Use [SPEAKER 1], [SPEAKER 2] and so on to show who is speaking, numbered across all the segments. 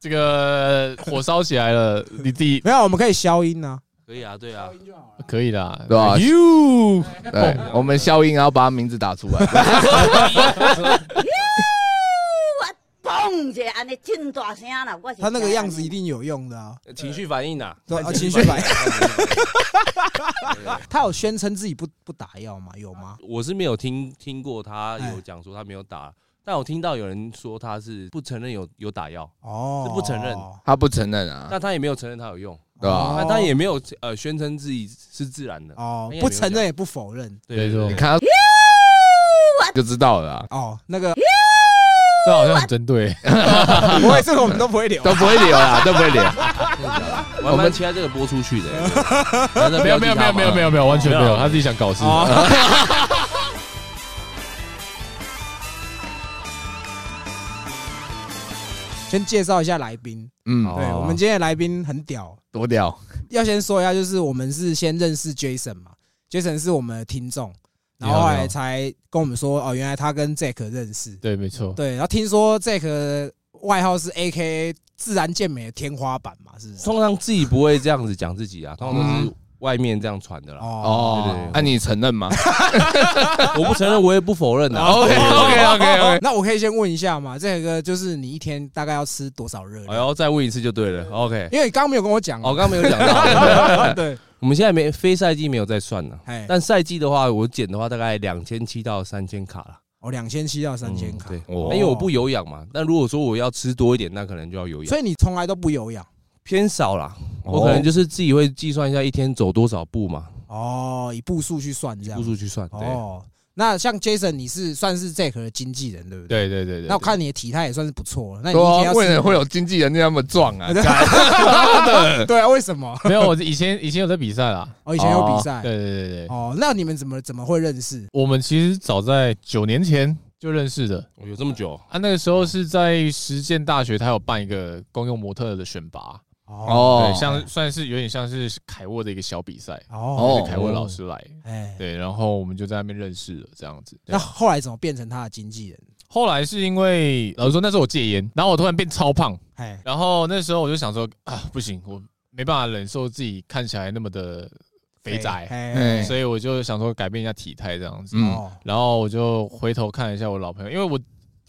[SPEAKER 1] 这个火烧起来了，你自己
[SPEAKER 2] 没有，我们可以消音啊，
[SPEAKER 3] 可以啊，对啊，
[SPEAKER 1] 可以啦，
[SPEAKER 4] 对吧
[SPEAKER 1] ？You
[SPEAKER 4] 对，我们消音，然后把他名字打出来。
[SPEAKER 5] 嘣一下，安尼真大声啦！我是
[SPEAKER 2] 他那个样子一定有用的啊，
[SPEAKER 3] 情绪反应呐，
[SPEAKER 2] 对啊
[SPEAKER 3] 看
[SPEAKER 2] 情绪反应
[SPEAKER 3] 应。
[SPEAKER 2] 他有宣称自己不不打药吗？有吗？
[SPEAKER 3] 我是没有听听过他
[SPEAKER 2] 哎
[SPEAKER 3] 有讲说他没有打，但我听到有人说他是不承认有有打药，
[SPEAKER 2] 哦，
[SPEAKER 3] 这不承认
[SPEAKER 4] 他不承认啊，
[SPEAKER 3] 但他也没有承认他有用，
[SPEAKER 4] 对吧？
[SPEAKER 3] 那哦他也没有呃宣称自己是自然的。
[SPEAKER 2] 哦
[SPEAKER 3] 他也没有
[SPEAKER 2] 不承认也不否认
[SPEAKER 3] 对
[SPEAKER 1] 没
[SPEAKER 3] 对
[SPEAKER 1] 错
[SPEAKER 4] 你看他就知道了啊，
[SPEAKER 2] 哦，那 个
[SPEAKER 1] 这好像很针对，
[SPEAKER 2] 不会，这个我们都不会 留。
[SPEAKER 4] 都不会留啦，都不会留。
[SPEAKER 3] 对我还蛮期待这个播出去的。反正
[SPEAKER 1] 没有没有没有没有没有没有，完全没
[SPEAKER 3] 没
[SPEAKER 1] 有，
[SPEAKER 3] 有
[SPEAKER 1] 他自己想搞事。
[SPEAKER 2] 哦，先介绍一下来宾，
[SPEAKER 4] 嗯
[SPEAKER 3] 好，
[SPEAKER 2] 对我们今天的来宾很屌，
[SPEAKER 4] 多屌，
[SPEAKER 2] 要先说一下，就是我们是先认识 Jason 嘛，Jason 是我们的听众，然后后
[SPEAKER 1] 你好你好
[SPEAKER 2] 来才跟我们说，哦，原来他跟 Jack 认识，
[SPEAKER 1] 对，没错，
[SPEAKER 2] 对，然后听说 Jack 外号是 AKA 自然健美的天花板嘛，是不是？
[SPEAKER 3] 通常自己不会这样子讲自己啊，通常都是外面这样传的啦。
[SPEAKER 2] 哦，
[SPEAKER 3] 对对
[SPEAKER 4] 哦
[SPEAKER 3] 对，
[SPEAKER 4] 那你承认吗？
[SPEAKER 3] 我不承认，我也不否认
[SPEAKER 1] 哦
[SPEAKER 3] 啊。
[SPEAKER 4] OK OK OK OK，
[SPEAKER 2] 哦那我可以先问一下嘛，Jack 就是你一天大概要吃多少热
[SPEAKER 3] 哎
[SPEAKER 2] 量？
[SPEAKER 3] 呦，再问一次就对了。OK，
[SPEAKER 2] 因为你刚刚没有跟我讲
[SPEAKER 3] 哦，我刚刚没有讲 到。
[SPEAKER 2] 对，
[SPEAKER 3] 我们现在没非赛季没有在算了，
[SPEAKER 2] 哎，
[SPEAKER 3] 但赛季的话，我减的话大概两千七到三千卡了，
[SPEAKER 2] 哦，两千七到三千卡，
[SPEAKER 3] 嗯对，
[SPEAKER 4] 哦
[SPEAKER 3] 因为我不有氧嘛。但如果说我要吃多一点，那可能就要有氧，
[SPEAKER 2] 所以你从来都不有氧
[SPEAKER 3] 偏少啦。
[SPEAKER 4] 哦
[SPEAKER 3] 我可能就是自己会计算一下一天走多少步嘛，
[SPEAKER 2] 哦，以步数去算这样
[SPEAKER 3] 步。数去算。对，
[SPEAKER 2] 哦，那像 Jason 你是算是 Jack 的经纪人对不对？
[SPEAKER 1] 对对对对，
[SPEAKER 2] 那我看你的体态也算是不错了，那你
[SPEAKER 4] 对
[SPEAKER 2] 一天
[SPEAKER 4] 啊，
[SPEAKER 2] 要
[SPEAKER 4] 为什
[SPEAKER 2] 吃
[SPEAKER 4] 么会有经纪人那么壮啊？
[SPEAKER 2] 对
[SPEAKER 4] 干妈的，
[SPEAKER 2] 对啊？为什么？
[SPEAKER 1] 没有，我以前以前有在比赛啦，
[SPEAKER 2] 哦，以前有比赛
[SPEAKER 1] 对对对对，
[SPEAKER 2] 哦，那你们怎么怎么会认识？
[SPEAKER 1] 我们其实早在九年前就认识的。
[SPEAKER 3] 有这么久，
[SPEAKER 1] 啊，那个时候是在实践大学，他有办一个公用模特的选拔，
[SPEAKER 2] 哦
[SPEAKER 4] 哦
[SPEAKER 1] 对，，像算是有点像是凯沃的一个小比赛，
[SPEAKER 2] 哦
[SPEAKER 4] 哦
[SPEAKER 1] 凯沃老师来，
[SPEAKER 2] 哎，
[SPEAKER 1] 对，然后我们就在那边认识了，这样子。对
[SPEAKER 2] 那后来怎么变成他的经纪人？
[SPEAKER 1] 后来是因为老实说那时候我戒烟，然后我突然变超胖，
[SPEAKER 2] 哎，
[SPEAKER 1] 然后那时候我就想说啊，不行，我没办法忍受自己看起来那么的肥宅，
[SPEAKER 2] 哎，
[SPEAKER 1] 所以我就想说改变一下体态这样子。
[SPEAKER 4] 嗯
[SPEAKER 2] 哦，
[SPEAKER 1] 然后我就回头看了一下我老朋友，因为我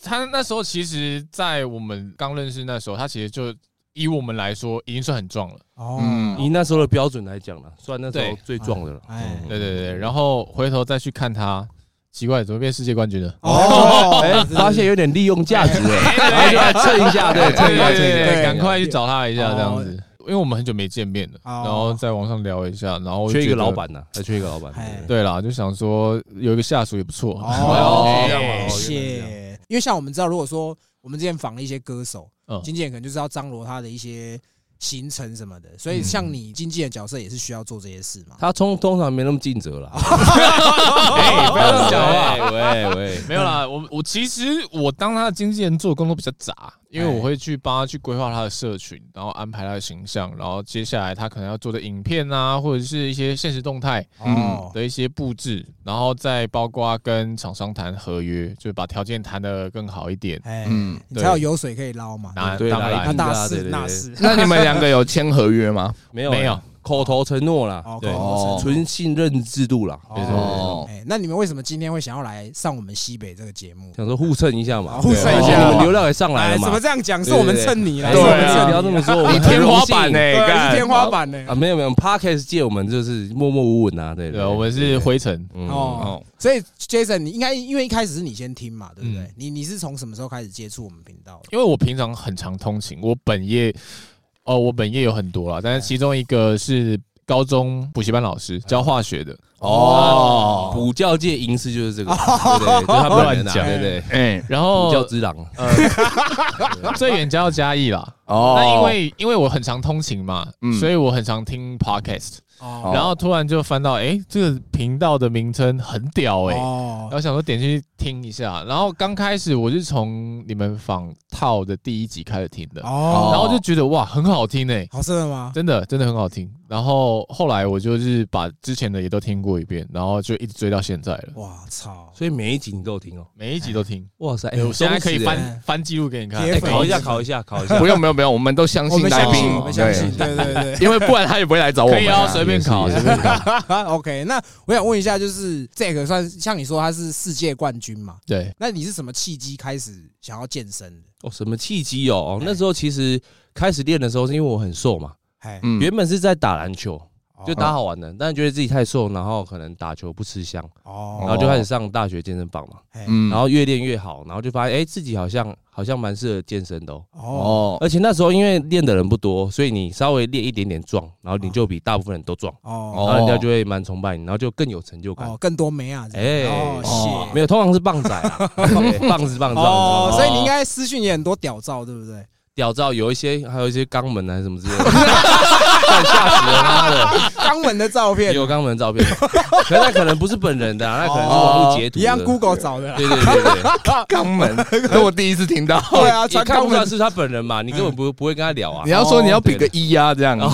[SPEAKER 1] 他那时候其实，在我们刚认识那时候，他其实就以我们来说已经算很壮了。
[SPEAKER 2] 哦，
[SPEAKER 4] 嗯
[SPEAKER 3] 以那时候的标准来讲呢，算那时
[SPEAKER 1] 对
[SPEAKER 3] 候最壮的了。
[SPEAKER 2] 哎
[SPEAKER 3] 嗯
[SPEAKER 1] 对对对，然后回头再去看他，奇怪，怎么变世界冠军 了？
[SPEAKER 2] 哦，
[SPEAKER 3] 哎，发现有点利用价值哎，然后就来蹭一
[SPEAKER 2] 哎
[SPEAKER 3] 下，对，蹭一下，
[SPEAKER 1] 对
[SPEAKER 3] 蹭一
[SPEAKER 1] 对
[SPEAKER 3] 下，
[SPEAKER 1] 对，赶快去找他一
[SPEAKER 3] 哦
[SPEAKER 1] 下这样子，因为我们很久没见面了，
[SPEAKER 2] 哦
[SPEAKER 1] 然后在网上聊一下，然后
[SPEAKER 3] 缺一
[SPEAKER 1] 觉
[SPEAKER 3] 个
[SPEAKER 1] 得
[SPEAKER 3] 老。板呐，还缺一个老板。
[SPEAKER 2] 哎
[SPEAKER 3] 对
[SPEAKER 1] 对啦，就想说有一个下属也不错。
[SPEAKER 2] 哦
[SPEAKER 3] 这样嘛哦原来这
[SPEAKER 2] 谢，因为像我们知道，如果说我们之前访了一些歌手，
[SPEAKER 1] 嗯
[SPEAKER 2] 经纪人可能就是要张罗他的一些行程什么的，所以像你经纪人角色也是需要做这些事嘛。
[SPEAKER 3] 他通通常没那么尽责了，
[SPEAKER 2] 哦
[SPEAKER 1] 哎，不要这样讲话。
[SPEAKER 3] 喂喂，
[SPEAKER 1] 没有啦，我我其实我当他的经纪人做的工作比较杂，因为我会去帮他去规划他的社群，然后安排他的形象，然后接下来他可能要做的影片啊，或者是一些现实动态
[SPEAKER 2] 哦，
[SPEAKER 1] 的一些布置，然后再包括跟厂商谈合约，就把条件谈得更好一点。
[SPEAKER 2] 哎，
[SPEAKER 4] 嗯
[SPEAKER 2] 你才有油水可以捞嘛。
[SPEAKER 1] 那
[SPEAKER 3] 对啦
[SPEAKER 1] 当然
[SPEAKER 2] 那
[SPEAKER 3] 一定的
[SPEAKER 2] 那
[SPEAKER 3] 啊对
[SPEAKER 2] 是
[SPEAKER 3] 对对
[SPEAKER 2] 那是
[SPEAKER 4] 那你们两个有签合约吗？
[SPEAKER 3] 没有
[SPEAKER 1] 没有
[SPEAKER 3] 口头承诺啦，
[SPEAKER 2] 哦，
[SPEAKER 1] 对
[SPEAKER 2] 口头承诺
[SPEAKER 3] 纯信任制度啦，
[SPEAKER 2] 哦
[SPEAKER 3] 对对对
[SPEAKER 4] 哦，
[SPEAKER 2] 哎，那你们为什么今天会想要来上我们西北这个节目？
[SPEAKER 3] 想说互蹭一下嘛，
[SPEAKER 2] 互蹭一下
[SPEAKER 3] 对你们流量也上来
[SPEAKER 2] 哎，
[SPEAKER 3] 了
[SPEAKER 2] 怎
[SPEAKER 3] 嘛
[SPEAKER 2] 么，这样讲？
[SPEAKER 3] 对
[SPEAKER 2] 是我们蹭你来，
[SPEAKER 3] 哎
[SPEAKER 2] 是
[SPEAKER 3] 是
[SPEAKER 2] 我
[SPEAKER 3] 我
[SPEAKER 2] 们
[SPEAKER 3] 们蹭
[SPEAKER 2] 蹭
[SPEAKER 3] 你
[SPEAKER 2] 你
[SPEAKER 3] 要这么说，我们
[SPEAKER 4] 你
[SPEAKER 3] 很
[SPEAKER 4] 天花
[SPEAKER 3] 荣幸
[SPEAKER 4] 板呢？
[SPEAKER 1] 哎
[SPEAKER 4] 欸
[SPEAKER 2] 对，是
[SPEAKER 4] 干
[SPEAKER 2] 天花板呢。
[SPEAKER 3] 啊？没有没有，Podcast 界我们就是默默无闻啊，对
[SPEAKER 1] 对，我们是灰尘。
[SPEAKER 3] 嗯
[SPEAKER 2] 哦，
[SPEAKER 4] 哦，
[SPEAKER 2] 所以 Jason，你应该因为一开始是你先听嘛，对不对
[SPEAKER 1] 嗯？
[SPEAKER 2] 你你是从什么时候开始接触我们频道的？
[SPEAKER 1] 因为我平常很常通勤，我本业哦，我本业有很多啦，但
[SPEAKER 4] 哎
[SPEAKER 1] 是其中一个是高中补习班老师教化学的，
[SPEAKER 4] 哦，
[SPEAKER 3] 补教界银师就是这个，对对，对就是他本人啊，
[SPEAKER 1] 乱讲
[SPEAKER 3] 对对，
[SPEAKER 4] 哎，
[SPEAKER 1] 然
[SPEAKER 3] 补教
[SPEAKER 1] 后
[SPEAKER 3] 之狼，
[SPEAKER 1] 最远教到嘉义啦。
[SPEAKER 4] 哦，
[SPEAKER 1] 那因为因为我很常通勤嘛，
[SPEAKER 4] 嗯
[SPEAKER 1] 所以我很常听 podcast，
[SPEAKER 2] 哦
[SPEAKER 4] 哦
[SPEAKER 1] 然后突然就翻到哎、诶这个频道的名称很屌哎、然
[SPEAKER 2] 哦，
[SPEAKER 1] 后想说点进去听一下，然后刚开始我是从你们访套的第一集开始听的，
[SPEAKER 2] 哦，
[SPEAKER 1] 然后就觉得哇很好听哎、
[SPEAKER 2] 好真的吗？
[SPEAKER 1] 真的真的很好听。然后后来我就是把之前的也都听过，过一遍，然后就一直追到现在了，
[SPEAKER 2] 哇操！
[SPEAKER 3] 所以每一集你都有听哦。
[SPEAKER 1] 每一集都听。
[SPEAKER 3] 哇塞，哎
[SPEAKER 1] 对我现在可以
[SPEAKER 3] 忠实哎
[SPEAKER 1] 翻翻记录给你看，
[SPEAKER 2] 铁
[SPEAKER 3] 哎
[SPEAKER 2] 粉
[SPEAKER 3] 考一下，考一下，考一下。
[SPEAKER 4] 不用不用不用，我们都相
[SPEAKER 2] 我
[SPEAKER 4] 信
[SPEAKER 2] 们
[SPEAKER 4] 来
[SPEAKER 2] 相
[SPEAKER 4] 宾
[SPEAKER 2] 信，我，们相信，对对对。
[SPEAKER 4] 对，因为不然他也不会来找我
[SPEAKER 1] 可
[SPEAKER 4] 们
[SPEAKER 1] 以
[SPEAKER 4] 啊。
[SPEAKER 1] 哦，随便考，
[SPEAKER 3] 也是
[SPEAKER 1] 随便考。
[SPEAKER 2] OK，那我想问一下，就是 Jack 算像你说他是世界冠军嘛？
[SPEAKER 1] 对，
[SPEAKER 2] 那你是什么契机开始想要健身的？
[SPEAKER 3] 哦，什么契机哦？哦那时候其实开始练的时候，是因为我很瘦嘛，
[SPEAKER 2] 哎，
[SPEAKER 4] 嗯
[SPEAKER 3] 原本是在打篮球，就打
[SPEAKER 2] 哦
[SPEAKER 3] 好玩的，但觉得自己太瘦，然后可能打球不吃香，然
[SPEAKER 2] 哦，
[SPEAKER 3] 后就开始上大学健身房嘛，
[SPEAKER 2] 哎
[SPEAKER 4] 嗯
[SPEAKER 3] 然后越练越好，然后就发现哎、自己好像好像蛮适合健身的哦。
[SPEAKER 2] 哦，
[SPEAKER 4] 哦
[SPEAKER 3] 而且那时候因为练的人不多，所以你稍微练一点点壮，然后你就比大部分人都壮，然
[SPEAKER 2] 哦
[SPEAKER 3] 后人家就会蛮崇拜你，然后就更有成就感。
[SPEAKER 2] 哦，更多美啊！
[SPEAKER 3] 哎
[SPEAKER 2] 哦，
[SPEAKER 4] 哦
[SPEAKER 2] 谢
[SPEAKER 3] 没有，通常是棒仔啊， 对棒子棒子棒子。啊
[SPEAKER 2] 哦，
[SPEAKER 3] 棒子
[SPEAKER 2] 所以你应该私讯也很多屌照，对不对？
[SPEAKER 3] 屌照有一些，还有一些肛门啊什么之类的，干吓死了妈的！
[SPEAKER 2] 肛门的照片
[SPEAKER 3] 有肛门照片，可那可能不是本人的、啊，那可能是网络截图
[SPEAKER 2] 哦一
[SPEAKER 3] 的。
[SPEAKER 2] 样，Google 找的啦。
[SPEAKER 3] 对对对对，
[SPEAKER 4] 肛门， 这我第一次听到。
[SPEAKER 2] 对啊，
[SPEAKER 3] 你
[SPEAKER 2] 传
[SPEAKER 3] 看
[SPEAKER 2] 肛
[SPEAKER 3] 不出来
[SPEAKER 2] 门，
[SPEAKER 3] 是他本人嘛？你根本不不会跟他聊啊
[SPEAKER 4] 你。要说你要比个一啊，这样
[SPEAKER 3] 哦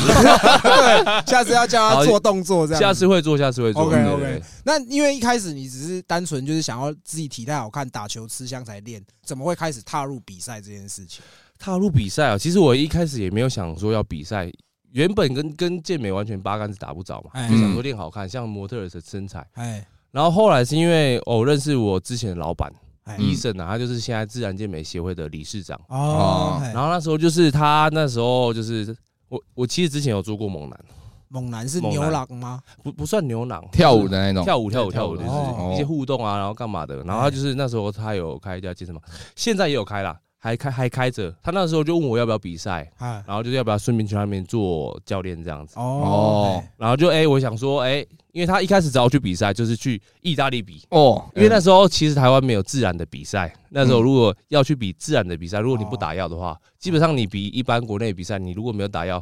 [SPEAKER 2] 下次要叫他做动作这样。
[SPEAKER 3] 下次会做，下次会做。嗯
[SPEAKER 2] OK
[SPEAKER 3] 对对
[SPEAKER 2] OK，那因为一开始你只是单纯就是想要自己体态好看、打球吃香才练，怎么会开始踏入比赛这件事情？
[SPEAKER 3] 踏入比赛啊，其实我一开始也没有想说要比赛，原本跟跟健美完全八竿子打不着嘛，
[SPEAKER 2] 哎
[SPEAKER 3] 就想说练好看，像模特儿的身材。
[SPEAKER 2] 哎
[SPEAKER 3] 然后后来是因为哦，认识我之前的老板
[SPEAKER 2] 哎
[SPEAKER 3] 医生啊，他就是现在自然健美协会的理事长。
[SPEAKER 2] 哦，然
[SPEAKER 3] 然
[SPEAKER 2] 后
[SPEAKER 3] 后那时候就是他那时候就是我我其实之前有做过猛男，
[SPEAKER 2] 猛男是
[SPEAKER 3] 猛
[SPEAKER 2] 牛
[SPEAKER 3] 男
[SPEAKER 2] 郎吗？
[SPEAKER 3] 不不算牛郎，
[SPEAKER 4] 跳舞的那种，
[SPEAKER 3] 跳舞跳舞跳舞，就是
[SPEAKER 2] 哦
[SPEAKER 3] 一些互动啊，然后干嘛的。然后他就是那时候他有开一家健身房，现在也有开啦，还开还开着。他那时候就问我要不要比 赛，
[SPEAKER 2] 哎
[SPEAKER 3] 然后就是要不要顺便去那边做教练这样子。
[SPEAKER 2] 哦
[SPEAKER 4] 哦
[SPEAKER 2] 哎
[SPEAKER 3] 然后就哎、我想说哎、因为他一开始找我去比赛，就是去意大利比。
[SPEAKER 4] 哦，
[SPEAKER 3] 因为那时候其实台湾没有自然的比赛，那时候如果要去比自然的比赛，如果你不打药的话，基本上你比一般国内的比赛，你如果没有打药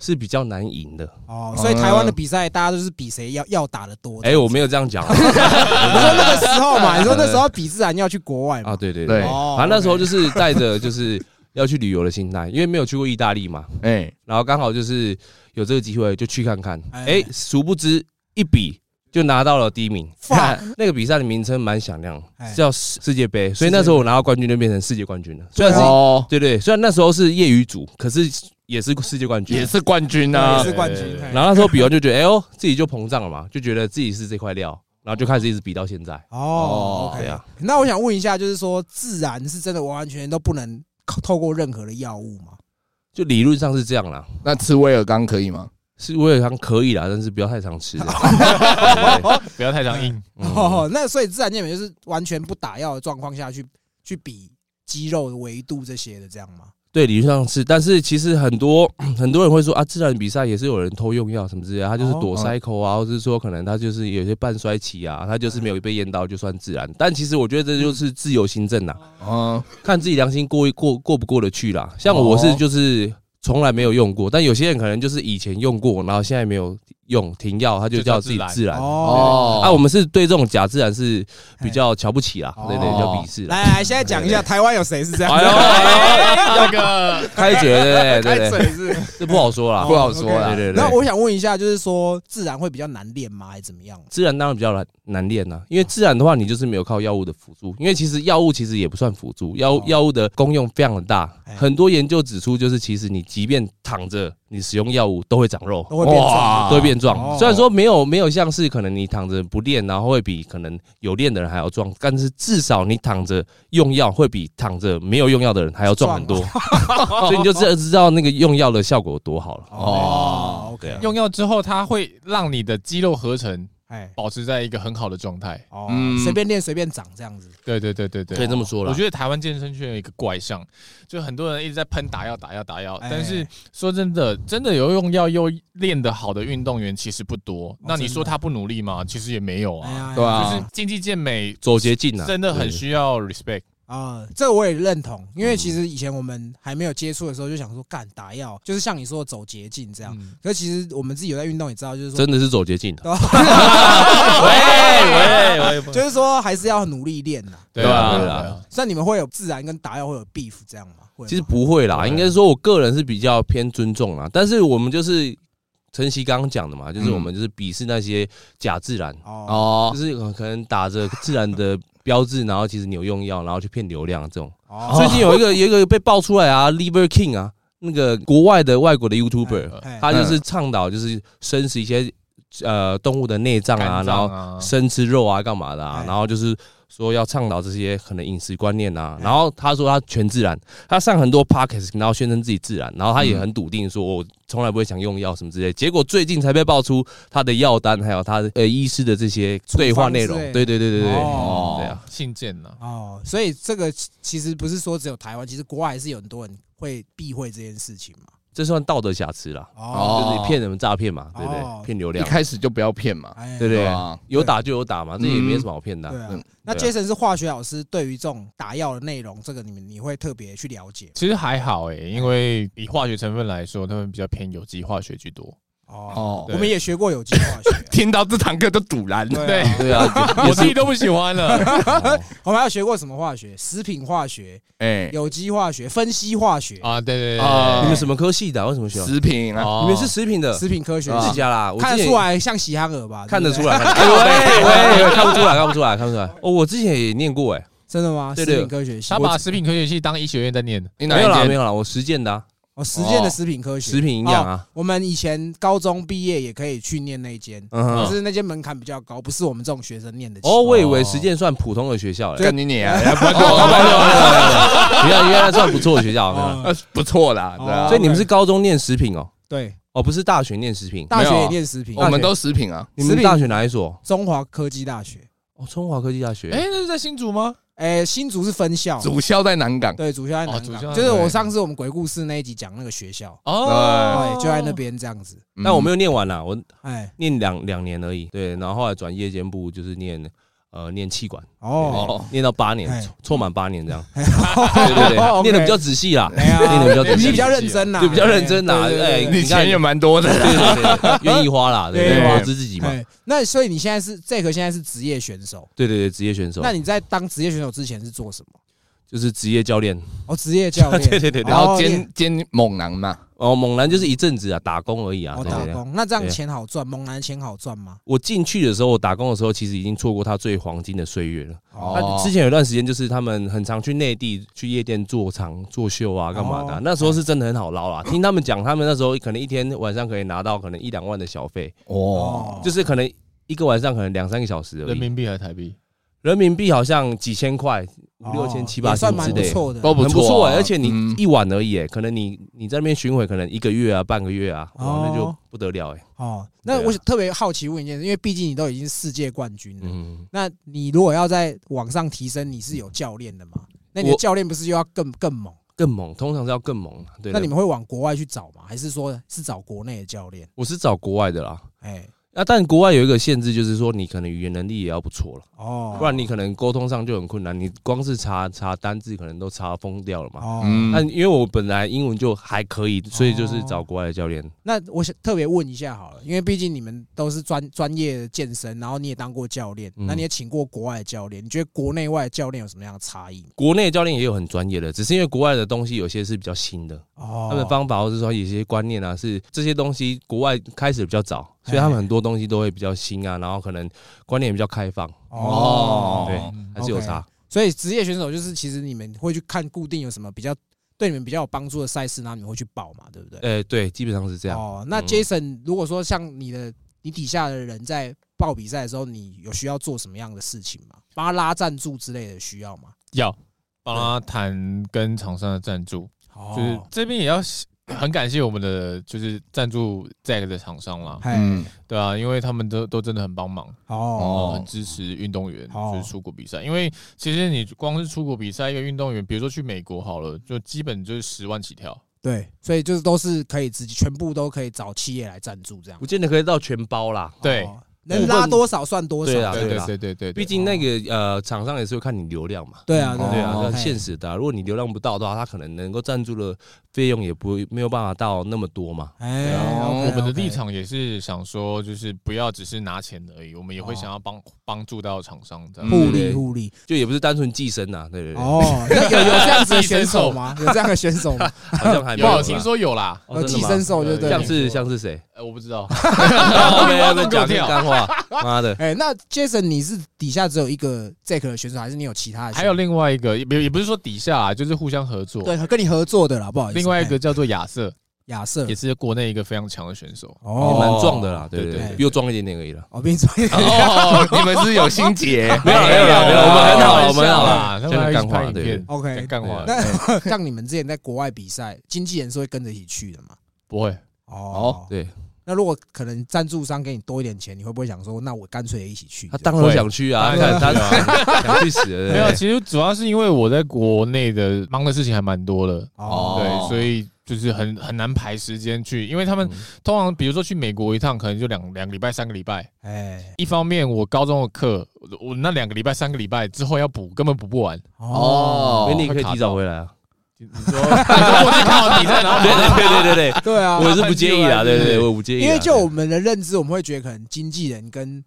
[SPEAKER 3] 是比较难赢的。
[SPEAKER 2] 哦，所以台湾的比赛大家都是比谁要要打的多。
[SPEAKER 3] 哎，我没有这样讲啊
[SPEAKER 2] 你说那个时候嘛，你说那时候比自然要去国外嘛
[SPEAKER 3] 啊，？对对
[SPEAKER 4] 对
[SPEAKER 3] 对，
[SPEAKER 2] 哦
[SPEAKER 3] 反正那时候就是带着就是要去旅游的心态，因为没有去过意大利嘛，
[SPEAKER 4] 哎，
[SPEAKER 3] 然后刚好就是有这个机会就去看看，
[SPEAKER 2] 哎
[SPEAKER 3] 哎，殊不知一比。就拿到了第一名
[SPEAKER 2] Fuck，
[SPEAKER 3] 那个比赛的名称蛮响亮
[SPEAKER 2] 哎，
[SPEAKER 3] 叫世世界杯，所
[SPEAKER 2] 世界
[SPEAKER 3] 以那时候我拿到冠军就变成世界冠军了。虽然是
[SPEAKER 4] 哦，
[SPEAKER 3] 对对，虽然那时候是业余组，可是也是世界冠军。
[SPEAKER 4] 也是冠军
[SPEAKER 2] 也
[SPEAKER 4] 啊
[SPEAKER 3] 哎
[SPEAKER 2] 是，冠军。
[SPEAKER 3] 然后那时候比完就觉得，哎呦，自己就膨胀了嘛，就觉得自己是这块料，然后就开始一直比到现在。
[SPEAKER 2] 哦
[SPEAKER 4] 哦
[SPEAKER 2] ，OK
[SPEAKER 3] 对啊
[SPEAKER 2] 那我想问一下，就是说自然是真的完完全全都不能透过任何的药物吗？
[SPEAKER 3] 就理论上是这样啦，
[SPEAKER 4] 那吃威尔刚可以吗？
[SPEAKER 3] 是威尔康可以啦，但是不要太常吃这样。对对
[SPEAKER 1] 不要太常硬。
[SPEAKER 3] 嗯
[SPEAKER 2] 哦，那所以自然健美就是完全不打药的状况下去去比肌肉的维度这些的，这样吗？
[SPEAKER 3] 对，理论上是，但是其实很多很多人会说啊，自然比赛也是有人偷用药什么之类的，他就是
[SPEAKER 2] 哦
[SPEAKER 3] 躲塞口啊，或者是说可能他就是有些半衰期啊，他就是没有被验到就算自然。但其实我觉得这就是自由行政呐，
[SPEAKER 2] 哦
[SPEAKER 4] 嗯，
[SPEAKER 3] 看自己良心过一过过不过得去啦。像我
[SPEAKER 4] 哦
[SPEAKER 3] 是就是从来没有用过，但有些人可能就是以前用过，然后现在没有用停药，他就
[SPEAKER 1] 就
[SPEAKER 3] 叫
[SPEAKER 1] 叫
[SPEAKER 3] 自己
[SPEAKER 1] 自然
[SPEAKER 3] 自然。
[SPEAKER 2] 哦，
[SPEAKER 3] 啊，我们是对这种假自然是比较瞧不起啦，
[SPEAKER 2] 哎
[SPEAKER 3] 对对，比较鄙视啦。
[SPEAKER 2] 来来，现在讲一下台湾有谁是这样
[SPEAKER 3] 哎呦，
[SPEAKER 2] 子？
[SPEAKER 3] 哎
[SPEAKER 1] 那
[SPEAKER 3] 呦
[SPEAKER 1] 个
[SPEAKER 3] 开嘴了，对对对，
[SPEAKER 1] 嘴是
[SPEAKER 3] 这不好说啦。
[SPEAKER 4] 不好说
[SPEAKER 3] 对
[SPEAKER 4] 啦。
[SPEAKER 3] 对对。
[SPEAKER 2] 那我想问一下，就是说自然会比较难练吗？还是怎么样？
[SPEAKER 3] 自然当然比较难难练啦、因为自然的话，你就是没有靠药物的辅助，因为其实药物其实也不算辅助，药
[SPEAKER 2] 哦
[SPEAKER 3] 药物的功用非常的大
[SPEAKER 2] 哎，
[SPEAKER 3] 很多研究指出，就是其实你即便躺着，你使用药物都会长肉，
[SPEAKER 2] 都会变壮
[SPEAKER 4] 哇
[SPEAKER 3] 都会变
[SPEAKER 2] 哦
[SPEAKER 3] 壮。虽然说没有没有像是可能你躺着不练，然后会比可能有练的人还要壮，但是至少你躺着用药会比躺着没有用药的人还要壮很多， 所以你就知道知道那个用药的效果有多好了。
[SPEAKER 2] 哦
[SPEAKER 3] 对
[SPEAKER 2] ，OK，
[SPEAKER 3] 啊
[SPEAKER 1] 用药之后，它会让你的肌肉合成
[SPEAKER 2] 哎，
[SPEAKER 1] 保持在一个很好的状态。
[SPEAKER 2] 哦，
[SPEAKER 4] 嗯
[SPEAKER 2] 随便练随便长这样子。
[SPEAKER 1] 对对对对对，啊
[SPEAKER 3] 可以这么说啦
[SPEAKER 1] 我觉得台湾健身圈有一个怪象，就很多人一直在喷打药打药打药，
[SPEAKER 2] 哎
[SPEAKER 1] 但是说真的，真的有用药又练得好的运动员其实不多。那你
[SPEAKER 2] 真的
[SPEAKER 1] 说他不努力吗？其实也没有
[SPEAKER 2] 哎
[SPEAKER 1] 啊。
[SPEAKER 2] 呀，
[SPEAKER 4] 对啊
[SPEAKER 1] 就是竞技健美
[SPEAKER 3] 走捷径啊，
[SPEAKER 1] 真的很
[SPEAKER 3] 对
[SPEAKER 1] 需要 respect。
[SPEAKER 2] 啊、这个我也认同，因为其实以前我们还没有接触的时候，就想说干打药，就是像你说的走捷径这样。
[SPEAKER 1] 嗯
[SPEAKER 2] 可是其实我们自己有在运动，也知道，就是说，
[SPEAKER 3] 真的是走捷径啊的。
[SPEAKER 1] 喂喂喂，
[SPEAKER 2] 就是说还是要努力练呐。
[SPEAKER 1] 对
[SPEAKER 3] 对啊
[SPEAKER 1] 啊
[SPEAKER 3] 对
[SPEAKER 1] 对
[SPEAKER 3] 啊
[SPEAKER 1] 啊，
[SPEAKER 2] 像你们会有自然跟打药会有 beef 这样吗？会吗
[SPEAKER 3] 其实不会啦，
[SPEAKER 1] 对
[SPEAKER 3] 应该说我个人是比较偏尊重啦，但是我们就是晨曦刚刚讲的嘛，就是我们就是鄙视那些假自然，
[SPEAKER 2] 哦，
[SPEAKER 4] 哦
[SPEAKER 3] 就，是可能打着自然的标志，然后其实你有用药，然后去骗流量这种。
[SPEAKER 2] 哦
[SPEAKER 3] 最近有一个有一个被爆出来啊，Liver King 啊，那个国外的外国的 YouTuber，
[SPEAKER 2] 哎哎
[SPEAKER 3] 他就是倡导就是生食一些呃动物的内脏啊，然后
[SPEAKER 1] 后
[SPEAKER 3] 生吃肉啊，干嘛的啊
[SPEAKER 2] 哎？
[SPEAKER 3] 然后就是说要倡导这些可能饮食观念啊。然后他说他全自然，他上很多 podcast，然后宣称自己自然，然后他也很笃定说哦我从来不会想用药什么之类。结果最近才被爆出他的药单，还有他的呃医师的这些对话内容
[SPEAKER 2] 处方之类。
[SPEAKER 3] 对对对对对，
[SPEAKER 2] 哦
[SPEAKER 3] 对啊，
[SPEAKER 1] 信件呐，
[SPEAKER 2] 哦，所以这个其其实不是说只有台湾，其实国外还是有很多人会避讳这件事情嘛。
[SPEAKER 3] 这算道德瑕疵啦，
[SPEAKER 2] 哦，
[SPEAKER 3] 就是你骗人诈骗嘛，对不
[SPEAKER 2] 哦
[SPEAKER 3] 对？骗流
[SPEAKER 4] 一
[SPEAKER 3] 量，
[SPEAKER 4] 开始就不要骗嘛，
[SPEAKER 2] 哎
[SPEAKER 3] 对不
[SPEAKER 2] 对
[SPEAKER 3] 对
[SPEAKER 4] 啊？
[SPEAKER 3] 有打就有打嘛，这也没什么好骗的啊。
[SPEAKER 2] 啊
[SPEAKER 4] 嗯。
[SPEAKER 2] 那
[SPEAKER 3] 对
[SPEAKER 2] Jason 是化学老师，对于这种打药的内容，这个你们你会特别去了解吗
[SPEAKER 1] 其实还好诶，因为以化学成分来说，他们比较偏有机化学居多。
[SPEAKER 2] 哦。
[SPEAKER 4] 哦，
[SPEAKER 1] 对，
[SPEAKER 2] 我们也学过有机化学啊
[SPEAKER 4] 听到这堂课都堵然了，
[SPEAKER 2] 对啊，
[SPEAKER 3] 对 啊，
[SPEAKER 1] 我自己都不喜欢 了。
[SPEAKER 2] 我们还有学过什么化学？食品化学、
[SPEAKER 4] 哎，
[SPEAKER 2] 有机化学、分析化学、
[SPEAKER 1] 啊，对对对
[SPEAKER 4] 啊
[SPEAKER 3] 你
[SPEAKER 1] 对
[SPEAKER 3] 们什么科系的啊？为什么学？
[SPEAKER 4] 食品啊，
[SPEAKER 1] 哦
[SPEAKER 3] 你们是食品的，
[SPEAKER 2] 食品科学
[SPEAKER 4] 啊
[SPEAKER 3] 自家啦，我
[SPEAKER 2] 看得
[SPEAKER 3] 之前
[SPEAKER 2] 出来像喜憨儿吧？
[SPEAKER 3] 看
[SPEAKER 2] 对
[SPEAKER 3] 得
[SPEAKER 2] 不对
[SPEAKER 3] 出来，看得 出来喂喂，看不出来，看不出来，看不出来。哦，我之前也念过哎，
[SPEAKER 2] 真的吗？
[SPEAKER 3] 对
[SPEAKER 2] 食
[SPEAKER 3] 对
[SPEAKER 2] 品科学系，
[SPEAKER 1] 他
[SPEAKER 2] 我
[SPEAKER 1] 把食品科学系当医学院在念的。
[SPEAKER 4] 你哪
[SPEAKER 3] 没有啦，
[SPEAKER 4] 一
[SPEAKER 3] 没
[SPEAKER 4] 间？
[SPEAKER 3] 有啦，我实践的啊，
[SPEAKER 2] 哦实践的
[SPEAKER 4] 哦
[SPEAKER 2] 食品科学，哦
[SPEAKER 3] 食品营养啊，
[SPEAKER 2] 我们以前高中毕业也可以去念那间，
[SPEAKER 3] 嗯
[SPEAKER 2] 可
[SPEAKER 3] 哼。
[SPEAKER 2] 是那间门槛比较高，不是我们这种学生念得起。
[SPEAKER 3] 哦，我以为实践算普通的学校嘞，哦
[SPEAKER 4] 干你你啊，
[SPEAKER 3] 原来原来算不错的学校，没有啦
[SPEAKER 2] 哦，
[SPEAKER 4] 呃不错啦，对
[SPEAKER 2] 哦
[SPEAKER 4] 啊
[SPEAKER 3] 所以，你们是高中念食品哦，
[SPEAKER 2] 对，
[SPEAKER 3] 哦，不是大学念食品，
[SPEAKER 2] 大学
[SPEAKER 4] 没有
[SPEAKER 2] 也念食品，
[SPEAKER 4] 我们都食品啊，
[SPEAKER 3] 你们大学哪一所？
[SPEAKER 2] 中华科技大学，
[SPEAKER 3] 哦，中华科技大学。
[SPEAKER 1] 哎，那是在新竹吗？
[SPEAKER 2] 哎，新竹是分校，
[SPEAKER 4] 主校在南港，
[SPEAKER 2] 对，主校在
[SPEAKER 1] 哦
[SPEAKER 2] 南
[SPEAKER 1] 主
[SPEAKER 2] 港，
[SPEAKER 1] 校在
[SPEAKER 2] 就是我
[SPEAKER 1] 对
[SPEAKER 2] 上次我们鬼故事那一集讲那个学校，
[SPEAKER 1] 哦
[SPEAKER 2] 对，，就在那。边这样子，
[SPEAKER 3] 但我没
[SPEAKER 4] 有
[SPEAKER 3] 有念完啦，我
[SPEAKER 2] 哎，
[SPEAKER 3] 念两两年而已。对，然后后来转夜间部，就是念呃念气管，
[SPEAKER 2] 哦，
[SPEAKER 4] 哦，
[SPEAKER 3] 念到八年
[SPEAKER 2] 哎，
[SPEAKER 3] 凑凑满八 年这样。哦对 对对，念的比较仔细啦，
[SPEAKER 2] 哎呀
[SPEAKER 3] 念的比较仔
[SPEAKER 2] 你
[SPEAKER 3] 细，
[SPEAKER 2] 比较认真啦，
[SPEAKER 3] 对，比较认真啦。
[SPEAKER 2] 哎对对
[SPEAKER 3] 哎，
[SPEAKER 2] 对
[SPEAKER 4] 你
[SPEAKER 3] 看哦
[SPEAKER 4] 钱也蛮多 的，
[SPEAKER 3] 对对对，愿意花啦，对，
[SPEAKER 2] 对
[SPEAKER 3] 愿意花资自己嘛。
[SPEAKER 2] 哎，那所以你现在是 Jack 现在是职业选手，
[SPEAKER 3] 对对对，职业选手，
[SPEAKER 2] 那你在当职业选手之前是做什么？
[SPEAKER 3] 就是职业教练。
[SPEAKER 2] 哦，职业 教练，
[SPEAKER 3] 对对对对
[SPEAKER 4] 然后
[SPEAKER 2] 哦也
[SPEAKER 4] 兼兼猛男嘛，
[SPEAKER 3] 哦，猛男就是一阵子啊，打工而已啊。
[SPEAKER 2] 哦，
[SPEAKER 3] 对
[SPEAKER 2] 打
[SPEAKER 3] 对对。
[SPEAKER 2] 工，那这样
[SPEAKER 3] 对
[SPEAKER 2] 钱好赚，猛男钱好赚吗？
[SPEAKER 3] 我进去的时候，我打工的时候，其实已经错过他最黄金的岁月了。
[SPEAKER 4] 哦
[SPEAKER 3] 他之前有一段时间，就是他们很常去内地去夜店做场做秀啊，干嘛的啊、
[SPEAKER 2] 哦
[SPEAKER 3] 那时候是真的很好捞啦。听他们讲，他们那时候可能一天晚上可以拿到可能一两万的小费，
[SPEAKER 4] 哦，
[SPEAKER 3] 就是可能一个晚上可能两三个小时而
[SPEAKER 1] 人
[SPEAKER 3] 已。
[SPEAKER 1] 民币还是台币？
[SPEAKER 3] 人民币好像几千块、五六千、
[SPEAKER 2] 哦
[SPEAKER 3] 七八
[SPEAKER 2] 也
[SPEAKER 3] 千
[SPEAKER 2] 算
[SPEAKER 3] 之
[SPEAKER 2] 蛮不
[SPEAKER 3] 类的。
[SPEAKER 2] 错的，
[SPEAKER 4] 都
[SPEAKER 3] 很不
[SPEAKER 4] 错
[SPEAKER 3] 错、
[SPEAKER 4] 啊
[SPEAKER 3] 欸，而且你
[SPEAKER 4] 嗯
[SPEAKER 3] 一晚而已、欸，可能你你在那边巡回，可能一个月啊、半个月啊，哇，那就
[SPEAKER 2] 哦
[SPEAKER 3] 不得了哎、欸。
[SPEAKER 2] 哦。那
[SPEAKER 3] 对啊
[SPEAKER 2] 我特别好奇问一件事，因为毕竟你都已经世界冠军了，
[SPEAKER 3] 嗯，
[SPEAKER 2] 那你如果要在网上提升，你是有教练的吗？那你的
[SPEAKER 3] 我
[SPEAKER 2] 教练不是又要更更猛？
[SPEAKER 3] 更猛，通常是要更猛啊。对，
[SPEAKER 2] 那
[SPEAKER 3] 对
[SPEAKER 2] 你们会往国外去找吗？还是说是找国内的教练？
[SPEAKER 3] 我是找国外的啦。
[SPEAKER 2] 哎，
[SPEAKER 3] 啊，但国外有一个限制，就是说你可能语言能力也要不错了，
[SPEAKER 2] 哦，
[SPEAKER 3] 不然你可能沟通上就很困难。你光是查查单字，可能都查疯掉了嘛。
[SPEAKER 2] 哦，
[SPEAKER 4] 嗯
[SPEAKER 3] 那因为我本来英文就还可以，所以就是找国外的教练。
[SPEAKER 2] 那我想特别问一下好了，因为毕竟你们都是专专业的健身，然后你也当过教练，
[SPEAKER 3] 嗯
[SPEAKER 2] 那你也请过国外的教练，你觉得国内外的教练有什么样的差异吗？
[SPEAKER 3] 国内的教练也有很专业的，只是因为国外的东西有些是比较新的，
[SPEAKER 2] 哦
[SPEAKER 3] 他们的方法或者说有些观念啊，是这些东西国外开始比较早，所以他们很多东西都会比较新啊，然后可能观念也比较开放，
[SPEAKER 2] 哦，
[SPEAKER 3] 对，还是有
[SPEAKER 2] OK
[SPEAKER 3] 差。
[SPEAKER 2] 所以职业选手就是其实你们会去看固定有什么比较对你们比较有帮助的赛事，然后你们会去报嘛，对不对？
[SPEAKER 3] 呃，对，基本上是这样。
[SPEAKER 2] 哦，那
[SPEAKER 3] 嗯
[SPEAKER 2] Jason，如果说像你的你底下的人在报比赛的时候，你有需要做什么样的事情吗？帮他拉赞助之类的需要吗？
[SPEAKER 1] 要帮他谈跟厂商的赞助，就是
[SPEAKER 2] 哦，
[SPEAKER 1] 这边也要很感谢我们的就是赞助 Zack 的厂商啦，
[SPEAKER 2] 哎，
[SPEAKER 4] 嗯，
[SPEAKER 1] 对啊，因为他们都都真的很帮忙，
[SPEAKER 2] 哦，
[SPEAKER 1] 哦，
[SPEAKER 4] 哦
[SPEAKER 1] 很，支持运动员
[SPEAKER 2] 哦
[SPEAKER 1] 就是出国比赛，因为其实你光是出国比赛，一个运动员，比如说去美国好了，就基本就是十万起跳。
[SPEAKER 2] 对，所以就是都是可以自己全部都可以找企业来赞助这样
[SPEAKER 3] 不。见得可以到全包啦，
[SPEAKER 1] 对
[SPEAKER 2] 哦，能拉多少算多
[SPEAKER 3] 对
[SPEAKER 2] 少
[SPEAKER 3] 啊。
[SPEAKER 1] 对
[SPEAKER 3] 啦
[SPEAKER 1] 对对对对，
[SPEAKER 3] 毕竟那个呃，厂商也是会看你流量嘛。
[SPEAKER 2] 对啊，
[SPEAKER 4] 哦
[SPEAKER 3] 对啊，
[SPEAKER 2] 对
[SPEAKER 3] 那
[SPEAKER 2] 哦嘿
[SPEAKER 3] 现实的啊、如果你流量不到的话，他可能能够赞助的费用也不会没有办法到那么多嘛。
[SPEAKER 2] 哎
[SPEAKER 1] 然后
[SPEAKER 2] OK，OK
[SPEAKER 1] 我们的立场也是想说，就是不要只是拿钱而已，我们也会想要帮帮助到厂商这样。
[SPEAKER 2] 互
[SPEAKER 3] 对
[SPEAKER 2] 利互利。
[SPEAKER 3] 就也不是单纯寄生呐、啊，对对对，
[SPEAKER 2] 哦，那有有这样子 的选手吗？有这样的选手吗？
[SPEAKER 3] 好像还没
[SPEAKER 1] 有
[SPEAKER 3] 有
[SPEAKER 1] 啊
[SPEAKER 3] 啦
[SPEAKER 1] 听说有啦，
[SPEAKER 3] 哦
[SPEAKER 2] 有
[SPEAKER 3] 真的
[SPEAKER 2] 寄
[SPEAKER 3] 吗
[SPEAKER 2] 生兽就对了
[SPEAKER 3] 像。是像是谁？哦
[SPEAKER 1] 呃，我不知道，
[SPEAKER 3] 没有在
[SPEAKER 1] 给我
[SPEAKER 3] 讲这
[SPEAKER 1] 跳
[SPEAKER 3] 干话，妈的！
[SPEAKER 2] 哎，那 Jason，你是底下只有一个 Jack 的选手，还是你有其他的选手？
[SPEAKER 1] 还有另外一个，也不也不是说底下啊，就是互相合作。
[SPEAKER 2] 对跟你合作的啦，不好意思。
[SPEAKER 1] 另外一
[SPEAKER 2] 哎
[SPEAKER 1] 个叫做亚瑟，
[SPEAKER 2] 亚瑟
[SPEAKER 1] 也，是国内一个非常强的选手。
[SPEAKER 3] 也
[SPEAKER 2] 哦，
[SPEAKER 3] 蛮壮的啦，对对
[SPEAKER 1] 对
[SPEAKER 3] 对，
[SPEAKER 2] 对
[SPEAKER 3] 比我壮一点点而已啦。
[SPEAKER 2] 我跟你说，
[SPEAKER 1] 啊
[SPEAKER 4] 哦，你们是有心结，
[SPEAKER 3] 没有啦没有啦没有啦，我们很好，我们很好啦，
[SPEAKER 1] 啦，他
[SPEAKER 3] 就是
[SPEAKER 1] 们还一
[SPEAKER 3] 干
[SPEAKER 1] 起拍
[SPEAKER 3] 话，
[SPEAKER 1] 影
[SPEAKER 3] 对
[SPEAKER 1] 片
[SPEAKER 3] 对，
[SPEAKER 2] OK
[SPEAKER 1] 讲干话嗯
[SPEAKER 3] 对，
[SPEAKER 2] 那 像你们之前在国外比赛，经纪人是会跟着一起去的嘛？
[SPEAKER 1] 不会，
[SPEAKER 2] 哦，
[SPEAKER 3] 对。
[SPEAKER 2] 那如果可能赞助商给你多一点钱，你会不会想说，那我干脆也一起去？
[SPEAKER 3] 他当然想去啊，
[SPEAKER 1] 会
[SPEAKER 3] 看他想 想去死了，
[SPEAKER 1] 啊没
[SPEAKER 3] 对
[SPEAKER 1] 有。
[SPEAKER 3] 不对
[SPEAKER 1] 其实主要是因为我在国内的忙的事情还蛮多的，
[SPEAKER 2] 哦，
[SPEAKER 1] 对，所以就是很很难排时间去，因为他们通常比如说去美国一趟，可能就两两个礼拜、三个礼拜。
[SPEAKER 2] 哎，
[SPEAKER 1] 一方面，我高中的课，我我那两个礼拜、三个礼拜之后要补，根本补不完。
[SPEAKER 2] 哦，
[SPEAKER 4] 哦
[SPEAKER 3] 所以你可以提早回来啊。
[SPEAKER 1] 你说，你说我去看完比赛，然后
[SPEAKER 3] 对对对对对，
[SPEAKER 2] 对啊，
[SPEAKER 3] 我是不介意啦，对对对，我不介意啦。
[SPEAKER 2] 因为就我们的认知，我们会觉得可能经纪人跟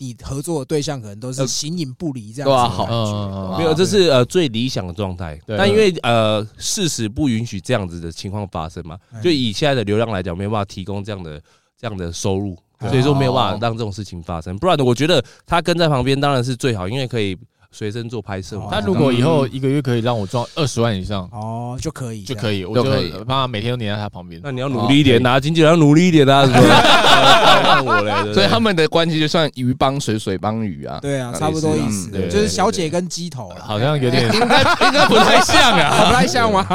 [SPEAKER 2] 你合作的对象可能都是
[SPEAKER 1] 呃
[SPEAKER 2] 形影不离这样子
[SPEAKER 4] 对啊
[SPEAKER 2] 的
[SPEAKER 4] 好
[SPEAKER 2] 感觉，
[SPEAKER 1] 嗯嗯嗯
[SPEAKER 3] 没有，这是呃最理想的状态。
[SPEAKER 1] 对
[SPEAKER 3] 但因为呃事实不允许这样子的情况发生嘛
[SPEAKER 2] 嗯，
[SPEAKER 3] 就以现在的流量来讲，没有办法提供这样的这样的收入，
[SPEAKER 2] 对
[SPEAKER 3] 所以说没有办法让这种事情发生。不然呢，我觉得他跟在旁边当然是最好，因为可以随身做拍摄嘛。
[SPEAKER 1] 哦他如果以后一个月可以让我赚二十万以上，
[SPEAKER 2] 哦，就可以
[SPEAKER 1] 就
[SPEAKER 2] 以。
[SPEAKER 1] 可以，我
[SPEAKER 4] 就可以
[SPEAKER 1] 就怕每天都黏在他旁边。
[SPEAKER 3] 那你要努力一点啊，经纪人要努力一点啊，是 不是呃看我嘞，对不对
[SPEAKER 4] 所以他们的关系就算鱼帮水，水帮鱼啊。
[SPEAKER 2] 对啊，差不多意思，
[SPEAKER 4] 嗯
[SPEAKER 1] 对
[SPEAKER 2] 就是小姐跟鸡头 啦，
[SPEAKER 1] 好像有点
[SPEAKER 4] 应该不太像啊。
[SPEAKER 2] 不太像 吗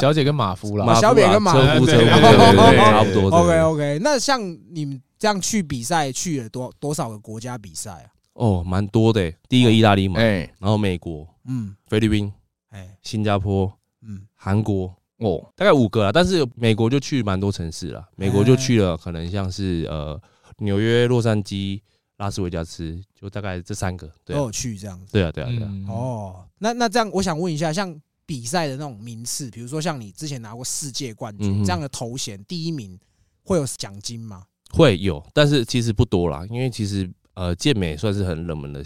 [SPEAKER 1] 小姐跟马夫啦，
[SPEAKER 3] 马夫啊
[SPEAKER 2] 小扁跟马夫
[SPEAKER 3] 车夫
[SPEAKER 1] 对
[SPEAKER 3] 车
[SPEAKER 1] 对
[SPEAKER 3] 夫对
[SPEAKER 2] 对
[SPEAKER 3] 对
[SPEAKER 2] 对
[SPEAKER 3] 对对哦差不多。对
[SPEAKER 2] ？OK
[SPEAKER 3] 对
[SPEAKER 2] OK，那像你们这样去比赛，去了多多少个国家比赛啊？
[SPEAKER 3] 哦，蛮多的欸。第一个意大利嘛，
[SPEAKER 4] 哎，
[SPEAKER 3] 然后美国、
[SPEAKER 2] 嗯，
[SPEAKER 3] 菲律宾、
[SPEAKER 2] 哎，
[SPEAKER 3] 新加坡、
[SPEAKER 2] 嗯，
[SPEAKER 3] 韩国，
[SPEAKER 4] 哦，
[SPEAKER 3] 大概五个啦，但是美国就去蛮多城市啦，美国就去了，可能像是呃纽约、洛杉矶、拉斯维加斯，就大概这三个。对
[SPEAKER 2] 都
[SPEAKER 3] 啊，
[SPEAKER 2] 有去这样子。
[SPEAKER 3] 对啊，对啊，对啊。
[SPEAKER 1] 嗯，
[SPEAKER 2] 哦，那那这样，我想问一下，像比赛的那种名次，比如说像你之前拿过世界冠
[SPEAKER 3] 嗯
[SPEAKER 2] 军
[SPEAKER 3] 哼
[SPEAKER 2] 这样的头衔，第一名会有奖金吗？
[SPEAKER 3] 会有，但是其实不多啦，因为其实呃健美算是很冷门的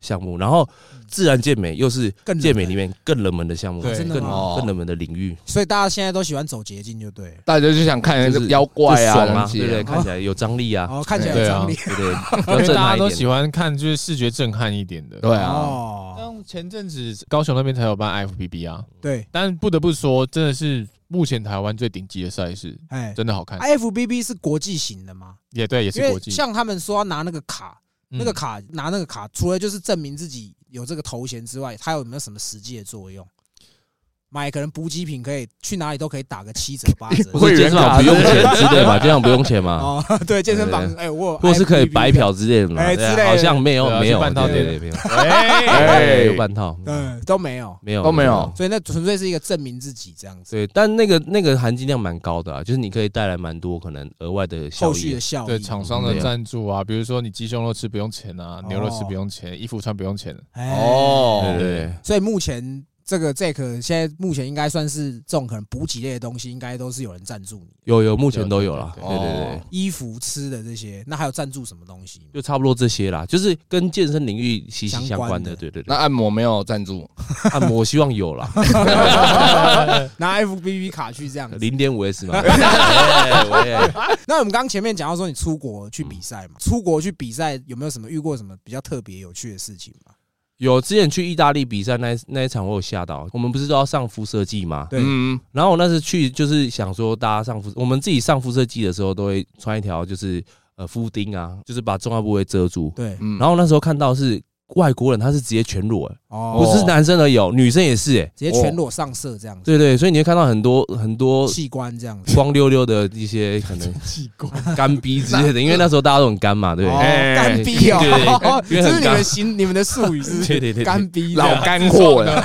[SPEAKER 3] 项目，然后自然健美又是
[SPEAKER 2] 更冷
[SPEAKER 3] 健美
[SPEAKER 2] 门
[SPEAKER 3] 里面更冷门的项目，
[SPEAKER 1] 对
[SPEAKER 3] 更
[SPEAKER 2] 真的
[SPEAKER 4] 吗
[SPEAKER 3] 更冷门的领域，
[SPEAKER 2] 所以大家现在都喜欢走捷径，就对了。
[SPEAKER 4] 大家就想看
[SPEAKER 3] 就
[SPEAKER 4] 这
[SPEAKER 3] 是
[SPEAKER 4] 妖怪
[SPEAKER 3] 就
[SPEAKER 4] 啊，
[SPEAKER 3] 爽啊，
[SPEAKER 4] 东西
[SPEAKER 3] 对不对？看起来有张力啊，
[SPEAKER 2] 哦，看起来有
[SPEAKER 1] 对啊
[SPEAKER 2] 张力。
[SPEAKER 3] 对不对？
[SPEAKER 1] 因
[SPEAKER 3] 要
[SPEAKER 1] 为
[SPEAKER 3] 震
[SPEAKER 1] 大家
[SPEAKER 3] 撼一
[SPEAKER 1] 都
[SPEAKER 3] 点。
[SPEAKER 1] 喜欢看就是视觉震撼一点的。
[SPEAKER 4] 对啊，
[SPEAKER 2] 哦，
[SPEAKER 1] 像前阵子高雄那边才有办 FPB 啊，
[SPEAKER 2] 对，
[SPEAKER 1] 但不得不说，真的是目前台湾最顶级的赛事，
[SPEAKER 2] 哎
[SPEAKER 1] 真的好看。
[SPEAKER 2] ，FBB 是国际型的吗？
[SPEAKER 1] 也对，也是
[SPEAKER 2] 因为
[SPEAKER 1] 国际。
[SPEAKER 2] 像他们说要拿那个卡，
[SPEAKER 1] 嗯
[SPEAKER 2] 那个卡拿那个卡，除了就是证明自己有这个头衔之外，它有没有什么实际的作用？买可能补给品可以去哪里都可以打个七折八折
[SPEAKER 3] 不。是健身房不用钱之类嘛，健身房不用钱嘛，
[SPEAKER 2] 哦，对，健身房
[SPEAKER 3] 对，
[SPEAKER 2] 哎，我有
[SPEAKER 3] 或是可以白
[SPEAKER 2] FBB
[SPEAKER 3] 嫖之类的嘛，
[SPEAKER 2] 哎
[SPEAKER 3] 对啊
[SPEAKER 2] 之类的
[SPEAKER 3] 好像没有
[SPEAKER 1] 对啊
[SPEAKER 3] 没有
[SPEAKER 1] 去半套
[SPEAKER 3] 对
[SPEAKER 1] 店
[SPEAKER 3] 对对没有
[SPEAKER 1] 哎，
[SPEAKER 3] 没有
[SPEAKER 4] 哎，
[SPEAKER 3] 半套，
[SPEAKER 2] 嗯，都没有，
[SPEAKER 3] 没有
[SPEAKER 4] 都没有。
[SPEAKER 2] 所以那纯粹是一个证明自己这样子，
[SPEAKER 3] 对，但那个那个含金量蛮高的啊，就是你可以带来蛮多可能额外的效
[SPEAKER 2] 后续
[SPEAKER 3] 益啊
[SPEAKER 2] 的。效益。
[SPEAKER 1] 对厂商的赞助啊，比如说你鸡胸肉吃不用钱啊
[SPEAKER 2] 哦，
[SPEAKER 1] 牛肉吃不用钱，衣服穿不用钱。
[SPEAKER 2] 哎，
[SPEAKER 3] 对对
[SPEAKER 4] 哦，
[SPEAKER 3] 对，
[SPEAKER 2] 所以目前这个 Jack 现在目前应该算是这种可能补给类的东西，应该都是有人赞助你，
[SPEAKER 3] 有有，目前都有啦。
[SPEAKER 1] 对
[SPEAKER 3] 对
[SPEAKER 4] 对对
[SPEAKER 3] 对
[SPEAKER 4] 对
[SPEAKER 3] 对
[SPEAKER 4] 哦，
[SPEAKER 2] 衣服、吃的这些，那还有赞助什么东西？
[SPEAKER 3] 就差不多这些啦，就是跟健身领域息息相关的。
[SPEAKER 2] 相关的
[SPEAKER 3] 对对
[SPEAKER 4] 那
[SPEAKER 3] 对，
[SPEAKER 4] 按摩没有赞助，
[SPEAKER 3] 按摩希望有啦，
[SPEAKER 2] 拿 FBB 卡去这样子。
[SPEAKER 3] 零点 五 S 嘛。 哎喂
[SPEAKER 2] 那我们刚前面讲到说你出国去比赛嘛，
[SPEAKER 3] 嗯
[SPEAKER 2] 出国去比赛有没有什么遇过什么比较特别有趣的事情嘛？
[SPEAKER 3] 有之前去意大利比赛那一那一场，我有吓到。我们不是都要上辐射剂吗？
[SPEAKER 2] 对
[SPEAKER 4] 嗯，
[SPEAKER 3] 然后我那次去就是想说，大家上辐，我们自己上辐射剂的时候都会穿一条就是呃敷钉啊，就是把重要部位遮住。
[SPEAKER 2] 对，
[SPEAKER 4] 嗯
[SPEAKER 3] 然后那时候看到是外国人他是直接全裸、欸，
[SPEAKER 2] 哦，
[SPEAKER 3] 不是男生而已、哦，女生也是、欸，哎，
[SPEAKER 2] 直接全裸上色这样子，
[SPEAKER 3] 对对，所以你会看到很多很多
[SPEAKER 2] 器官这样子，
[SPEAKER 3] 光溜溜的一些可 能
[SPEAKER 1] 奇怪，
[SPEAKER 3] 干逼之类的，因为那时候大家都很干嘛，对不
[SPEAKER 2] 哦，
[SPEAKER 3] 对？
[SPEAKER 4] 哎
[SPEAKER 2] 干逼
[SPEAKER 3] 对对
[SPEAKER 2] 哦，
[SPEAKER 3] 因为
[SPEAKER 2] 这是你
[SPEAKER 3] 很
[SPEAKER 2] 们
[SPEAKER 3] 干
[SPEAKER 2] 的形你们的术语是不
[SPEAKER 3] 对
[SPEAKER 2] 是？
[SPEAKER 3] 对对对
[SPEAKER 2] 干逼这样
[SPEAKER 4] 老干货了，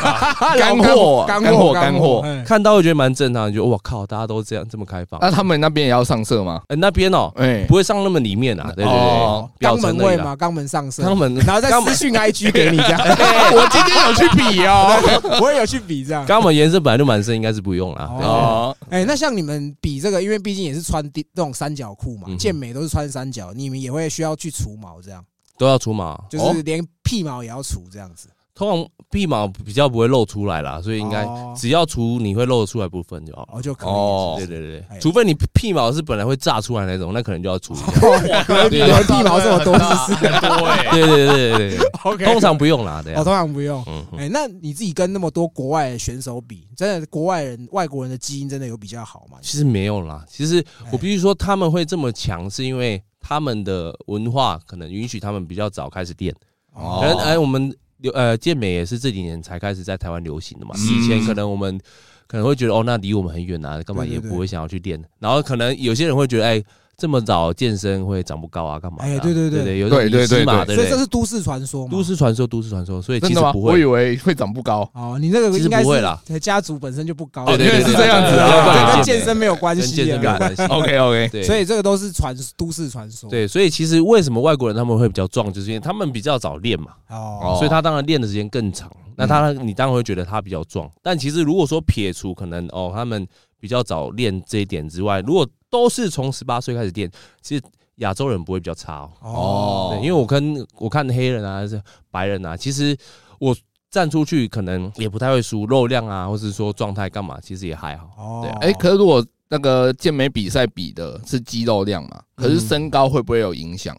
[SPEAKER 4] 干货，
[SPEAKER 2] 干
[SPEAKER 4] 干
[SPEAKER 2] 货
[SPEAKER 4] 货，干货。
[SPEAKER 2] 哎
[SPEAKER 3] 看到会觉得蛮正常的，觉得哇靠，大家都这样这么开放。
[SPEAKER 2] 啊
[SPEAKER 4] 那他们那边也要上色吗？
[SPEAKER 3] 呃那边哦，
[SPEAKER 4] 哎，
[SPEAKER 3] 不会上那么里面啊，对对对
[SPEAKER 4] 哦，
[SPEAKER 2] 肛门位
[SPEAKER 3] 嘛，
[SPEAKER 2] 嘛，肛门上身，
[SPEAKER 3] 啊肛门
[SPEAKER 2] 然后再
[SPEAKER 3] 肛
[SPEAKER 2] 私
[SPEAKER 3] 门
[SPEAKER 2] 讯 IG 给你这样，
[SPEAKER 4] 哎我今天有去比 哦。
[SPEAKER 2] 我也有去比这样。
[SPEAKER 3] 肛门颜色本来就蛮深，应该是不用啦。对
[SPEAKER 4] 哦，
[SPEAKER 2] 哎，那像你们比这个，因为毕竟也是穿低这种三角裤嘛，
[SPEAKER 3] 嗯
[SPEAKER 2] 健美都是穿三角，你们也会需要去除毛这样，
[SPEAKER 3] 都要除毛，
[SPEAKER 2] 就是连屁毛也要除这样子。
[SPEAKER 3] 通常屁毛比较不会露出来啦，所以应该
[SPEAKER 2] 哦
[SPEAKER 3] 只要除你会露得出来部分就好了。
[SPEAKER 2] 哦，就可
[SPEAKER 4] 哦
[SPEAKER 2] 以
[SPEAKER 3] 对对对
[SPEAKER 2] 哎
[SPEAKER 3] 对，除非你屁毛是本来会炸出来那种，那可能就要除一 下。
[SPEAKER 2] 可 以，我的屁毛这么 多，哦是不是
[SPEAKER 1] 很多哎，
[SPEAKER 3] 对对对对对 对，
[SPEAKER 2] ？OK，
[SPEAKER 3] 通常不用啦，对
[SPEAKER 2] 哦，
[SPEAKER 3] 啊。
[SPEAKER 2] 通常不用。
[SPEAKER 3] 嗯，
[SPEAKER 2] 哎、那你自己跟那么多国外的选手比，真的国外人、外国人的基因真的有比较好吗？
[SPEAKER 3] 其实没有啦，其实
[SPEAKER 2] 哎
[SPEAKER 3] 我必须说他们会这么强，是因为他们的文化可能允许他们比较早开始练。
[SPEAKER 4] 哦
[SPEAKER 3] 可能哎，我们流呃健美也是这几年才开始在台湾流行的嘛，
[SPEAKER 4] 嗯
[SPEAKER 3] 以前可能我们可能会觉得哦，那离我们很远啊，干嘛
[SPEAKER 2] 对对
[SPEAKER 3] 也
[SPEAKER 2] 对
[SPEAKER 3] 不会想要去练。然后可能有些人会觉得哎，这么早健身会长不高啊，干嘛的啊？
[SPEAKER 2] 哎对对对
[SPEAKER 3] 对有这种
[SPEAKER 4] 对对
[SPEAKER 3] 迷思嘛，对
[SPEAKER 4] 对
[SPEAKER 2] 所以
[SPEAKER 3] 不
[SPEAKER 2] 这
[SPEAKER 3] 对？
[SPEAKER 2] 是都市传说吗？
[SPEAKER 3] 都市传说，都市传说，所以其实
[SPEAKER 4] 真的吗？
[SPEAKER 3] 不
[SPEAKER 4] 我以
[SPEAKER 3] 会。
[SPEAKER 4] 为会长不高。
[SPEAKER 2] 哦，你那个
[SPEAKER 3] 其实
[SPEAKER 2] 应该是
[SPEAKER 3] 不会啦，
[SPEAKER 2] 家族本身就不高，
[SPEAKER 3] 对对对 对
[SPEAKER 4] 哦原来是这样子
[SPEAKER 3] 对
[SPEAKER 4] 啊
[SPEAKER 3] 对对
[SPEAKER 2] 这跟
[SPEAKER 3] 对
[SPEAKER 2] 健身没有关
[SPEAKER 3] 跟健
[SPEAKER 2] 系
[SPEAKER 3] 身没有
[SPEAKER 2] 啊。
[SPEAKER 3] 关系。
[SPEAKER 4] OK OK，
[SPEAKER 3] 对，
[SPEAKER 2] 所以这个都是传都市传说。
[SPEAKER 3] 对，所以其实为什么外国人他们会比较壮，就是因为他们比较早练嘛，
[SPEAKER 2] 哦，嗯
[SPEAKER 3] 所以他当然练的时间更长。那他你当然会觉得他比较壮，但其实如果说撇除可能哦他们比较早练这一点之外，如果都是从十八岁开始练，其实亚洲人不会比较差哦。
[SPEAKER 2] 哦，
[SPEAKER 3] 对，因为我跟我看黑人啊，还是白人啊，其实我站出去可能也不太会输，肉量啊，或是说状态干嘛，其实也还好。对
[SPEAKER 2] 哦
[SPEAKER 3] 啊，
[SPEAKER 4] 哎，可是如果那个健美比赛比的是肌肉量嘛，
[SPEAKER 3] 嗯
[SPEAKER 4] 可是身高会不会有影响？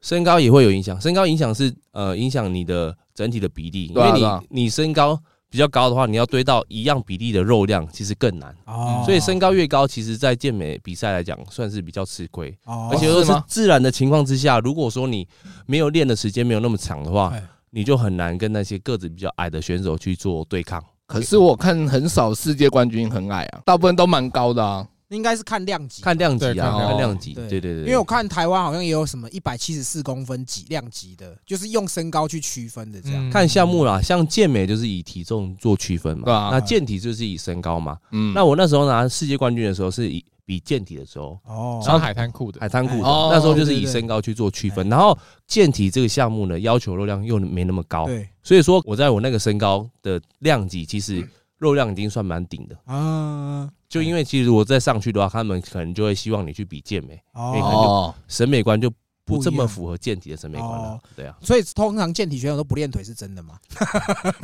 [SPEAKER 3] 身高也会有影响，身高影响是呃影响你的整体的比例，因
[SPEAKER 4] 对啊
[SPEAKER 3] 为你、
[SPEAKER 4] 对啊
[SPEAKER 3] 你身高比较高的话，你要堆到一样比例的肉量，其实更难。
[SPEAKER 2] 哦，
[SPEAKER 3] 所以身高越高，其实在健美比赛来讲算是比较吃亏，
[SPEAKER 2] 哦，
[SPEAKER 3] 而且
[SPEAKER 4] 哦
[SPEAKER 3] 又
[SPEAKER 4] 是
[SPEAKER 3] 是
[SPEAKER 4] 吗
[SPEAKER 3] 自然的情况之下，如果说你没有练的时间没有那么长的话
[SPEAKER 2] 哎，
[SPEAKER 3] 你就很难跟那些个子比较矮的选手去做对抗。
[SPEAKER 4] 可是我看很少世界冠军很矮啊，大部分都蛮高的啊。
[SPEAKER 2] 应该是看量级，
[SPEAKER 3] 看量级
[SPEAKER 1] 对
[SPEAKER 3] 啊，
[SPEAKER 1] 看
[SPEAKER 3] 看
[SPEAKER 4] 量
[SPEAKER 3] 量级，
[SPEAKER 2] 对
[SPEAKER 3] 对对对，
[SPEAKER 2] 因为我看台湾好像也有什么一百七十四公分几量级的，就是用身高去区分的这样。
[SPEAKER 1] 嗯
[SPEAKER 3] 看项目啦，像健美就是以体重做区分嘛，
[SPEAKER 4] 对啊
[SPEAKER 3] 那健体就是以身高嘛，
[SPEAKER 4] 嗯，
[SPEAKER 3] 那我那时候拿世界冠军的时候，是以比健体的时候，
[SPEAKER 2] 哦，
[SPEAKER 1] 穿海滩裤的，
[SPEAKER 3] 海滩裤的
[SPEAKER 4] 哦
[SPEAKER 3] 那时候就是
[SPEAKER 2] 哎对
[SPEAKER 3] 以
[SPEAKER 2] 对对
[SPEAKER 3] 身高去做区分。然后健体这个项目呢，要求肉量又没那么高，
[SPEAKER 2] 对
[SPEAKER 3] 所以说我在我那个身高的量级，其实肉量已经算蛮顶的。
[SPEAKER 2] 啊，
[SPEAKER 3] 就因为其实我再上去的话，他们可能就会希望你去比健美，你看
[SPEAKER 2] 哦，
[SPEAKER 4] 哦，
[SPEAKER 3] 审美观就不
[SPEAKER 2] 不一样
[SPEAKER 3] 这么符合健体的审美观了
[SPEAKER 2] 哦。
[SPEAKER 3] 对啊，
[SPEAKER 2] 所以通常健体选手都不练腿是真的吗？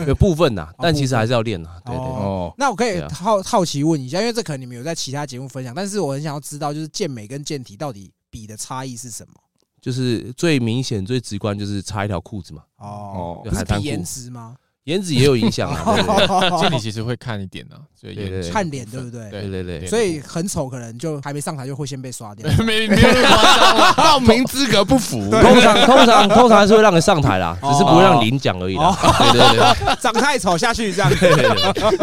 [SPEAKER 3] 有部分 呐，但
[SPEAKER 2] 哦
[SPEAKER 3] 其
[SPEAKER 2] 部
[SPEAKER 3] 实
[SPEAKER 2] 分
[SPEAKER 3] 还是要练呐。对对
[SPEAKER 2] 哦
[SPEAKER 3] 对。
[SPEAKER 4] 哦，
[SPEAKER 2] 那我可以
[SPEAKER 3] 对啊
[SPEAKER 2] 好好奇问一下，因为这可能你们有在其他节目分享，但是我很想要知道，就是健美跟健体到底比的差异是什么？
[SPEAKER 3] 就是最明显、最直观就是差一条裤子嘛，
[SPEAKER 2] 哦，
[SPEAKER 3] 对
[SPEAKER 2] 不是
[SPEAKER 3] 海滩
[SPEAKER 2] 比
[SPEAKER 3] 裤
[SPEAKER 2] 颜值吗？
[SPEAKER 3] 颜值也有影响 啊。对对对
[SPEAKER 1] 这里其实会看一点呢，所以
[SPEAKER 3] 对对对
[SPEAKER 2] 看脸对不对？
[SPEAKER 1] 对
[SPEAKER 3] 对对对
[SPEAKER 2] 所以很丑可能就还没上台就会先被刷 掉。
[SPEAKER 1] 没没有那么夸张啦
[SPEAKER 4] 报名资格不 符，
[SPEAKER 3] 通常通常通常还是会让你上台
[SPEAKER 2] 哦
[SPEAKER 3] 啦，只是不会让你领奖而已啦。 对对对
[SPEAKER 2] 长太丑下去这样，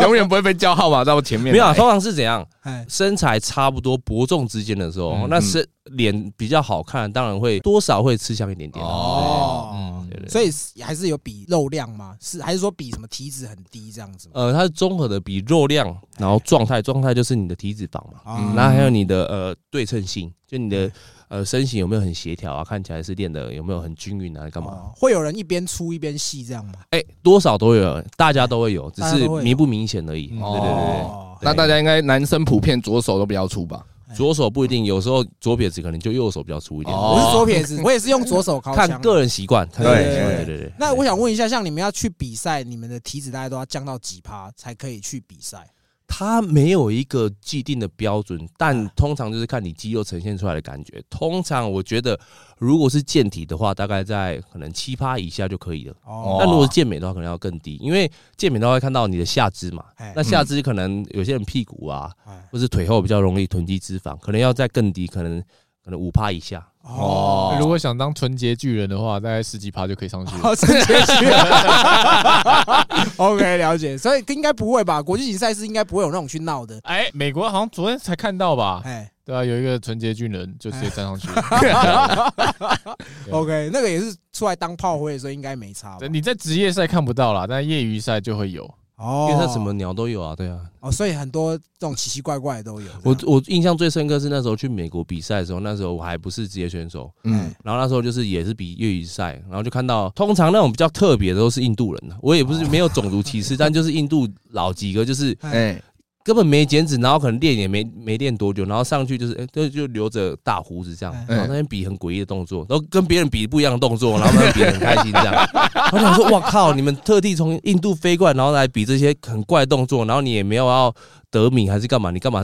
[SPEAKER 4] 永远不会被叫号码到前面来。
[SPEAKER 3] 没有啊，通常是怎样？
[SPEAKER 2] 哎，
[SPEAKER 3] 身材差不多伯仲之间的时候
[SPEAKER 1] 嗯，
[SPEAKER 3] 那是脸比较好看，当然会多少会吃香一点点啦。
[SPEAKER 4] 哦，
[SPEAKER 1] 嗯
[SPEAKER 3] 对对对，
[SPEAKER 2] 所
[SPEAKER 3] 以
[SPEAKER 2] 以还是有比肉量吗？是还是说比什么体脂很低这样子吗？
[SPEAKER 3] 呃，它是综合的比肉量，然后状态，状态就是你的体脂肪嘛，
[SPEAKER 2] 啊
[SPEAKER 4] 嗯
[SPEAKER 3] 然后还有你的呃对称性，就你
[SPEAKER 2] 嗯
[SPEAKER 3] 的呃身形有没有很协调啊，看起来是练的有没有很均匀啊，干嘛？
[SPEAKER 2] 哦会有人一边粗一边细这样吗？
[SPEAKER 3] 哎，多少都有，大家都会有，只
[SPEAKER 2] 大家
[SPEAKER 3] 是
[SPEAKER 2] 都会有
[SPEAKER 3] 明不明显而已。
[SPEAKER 1] 嗯
[SPEAKER 3] 对对对对。
[SPEAKER 2] 哦
[SPEAKER 4] 那大家应该男生普遍左手都比较粗吧？
[SPEAKER 3] 左手不一定，有时候左撇子可能就右手比较粗一点，
[SPEAKER 4] 哦
[SPEAKER 2] 我是左撇子，我也是用左手敲
[SPEAKER 3] 看
[SPEAKER 2] 枪。
[SPEAKER 3] 个人习惯，看个人习惯，
[SPEAKER 2] 对
[SPEAKER 3] 对对对。
[SPEAKER 2] 啊那我想问一下，像你们要去比赛，你们的体脂大概都要降到几趴才可以去比赛？
[SPEAKER 3] 它没有一个既定的标准，但
[SPEAKER 2] 啊
[SPEAKER 3] 通常就是看你肌肉呈现出来的感觉。通常我觉得，如果是健体的话，大概在可能七趴以下就可以了。
[SPEAKER 2] 哦
[SPEAKER 3] 但如果是健美的话，可能要更低，因为健美的话会看到你的下肢嘛
[SPEAKER 2] 哎，
[SPEAKER 3] 那下肢可能有些人屁股啊
[SPEAKER 2] 哎，
[SPEAKER 3] 或是腿后比较容易囤积脂肪，可能要再更低，可能可能五趴以下，
[SPEAKER 2] 哦，
[SPEAKER 1] 如果想当纯洁巨人的话，大概十几趴就可以上去了。
[SPEAKER 2] 好，直接去 了。OK，了解。所以应该不会吧？国际级赛事应该不会有那种去闹的。
[SPEAKER 1] 哎、美国好像昨天才看到吧？
[SPEAKER 2] 哎
[SPEAKER 1] 对啊，有一个纯洁巨人就直接站上 去了。 对
[SPEAKER 2] ，OK，那个也是出来当炮灰的时候应该没差吧
[SPEAKER 1] 对，？你在职业赛看不到啦，但业余赛就会有。
[SPEAKER 2] 哦
[SPEAKER 3] 因为它什么鸟都有啊，对啊。
[SPEAKER 2] 哦，所以很多这种奇奇怪怪的都有。
[SPEAKER 3] 我
[SPEAKER 2] 这样
[SPEAKER 3] 我印象最深刻是那时候去美国比赛的时候，那时候我还不是职业选手，
[SPEAKER 4] 嗯，
[SPEAKER 3] 然后那时候就是也是比业余赛，然后就看到通常那种比较特别的都是印度人啊，我也不是没有种族歧视，但就是印度老几个就是
[SPEAKER 4] 哎，
[SPEAKER 3] 根本没减脂，然后可能练也没没练多久，然后上去就是哎、就就留着大胡子这样
[SPEAKER 2] 哎，
[SPEAKER 3] 然后那边比很诡异的动作，然后跟别人比不一样的动作，然后他们比得很开心这样。我想说，哇靠，你们特地从印度飞过来，然后来比这些很怪的动作，然后你也没有要得名还是干嘛？你干嘛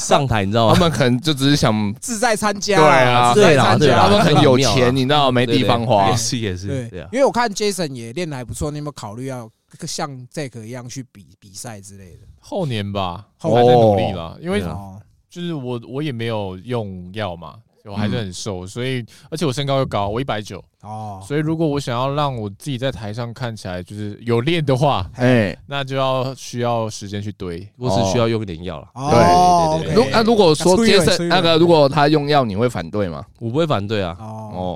[SPEAKER 3] 上台？你知道
[SPEAKER 4] 他
[SPEAKER 3] 吗？
[SPEAKER 4] 们可能就只是想，
[SPEAKER 2] 自在参加，
[SPEAKER 4] 对啊
[SPEAKER 2] 自在
[SPEAKER 3] 对啦
[SPEAKER 2] 参
[SPEAKER 3] 对
[SPEAKER 2] 加
[SPEAKER 3] 啦
[SPEAKER 4] 他们很有
[SPEAKER 3] 很妙啊
[SPEAKER 4] 钱，你知道没
[SPEAKER 3] 对对
[SPEAKER 4] 地方花
[SPEAKER 3] 也，是也是，
[SPEAKER 2] 对
[SPEAKER 3] 对啊，
[SPEAKER 2] 因为我看 Jason 也练的还不错，你有没有考虑要像 Jack 一样去比比赛之类的？
[SPEAKER 1] 后年吧，
[SPEAKER 2] 后
[SPEAKER 1] 我还在努力啦，因为
[SPEAKER 3] 对啊
[SPEAKER 2] 哦，
[SPEAKER 1] 就是我我也没有用药嘛，
[SPEAKER 2] 嗯
[SPEAKER 1] 我还是很瘦，所以而且我身高又高，我一百九，
[SPEAKER 2] 哦，
[SPEAKER 1] 所以如果我想要让我自己在台上看起来就是有练的话，
[SPEAKER 2] 嗯
[SPEAKER 4] 哎，
[SPEAKER 1] 那就要需要时间去堆。
[SPEAKER 2] 啊
[SPEAKER 3] 我只需要用一点药了。啊
[SPEAKER 2] 哦
[SPEAKER 3] 对对对对
[SPEAKER 2] OK
[SPEAKER 4] 如那如果说
[SPEAKER 2] 吹一
[SPEAKER 4] 杰
[SPEAKER 2] 轮吹
[SPEAKER 4] 森
[SPEAKER 2] 一轮
[SPEAKER 4] 那个，如果他用药，你会反 对吗？
[SPEAKER 3] 我不会反对啊，
[SPEAKER 2] 哦，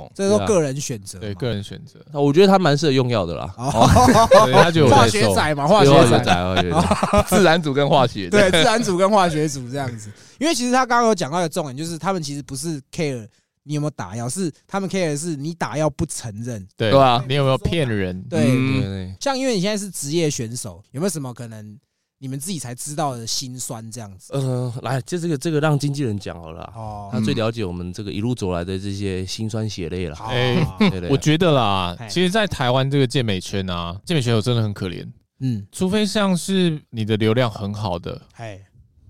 [SPEAKER 4] 哦，
[SPEAKER 2] 这都
[SPEAKER 3] 对啊，
[SPEAKER 2] 个人选择嘛，
[SPEAKER 1] 对个人选择
[SPEAKER 3] 我觉得他蛮适合用药的啦。
[SPEAKER 2] 哦，
[SPEAKER 1] 对他觉得我
[SPEAKER 2] 化
[SPEAKER 1] 在
[SPEAKER 2] 学
[SPEAKER 1] 瘦，
[SPEAKER 2] 仔嘛，化
[SPEAKER 3] 对化
[SPEAKER 2] 学
[SPEAKER 3] 学
[SPEAKER 2] 仔，
[SPEAKER 3] 宅，化
[SPEAKER 2] 哦
[SPEAKER 3] 学宅，
[SPEAKER 4] 自然组跟化 学，
[SPEAKER 2] 对，自然组跟化学组这样子。因为其实他刚刚有讲到一个重点，就是他们其实不是 care 你有没有打药，是他们 care 的是你打药不承认。
[SPEAKER 1] 对
[SPEAKER 4] 对啊
[SPEAKER 1] 你有没有骗人？
[SPEAKER 2] 对，
[SPEAKER 4] 嗯
[SPEAKER 3] 对对对。
[SPEAKER 2] 像因为你现在是职业选手，有没有什么可能你们自己才知道的辛酸这样子？
[SPEAKER 3] 呃，来，就这个这个让经纪人讲好了啊，
[SPEAKER 2] 哦，
[SPEAKER 1] 嗯
[SPEAKER 3] 他最了解我们这个一路走来的这些辛酸血泪了。
[SPEAKER 2] 好，啊
[SPEAKER 1] 哎
[SPEAKER 3] 对对对
[SPEAKER 1] 我觉得啦
[SPEAKER 2] 嘿，
[SPEAKER 1] 其实，在台湾这个健美圈啊，健美选手真的很可怜，
[SPEAKER 2] 嗯，
[SPEAKER 1] 除非像是你的流量很好的，
[SPEAKER 2] 哎，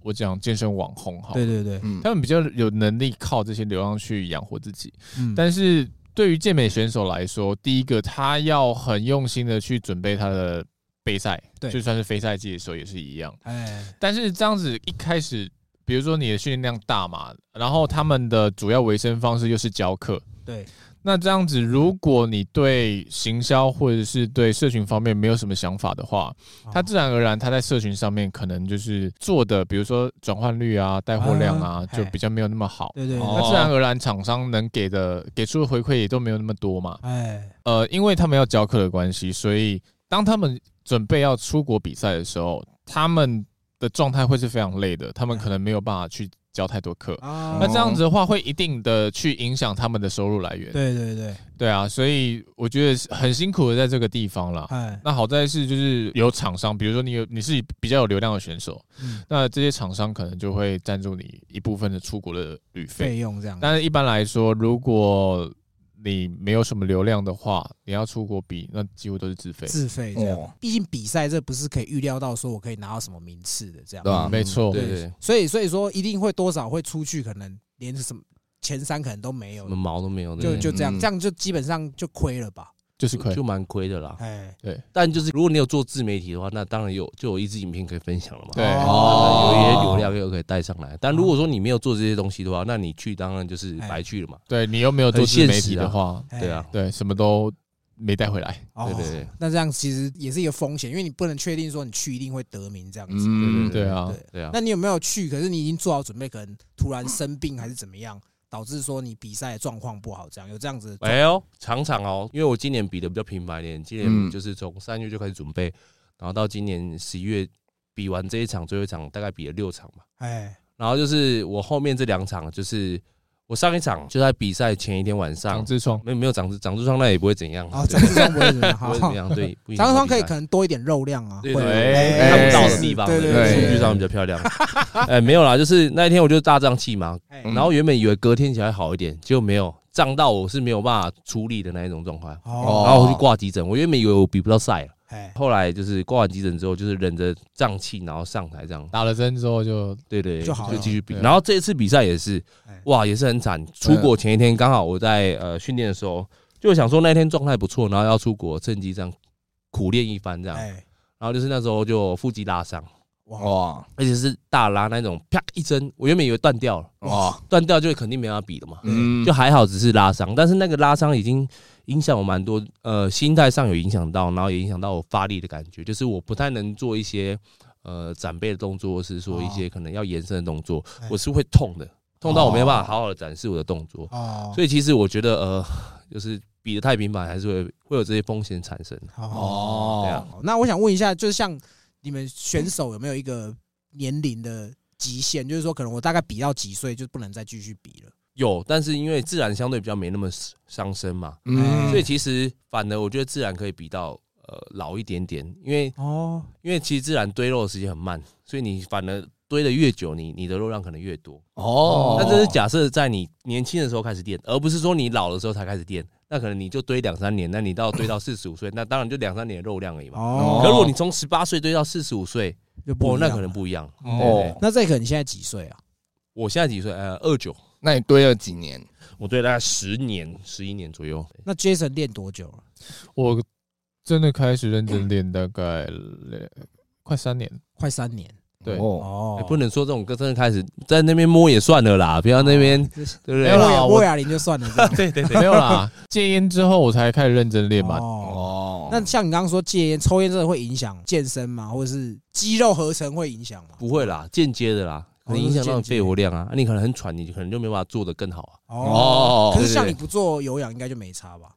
[SPEAKER 1] 我讲健身网红好了，
[SPEAKER 2] 对对对，
[SPEAKER 4] 嗯，
[SPEAKER 1] 他们比较有能力靠这些流量去养活自己。
[SPEAKER 2] 嗯，
[SPEAKER 1] 但是对于健美选手来说，第一个他要很用心的去准备他的备赛，
[SPEAKER 2] 对
[SPEAKER 1] 就算是非赛季的时候也是一样。
[SPEAKER 2] 哎，
[SPEAKER 1] 但是这样子一开始，比如说你的训练量大嘛，然后他们的主要维生方式又是教课。
[SPEAKER 2] 对，
[SPEAKER 1] 那这样子，如果你对行销或者是对社群方面没有什么想法的话，
[SPEAKER 2] 哦
[SPEAKER 1] 他自然而然他在社群上面可能就是做的，比如说转换率啊、带货量啊，
[SPEAKER 2] 啊
[SPEAKER 1] 就比较没有那么好。
[SPEAKER 2] 对对，对
[SPEAKER 1] 那自然而然，厂商能给的给出的回馈也都没有那么多嘛。
[SPEAKER 2] 哎，
[SPEAKER 1] 呃，因为他们要教课的关系，所以当他们准备要出国比赛的时候，他们的状态会是非常累的，他们可能没有办法去教太多课。
[SPEAKER 2] 啊
[SPEAKER 1] 那这样子的话，会一定的去影响他们的收入来源。
[SPEAKER 2] 对对对，
[SPEAKER 1] 对啊，所以我觉得是很辛苦的在这个地方啦。
[SPEAKER 2] 哎，
[SPEAKER 1] 那好在是就是有厂商，比如说你有你是比较有流量的选手，
[SPEAKER 2] 嗯
[SPEAKER 1] 那这些厂商可能就会赞助你一部分的出国的旅费。
[SPEAKER 2] 费用这样，
[SPEAKER 1] 但是一般来说，如果你没有什么流量的话，你要出国比，那几乎都是自费。
[SPEAKER 2] 自费这样
[SPEAKER 4] 哦，
[SPEAKER 2] 毕竟比赛这不是可以预料到说我可以拿到什么名次的这样
[SPEAKER 4] 对，吧？
[SPEAKER 1] 嗯没
[SPEAKER 2] 嗯
[SPEAKER 1] 错，
[SPEAKER 3] 对对，
[SPEAKER 2] 所以所以说一定会多少会出去，可能连什么前三可能都没
[SPEAKER 3] 什
[SPEAKER 2] 有
[SPEAKER 3] 么，毛都没有
[SPEAKER 2] 就
[SPEAKER 3] 的，
[SPEAKER 2] 就这样，
[SPEAKER 4] 嗯
[SPEAKER 2] 这样就基本上就亏了吧，
[SPEAKER 1] 就是亏。
[SPEAKER 3] 就蛮亏的啦。
[SPEAKER 2] 哎，
[SPEAKER 3] 但就是如果你有做自媒体的话，那当然有就有一支影片可以分享了嘛。
[SPEAKER 2] 哎
[SPEAKER 1] 对
[SPEAKER 3] 哎
[SPEAKER 1] 哦
[SPEAKER 3] 有一些
[SPEAKER 4] 哦
[SPEAKER 3] 流量又可以带上来，但如果说你没有做这些东西的话，那你去当然就是
[SPEAKER 1] 哎
[SPEAKER 3] 白去了嘛。
[SPEAKER 1] 对你又没有做
[SPEAKER 3] 很
[SPEAKER 1] 自
[SPEAKER 3] 现
[SPEAKER 1] 媒体
[SPEAKER 3] 实啊
[SPEAKER 1] 的话，
[SPEAKER 2] 哎
[SPEAKER 3] 对啊，
[SPEAKER 1] 对什么都没带回来。
[SPEAKER 2] 哦
[SPEAKER 3] 对对对
[SPEAKER 2] 那这样其实也是一个风险，因为你不能确定说你去一定会得名这样子。
[SPEAKER 4] 嗯，
[SPEAKER 1] 对啊，
[SPEAKER 2] 对
[SPEAKER 3] 对啊，
[SPEAKER 2] 那你有没有去？可是你已经做好准备，可能突然生病还是怎么样，导致说你比赛状况不好，这样有这样子的状。
[SPEAKER 3] 哎呦，常常哦，因为我今年比的比较频繁一点，今
[SPEAKER 4] 嗯
[SPEAKER 3] 年就是从三月就开始准备，然后到今年十一月比完这一场最后一场，大概比了六场吧。
[SPEAKER 2] 哎，
[SPEAKER 3] 然后就是我后面这两场，就是我上一
[SPEAKER 2] 嗯
[SPEAKER 3] 场就在比赛前一天晚
[SPEAKER 1] 长
[SPEAKER 3] 上，
[SPEAKER 1] 痔疮，
[SPEAKER 3] 没有没有长痔长痔疮，那也不会怎样，
[SPEAKER 2] 啊，
[SPEAKER 3] 哦对
[SPEAKER 2] 张志忠不会怎么样，
[SPEAKER 3] 不
[SPEAKER 2] 好
[SPEAKER 3] 会怎么样，对，不影响
[SPEAKER 2] 张志忠可以
[SPEAKER 3] 比赛
[SPEAKER 2] 可能多一点肉量啊，
[SPEAKER 3] 对
[SPEAKER 2] 会
[SPEAKER 1] 对
[SPEAKER 2] 哎
[SPEAKER 3] 看不到的
[SPEAKER 2] 是
[SPEAKER 3] 地方，
[SPEAKER 2] 对对
[SPEAKER 4] 对
[SPEAKER 3] 数
[SPEAKER 2] 对，
[SPEAKER 3] 据上比较漂亮。 哎，没有啦，就是那一天我就大胀气嘛，
[SPEAKER 2] 哎
[SPEAKER 4] 嗯
[SPEAKER 3] 然后原本以为隔天起来好一点，结果没有胀到我是没有办法处理的那一种状况。
[SPEAKER 2] 哦，
[SPEAKER 3] 然后我去挂急诊，我原本以为我比不到赛了，
[SPEAKER 2] 哎，
[SPEAKER 3] 后来就是挂完急诊之后，就是忍着胀气，然后上台这样，
[SPEAKER 1] 打了针之后就
[SPEAKER 3] 对对，
[SPEAKER 2] 就好了啊
[SPEAKER 3] 就继续比。
[SPEAKER 1] 对
[SPEAKER 3] 然后这一次比赛也是
[SPEAKER 2] 哎，
[SPEAKER 3] 哇，也是很惨。出国前一天刚好我在呃训练的时候，就想说那天状态不错，然后要出国，趁机这样苦练一番这样。
[SPEAKER 2] 哎，
[SPEAKER 3] 然后就是那时候就腹肌拉伤，
[SPEAKER 2] 哇，
[SPEAKER 4] 哇
[SPEAKER 3] 而且是大拉那种啪一针，我原本以为断掉了，
[SPEAKER 4] 哇，
[SPEAKER 3] 断掉就肯定没办法比了嘛，
[SPEAKER 4] 嗯
[SPEAKER 3] 就还好只是拉伤，但是那个拉伤已经影响我蛮多，呃，心态上有影响到，然后也影响到我发力的感觉，就是我不太能做一些呃展背的动作，或是说一
[SPEAKER 4] 哦
[SPEAKER 3] 些可能要延伸的动作，
[SPEAKER 2] 哎
[SPEAKER 3] 我是会痛的，痛到我没有办
[SPEAKER 4] 哦
[SPEAKER 3] 法好好的展示我的动作，
[SPEAKER 2] 哦，
[SPEAKER 3] 所以其实我觉得呃，就是比的太频繁还是会会有这些风险产生。
[SPEAKER 2] 哦，
[SPEAKER 3] 对
[SPEAKER 4] 哦
[SPEAKER 3] 啊，
[SPEAKER 2] 那我想问一下，就是像你们选手有没有一个年龄的极限？就是说，可能我大概比到几岁就不能再继续比了。
[SPEAKER 3] 有，但是因为自然相对比较没那么伤身嘛，
[SPEAKER 4] 嗯，
[SPEAKER 3] 所以其实反而我觉得自然可以比到呃老一点点，因为
[SPEAKER 2] 哦，
[SPEAKER 3] 因为其实自然堆肉的时间很慢，所以你反而堆的越久，你你的肉量可能越多。
[SPEAKER 4] 哦，
[SPEAKER 3] 那这是假设在你年轻的时候开始练，而不是说你老的时候才开始练。那可能你就堆两三年，那你到堆到四十五 岁，那当然就两三年的肉量而已嘛。
[SPEAKER 2] 哦，
[SPEAKER 3] 可如果你从十八岁堆到四十五岁，
[SPEAKER 2] 就不
[SPEAKER 3] 哦，
[SPEAKER 2] 一
[SPEAKER 3] 那
[SPEAKER 2] 样
[SPEAKER 3] 可能不一样。
[SPEAKER 4] 哦
[SPEAKER 3] 对对对
[SPEAKER 2] 那这个你现在几岁啊？
[SPEAKER 3] 我现在几岁？呃，二九，
[SPEAKER 4] 那你堆了几年？
[SPEAKER 3] 我堆了大概十年、十一年左右。
[SPEAKER 2] 那 Jason 练多久啊了？
[SPEAKER 1] 我真的开始认真练，大概两快三年。
[SPEAKER 2] 快三年
[SPEAKER 1] 对，
[SPEAKER 4] 哦，
[SPEAKER 2] 哦
[SPEAKER 3] 欸、不能说这种歌真的开始在那边摸也算了啦，不要那边、哎对不
[SPEAKER 1] 没
[SPEAKER 3] 对
[SPEAKER 1] 有？啦
[SPEAKER 2] 莫
[SPEAKER 1] 我
[SPEAKER 2] 莫哑铃啊就算了 这样
[SPEAKER 3] 对对对，
[SPEAKER 1] 没有啦，戒烟之后我才开始认真练嘛。
[SPEAKER 2] 哦，
[SPEAKER 4] 哦，
[SPEAKER 2] 那像你刚刚说戒烟、抽烟真的会影响健身吗？或者是肌肉合成会影响吗？
[SPEAKER 3] 不会啦，间接的啦，可能影响
[SPEAKER 2] 哦
[SPEAKER 3] 到
[SPEAKER 2] 都
[SPEAKER 3] 你
[SPEAKER 2] 是间接
[SPEAKER 3] 肺活量啊，啊你可能很喘，你可能就没办法做得更好啊。
[SPEAKER 4] 哦
[SPEAKER 2] 可是像
[SPEAKER 4] 对对对
[SPEAKER 2] 你不做有氧，应该就没差吧？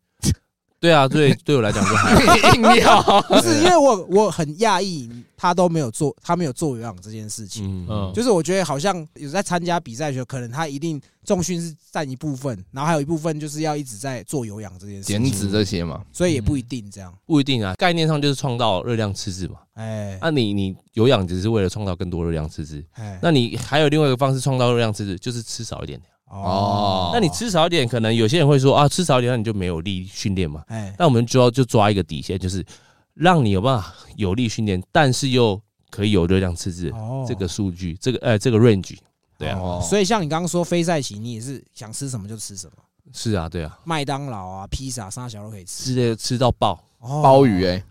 [SPEAKER 3] 对啊，对对我来讲就 还好
[SPEAKER 4] 硬要
[SPEAKER 2] 不是，因为我我很讶异，他都没有做，他没有做有氧这件事情。
[SPEAKER 3] 嗯
[SPEAKER 1] 嗯
[SPEAKER 3] 嗯，
[SPEAKER 2] 就是我觉得好像有在参加比赛的时候，可能他一定重训是占一部分，然后还有一部分就是要一直在做有氧这件事
[SPEAKER 4] 减
[SPEAKER 2] 情，
[SPEAKER 4] 脂这些嘛，
[SPEAKER 2] 所以也不一定这样。
[SPEAKER 3] 不一定啊，概念上就是创造热量赤字嘛。
[SPEAKER 2] 哎
[SPEAKER 4] 嗯
[SPEAKER 3] 那、你你有氧只是为了创造更多热量赤字，
[SPEAKER 2] 哎，
[SPEAKER 3] 那你还有另外一个方式创造热量赤字，就是吃少一点。
[SPEAKER 4] 哦
[SPEAKER 3] 那你吃少一点，可能有些人会说啊，吃少一点，那你就没有力训练嘛。
[SPEAKER 2] 哎
[SPEAKER 3] 那我们就要就抓一个底线，就是让你有办法有力训练，但是又可以有热量赤字。
[SPEAKER 2] 哦
[SPEAKER 3] 这个数据，这个呃，这个 range，对啊，
[SPEAKER 4] 哦
[SPEAKER 2] 所以像你刚刚说非赛期，你也是想吃什么就吃什么，
[SPEAKER 3] 是啊，对啊，
[SPEAKER 2] 麦当劳啊、披萨、沙小都可以吃。
[SPEAKER 3] 吃的吃到爆，
[SPEAKER 2] 哦
[SPEAKER 4] 鲍鱼哎，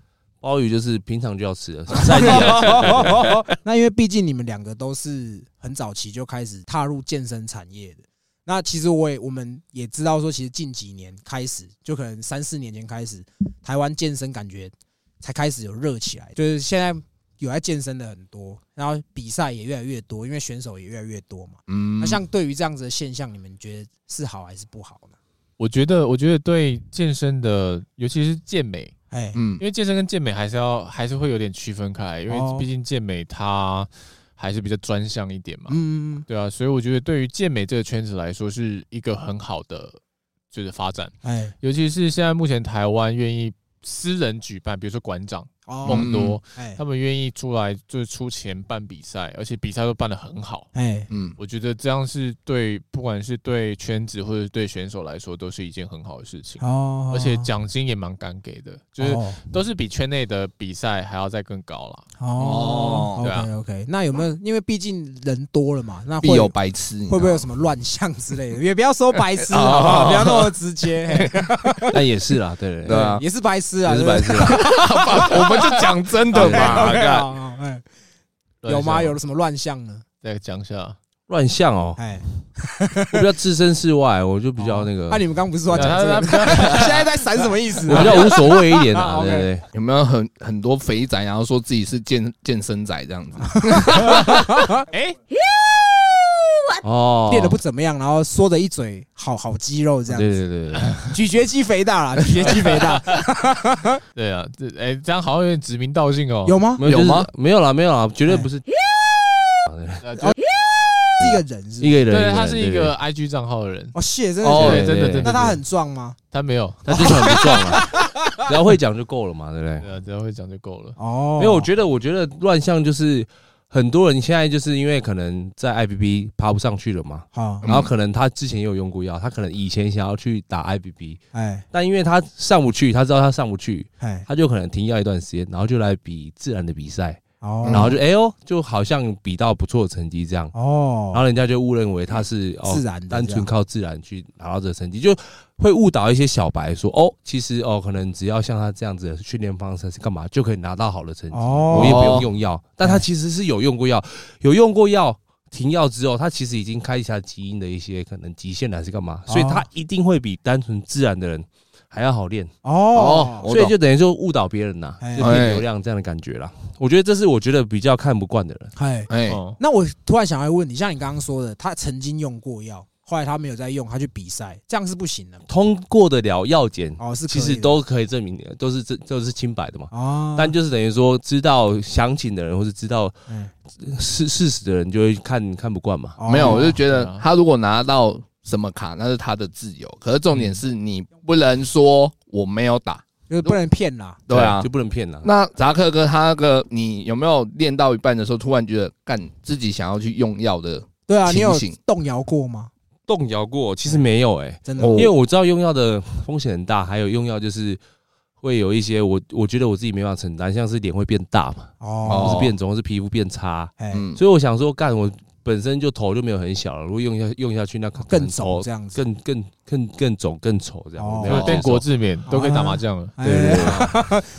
[SPEAKER 3] 鲍鱼就是平常就要吃的， 赛季啊
[SPEAKER 2] 那因为毕竟你们两个都是很早期就开始踏入健身产业的，那其实我也我们也知道说，其实近几年开始，就可能三四年前开始，台湾健身感觉才开始有热起来，就是现在有在健身的很多，然后比赛也越来越多，因为选手也越来越多嘛。
[SPEAKER 4] 嗯
[SPEAKER 2] 那像对于这样子的现象，你们觉得是好还是不好呢？
[SPEAKER 1] 我觉得，我觉得对健身的，尤其是健美，
[SPEAKER 2] 哎，
[SPEAKER 4] 嗯
[SPEAKER 1] 因为健身跟健美还是要还是会有点区分开来，因
[SPEAKER 2] 哦
[SPEAKER 1] 为毕竟健美它还是比较专项一点嘛。
[SPEAKER 2] 嗯，
[SPEAKER 1] 对啊，所以我觉得对于健美这个圈子来说是一个很好的就是发展，
[SPEAKER 2] 哎，
[SPEAKER 1] 尤其是现在目前台湾愿意私人举办，比如说馆长
[SPEAKER 2] 哦，
[SPEAKER 1] 梦多，
[SPEAKER 2] 哎
[SPEAKER 1] 他，们愿意出来就是出钱办比赛，而且比赛都办得很好。
[SPEAKER 2] 哎，
[SPEAKER 4] 嗯，
[SPEAKER 1] 我觉得这样是对，不管是对圈子或者对选手来说，都是一件很好的事情，
[SPEAKER 2] 哦，
[SPEAKER 1] 而且奖金也蛮敢给的，就是
[SPEAKER 2] 哦
[SPEAKER 1] 都是比圈内的比赛还要再更高啦。
[SPEAKER 2] 哦
[SPEAKER 4] 哦
[SPEAKER 1] 对啊
[SPEAKER 2] OK OK，那有没有？因为毕竟人多了嘛，那会
[SPEAKER 4] 必有白痴，你知道
[SPEAKER 2] 会不会有
[SPEAKER 4] 吗
[SPEAKER 2] 什么乱象之类的？也 不要说白 痴好不
[SPEAKER 3] 哦
[SPEAKER 2] 好？不要那么直接，嘿
[SPEAKER 3] 那也是啦，对对哎
[SPEAKER 4] 对
[SPEAKER 3] 对，
[SPEAKER 4] 啊
[SPEAKER 2] 也是白痴啊，
[SPEAKER 3] 也是
[SPEAKER 2] 对
[SPEAKER 3] 白
[SPEAKER 2] 不
[SPEAKER 3] 痴啊啦，
[SPEAKER 4] 我们就讲真的
[SPEAKER 2] 对
[SPEAKER 4] 嘛
[SPEAKER 2] OK，OK，
[SPEAKER 4] 干
[SPEAKER 2] 好好哎有吗？
[SPEAKER 3] 啊
[SPEAKER 2] 有什么乱象呢？
[SPEAKER 1] 啊再讲一下。
[SPEAKER 3] 乱象哦，
[SPEAKER 2] 哎，哦
[SPEAKER 3] 我比较置身事外，我就比较那个，
[SPEAKER 2] 那你们刚不是说要讲这
[SPEAKER 1] 对啊
[SPEAKER 2] 个？ 现在在闪什么意思
[SPEAKER 3] 我比
[SPEAKER 2] 啊？
[SPEAKER 3] 较无所谓一点啊，
[SPEAKER 2] OK
[SPEAKER 3] 对对
[SPEAKER 4] 有没有很很多肥宅，然后说自己是健健身仔这样子？
[SPEAKER 1] 哎，
[SPEAKER 3] 对，哦，
[SPEAKER 2] 练的不怎么样，然后说的一嘴好好肌肉这
[SPEAKER 3] 对
[SPEAKER 2] 样子，
[SPEAKER 3] 对哦对对，
[SPEAKER 2] 咀嚼肌肥大啦，咀嚼肌肥 大
[SPEAKER 1] 对啊，这哎这样好像有点指名道姓哦。
[SPEAKER 2] 有吗？
[SPEAKER 3] 没有
[SPEAKER 4] 有
[SPEAKER 3] 就
[SPEAKER 4] 吗？
[SPEAKER 3] 是没有啦，没有啦，绝对不是
[SPEAKER 1] 呃就
[SPEAKER 2] 是一个人是不
[SPEAKER 3] 一
[SPEAKER 2] 是？
[SPEAKER 3] 个人，
[SPEAKER 1] 对，他是
[SPEAKER 3] 对
[SPEAKER 1] 一
[SPEAKER 3] 对
[SPEAKER 1] 个 IG 账号的人。
[SPEAKER 2] 哦，谢，真的
[SPEAKER 4] 哦
[SPEAKER 2] 假的
[SPEAKER 1] 对，真的
[SPEAKER 3] 对
[SPEAKER 1] 真的。
[SPEAKER 2] 那他
[SPEAKER 1] 真的
[SPEAKER 2] 很壮吗？
[SPEAKER 1] 他没有，
[SPEAKER 3] 他就是很不撞啊， 只要会讲就够了嘛，对不对？
[SPEAKER 1] 对啊，只要会讲就够了。
[SPEAKER 2] 哦，
[SPEAKER 3] 没有，我觉得我觉得乱象就是很多人现在就是因为可能在 IBB 爬不上去了嘛，
[SPEAKER 2] 好，
[SPEAKER 3] 然后可能他之前也有用过药，他可能以前想要去打 IBB，
[SPEAKER 2] 哎
[SPEAKER 3] 但因为他上不去，他知道他上不去，
[SPEAKER 2] 哎
[SPEAKER 3] 他就可能停药一段时间，然后就来比自然的比赛，
[SPEAKER 2] 哦
[SPEAKER 3] 然后就哎呦，就好像比到不错的成绩这样，
[SPEAKER 2] 哦，
[SPEAKER 3] 然后人家就误认为他是哦
[SPEAKER 2] 自然的
[SPEAKER 3] 单纯
[SPEAKER 2] 这样
[SPEAKER 3] 靠自然去拿到这个成绩，就会误导一些小白说哦，其实哦，可能只要像他这样子的训练方式是干嘛就可以拿到好的成绩，
[SPEAKER 2] 哦嗯
[SPEAKER 3] 我也不用用药，但他其实是有用过药，有用过药。停药之后，他其实已经开下基因的一些可能极限了，还是干嘛？所以他一定会比单纯自然的人还要好练。
[SPEAKER 2] 哦，
[SPEAKER 4] 我
[SPEAKER 3] 所以
[SPEAKER 4] 懂
[SPEAKER 3] 就等于就误导别人呐、
[SPEAKER 2] 哎
[SPEAKER 3] 就骗流量这样的感觉啦。我觉得这是我觉得比较看不惯的人。
[SPEAKER 2] 嗨，
[SPEAKER 4] 哎，
[SPEAKER 1] 哦，
[SPEAKER 2] 那我突然想要问你，像你刚刚说的，他曾经用过药，后来他没有再用，他去比赛，这样是不行的嘛。
[SPEAKER 3] 通过得了药检，
[SPEAKER 2] 哦，是可
[SPEAKER 3] 其
[SPEAKER 2] 以
[SPEAKER 3] 实
[SPEAKER 2] 的
[SPEAKER 3] 都可以证明的，都是这都是清白的嘛。
[SPEAKER 2] 哦，
[SPEAKER 3] 但就是等于说，知道详情的人或是知道
[SPEAKER 2] 嗯
[SPEAKER 3] 事事实的人，就会看看不惯嘛。
[SPEAKER 2] 哦
[SPEAKER 4] 没有，我就
[SPEAKER 1] 对
[SPEAKER 4] 觉得
[SPEAKER 1] 啊
[SPEAKER 4] 他如果拿到什么卡，那是他的自由。可是重点是你不能说我没有打，
[SPEAKER 2] 就是不能骗啦。
[SPEAKER 4] 对啊
[SPEAKER 3] 就。不能骗了。
[SPEAKER 4] 那扎克哥他那个，你有没有练到一半的时候，突然觉得干自己想要去用药的？
[SPEAKER 2] 对啊，你有
[SPEAKER 4] 清醒
[SPEAKER 2] 动摇过吗？
[SPEAKER 3] 动摇过，其实没有哎、
[SPEAKER 2] 真的
[SPEAKER 4] 哦
[SPEAKER 3] 因为我知道用药的风险很大，还有用药就是会有一些我我觉得我自己没办法承担，像是脸会变大嘛，或
[SPEAKER 2] 哦，
[SPEAKER 3] 是变肿，或是皮肤变差，
[SPEAKER 2] 哎，
[SPEAKER 4] 嗯，
[SPEAKER 3] 所以我想说，干我本身就头就没有很小了，如果用下用下去，那可能
[SPEAKER 2] 更肿
[SPEAKER 3] 头
[SPEAKER 2] 这样子。
[SPEAKER 3] 更更更更肿更丑这样。
[SPEAKER 2] 哦
[SPEAKER 3] 我没
[SPEAKER 1] 就
[SPEAKER 3] 有
[SPEAKER 1] 是变
[SPEAKER 3] 接受
[SPEAKER 1] 国字免
[SPEAKER 3] 哦
[SPEAKER 1] 都可以打麻将了。
[SPEAKER 2] 哎
[SPEAKER 3] 对对对，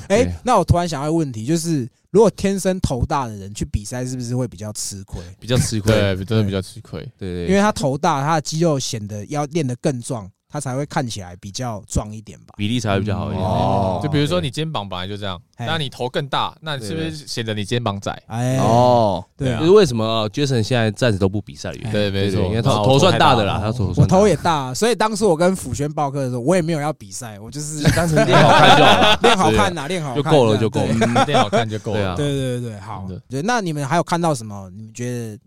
[SPEAKER 2] 哎
[SPEAKER 3] 对，
[SPEAKER 2] 那我突然想要一个问题，就是如果天生头大的人去比赛，是不是会比较吃亏？
[SPEAKER 3] 比较吃亏。
[SPEAKER 1] 对，真的比较吃亏。
[SPEAKER 3] 对对
[SPEAKER 2] 因
[SPEAKER 3] 哦
[SPEAKER 2] 为
[SPEAKER 3] 对，
[SPEAKER 2] 他头大，他的肌肉显得要练得更壮，他才会看起来比较壮一点吧？
[SPEAKER 3] 比例才会比较好一点。
[SPEAKER 4] 哦
[SPEAKER 1] 就比如说你肩膀本来就这样，
[SPEAKER 3] 哎
[SPEAKER 2] 嘿
[SPEAKER 1] 那你头更大，那你是不是显得你肩膀窄？
[SPEAKER 2] 哎，，
[SPEAKER 4] 哦，
[SPEAKER 2] 对
[SPEAKER 1] 对啊
[SPEAKER 3] 就是为什么 Jason 现在暂时都不比赛的原因。
[SPEAKER 1] 对，没错，
[SPEAKER 3] 哎因为
[SPEAKER 1] 然后
[SPEAKER 3] 头头算
[SPEAKER 1] 太
[SPEAKER 3] 大的
[SPEAKER 1] 了
[SPEAKER 3] 啦，他头
[SPEAKER 2] 我
[SPEAKER 3] 算大
[SPEAKER 2] 头也大，所以当时我跟辅轩报课的时候，我也没有要比赛，我 就是
[SPEAKER 3] 单纯练好看就好了。
[SPEAKER 2] 练好看呐，练好看
[SPEAKER 3] 就够了
[SPEAKER 2] 这样
[SPEAKER 3] 就够
[SPEAKER 2] 对
[SPEAKER 3] 了
[SPEAKER 1] 嗯一定要好看就够
[SPEAKER 3] 对啊
[SPEAKER 1] 了。
[SPEAKER 2] 对对对对，好
[SPEAKER 1] 真的。
[SPEAKER 2] 对，那你们还有看到什么你们觉得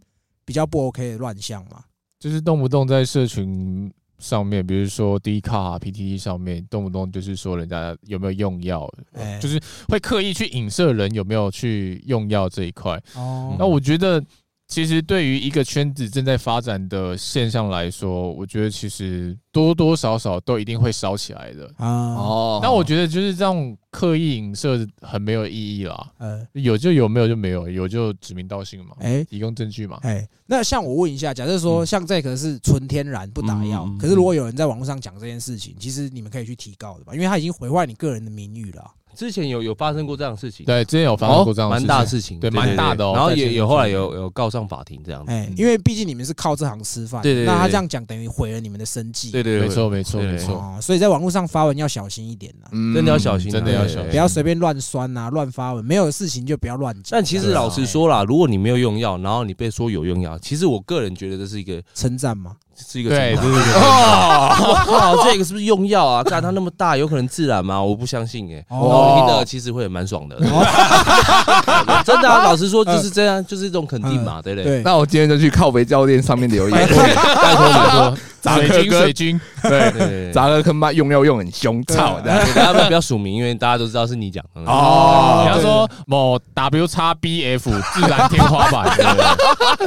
[SPEAKER 2] 比较不 OK 的乱象吗？
[SPEAKER 1] 就是动不动在社群上面，比如说 D 卡、PTT 啊上面，动不动就是说人家有没有用药，
[SPEAKER 3] 哦
[SPEAKER 2] 哎
[SPEAKER 1] 就是会刻意去影射人有没有去用药这一块。
[SPEAKER 2] 哦
[SPEAKER 1] 那我觉得，其实对于一个圈子正在发展的现象来说，我觉得其实多多少少都一定会烧起来的。
[SPEAKER 2] 啊
[SPEAKER 3] 嗯
[SPEAKER 4] 哦，
[SPEAKER 1] 但我觉得就是这种刻意影射很没有意义啦，
[SPEAKER 3] 哦
[SPEAKER 2] 呃
[SPEAKER 1] 有就有，没有就没有，有就指名道姓嘛，
[SPEAKER 2] 哎
[SPEAKER 1] 提供证据嘛。
[SPEAKER 2] 哎，那像我问一下，假设说
[SPEAKER 3] 啊嗯
[SPEAKER 2] 像这个是纯天然不打药
[SPEAKER 3] 嗯嗯嗯，
[SPEAKER 2] 可是如果有人在网络上讲这件事情，其实你们可以去提告的吧，因为他已经毁坏你个人的名誉了啊。
[SPEAKER 3] 之前有有发生过这样的事情，哦
[SPEAKER 1] 对，之前有发
[SPEAKER 2] 哦
[SPEAKER 1] 生过这样的
[SPEAKER 3] 蛮
[SPEAKER 1] 事
[SPEAKER 3] 大的
[SPEAKER 1] 情。
[SPEAKER 3] 事情，
[SPEAKER 1] 对蛮大的哦
[SPEAKER 3] 然后也
[SPEAKER 1] 在
[SPEAKER 3] 有
[SPEAKER 1] 新闻
[SPEAKER 3] 后来
[SPEAKER 1] 上
[SPEAKER 3] 有有告上法庭这样子。
[SPEAKER 2] 哎，因为毕竟你们是靠这行吃饭，
[SPEAKER 3] 嗯对对对
[SPEAKER 2] 那他
[SPEAKER 3] 对
[SPEAKER 2] 这样讲等于毁了你们的生计，
[SPEAKER 3] 对对对，
[SPEAKER 1] 没错，没错，
[SPEAKER 3] 对
[SPEAKER 1] 没错。
[SPEAKER 2] 哦，所以在网络上发文要小心一点啦，
[SPEAKER 4] 嗯
[SPEAKER 3] 真的要小心啊，
[SPEAKER 1] 真的要小心
[SPEAKER 3] 对
[SPEAKER 2] 不要随便乱酸啊，乱发文，没有事情就不要乱讲。
[SPEAKER 3] 但其实
[SPEAKER 2] 对啊
[SPEAKER 3] 老实，说啦，如果你没有用药，然后你被说有用药，其实我个人觉得这是一个
[SPEAKER 2] 哎称赞 嘛，
[SPEAKER 3] 是一个
[SPEAKER 1] 对，
[SPEAKER 3] 惩罚
[SPEAKER 1] 这是一个
[SPEAKER 3] 我靠，这个是不是用药啊？干它那么大，有可能自然吗？我不相信哎、欸。然后我听了，其实会蛮爽的。
[SPEAKER 2] 哦
[SPEAKER 3] 真的啊，老实说就是这样，就是一种肯定嘛，对不对？
[SPEAKER 2] 对，
[SPEAKER 4] 那我今天就去靠肥教练上面留言，
[SPEAKER 1] 拜托拜托，
[SPEAKER 4] 扎克
[SPEAKER 1] 水军
[SPEAKER 4] 哥
[SPEAKER 1] 水军，
[SPEAKER 4] 对，
[SPEAKER 3] 对对对
[SPEAKER 4] 扎克坑妈用药用很凶，操
[SPEAKER 3] 对
[SPEAKER 4] 的
[SPEAKER 3] 对大家不要署名，因为大家都知道是你讲的。
[SPEAKER 1] 你
[SPEAKER 4] 哦，
[SPEAKER 1] 要说某 W 叉 B F 自然天花板，对不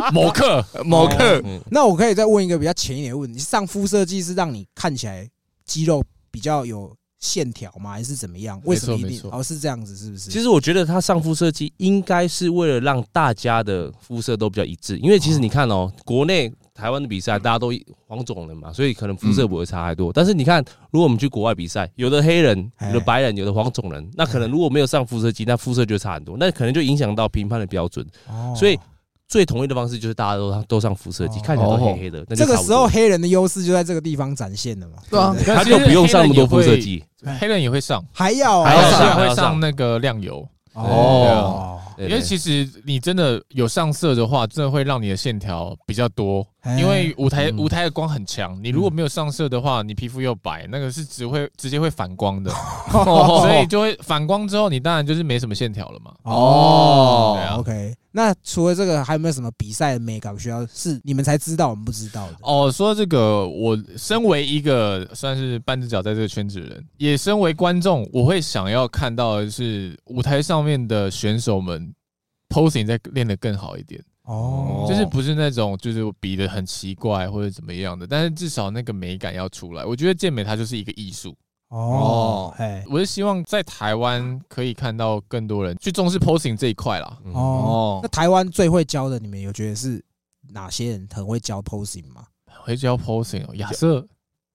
[SPEAKER 1] 对某克
[SPEAKER 4] 某克
[SPEAKER 3] 嗯，
[SPEAKER 2] 那我可以再问一个比较浅一点的问题：上肤色剂是让你看起来肌肉比较有线条吗？还是怎么样？为什么一
[SPEAKER 1] 没
[SPEAKER 2] 定
[SPEAKER 1] 错？
[SPEAKER 2] 哦，是这样子，是不是？
[SPEAKER 3] 其
[SPEAKER 2] 实
[SPEAKER 3] 实我觉得它上肤设计应该是为了让大家的肤色都比较一致，因为其实你看哦，国内台湾的比赛大家都一黄种人嘛，所以可能肤色不会差太多。但是你看，如果我们去国外比赛，有的黑人，
[SPEAKER 2] 嗯哎
[SPEAKER 3] 有的白人，有的黄种人，那可能如果没有上肤色机，那肤色就差很多，那可能就影响到评判的标准。所以最统一的方式就是大家都都上肤色机，
[SPEAKER 2] 哦
[SPEAKER 3] 看起来都黑黑的，那就
[SPEAKER 2] 这个
[SPEAKER 3] 差不
[SPEAKER 2] 时
[SPEAKER 3] 多
[SPEAKER 2] 候黑人的优势就在这个地方展现了嘛？
[SPEAKER 4] 对啊
[SPEAKER 2] 不
[SPEAKER 3] 他就不用上那么多肤色，机。
[SPEAKER 1] 黑人也会上，
[SPEAKER 2] 还要
[SPEAKER 1] 哦
[SPEAKER 2] 啊
[SPEAKER 1] 还啊
[SPEAKER 3] 还要
[SPEAKER 1] 有
[SPEAKER 3] 上
[SPEAKER 1] 上
[SPEAKER 3] 还
[SPEAKER 1] 会
[SPEAKER 3] 要上
[SPEAKER 1] 上那个亮油，
[SPEAKER 4] 哦，
[SPEAKER 3] 对啊
[SPEAKER 1] 因
[SPEAKER 3] 对
[SPEAKER 1] 为其实你真的有上色的话，真的会让你的线条比较多，
[SPEAKER 2] 哎
[SPEAKER 1] 因为舞台
[SPEAKER 3] 嗯
[SPEAKER 1] 舞台的光很强，你如果没有上色的话，你皮肤又白，那个是只会直接会反光 的，所 以就会反光之后，你当然就是没什么线条了嘛。对
[SPEAKER 2] 哦
[SPEAKER 1] 啊
[SPEAKER 2] ，OK。那除了这个，还有没有什么比赛的美感需要是你们才知道，我们不知道的？
[SPEAKER 1] 哦，说到这个，我身为一个算是半只脚在这个圈子的人，也身为观众，我会想要看到的是舞台上面的选手们 posing 再练得更好一点，
[SPEAKER 2] 哦，
[SPEAKER 1] 就是不是那种就是比的很奇怪或者怎么样的，但是至少那个美感要出来。我觉得健美它就是一个艺术，
[SPEAKER 2] 哦，哎，
[SPEAKER 1] 我是希望在台湾可以看到更多人去重视 posting 这一块啦。
[SPEAKER 3] 嗯
[SPEAKER 2] 哦，
[SPEAKER 4] 哦
[SPEAKER 2] 那，台湾最会教的，你们有觉得是哪些人很会教 posing 吗？
[SPEAKER 1] 会教 posting，哦，亚瑟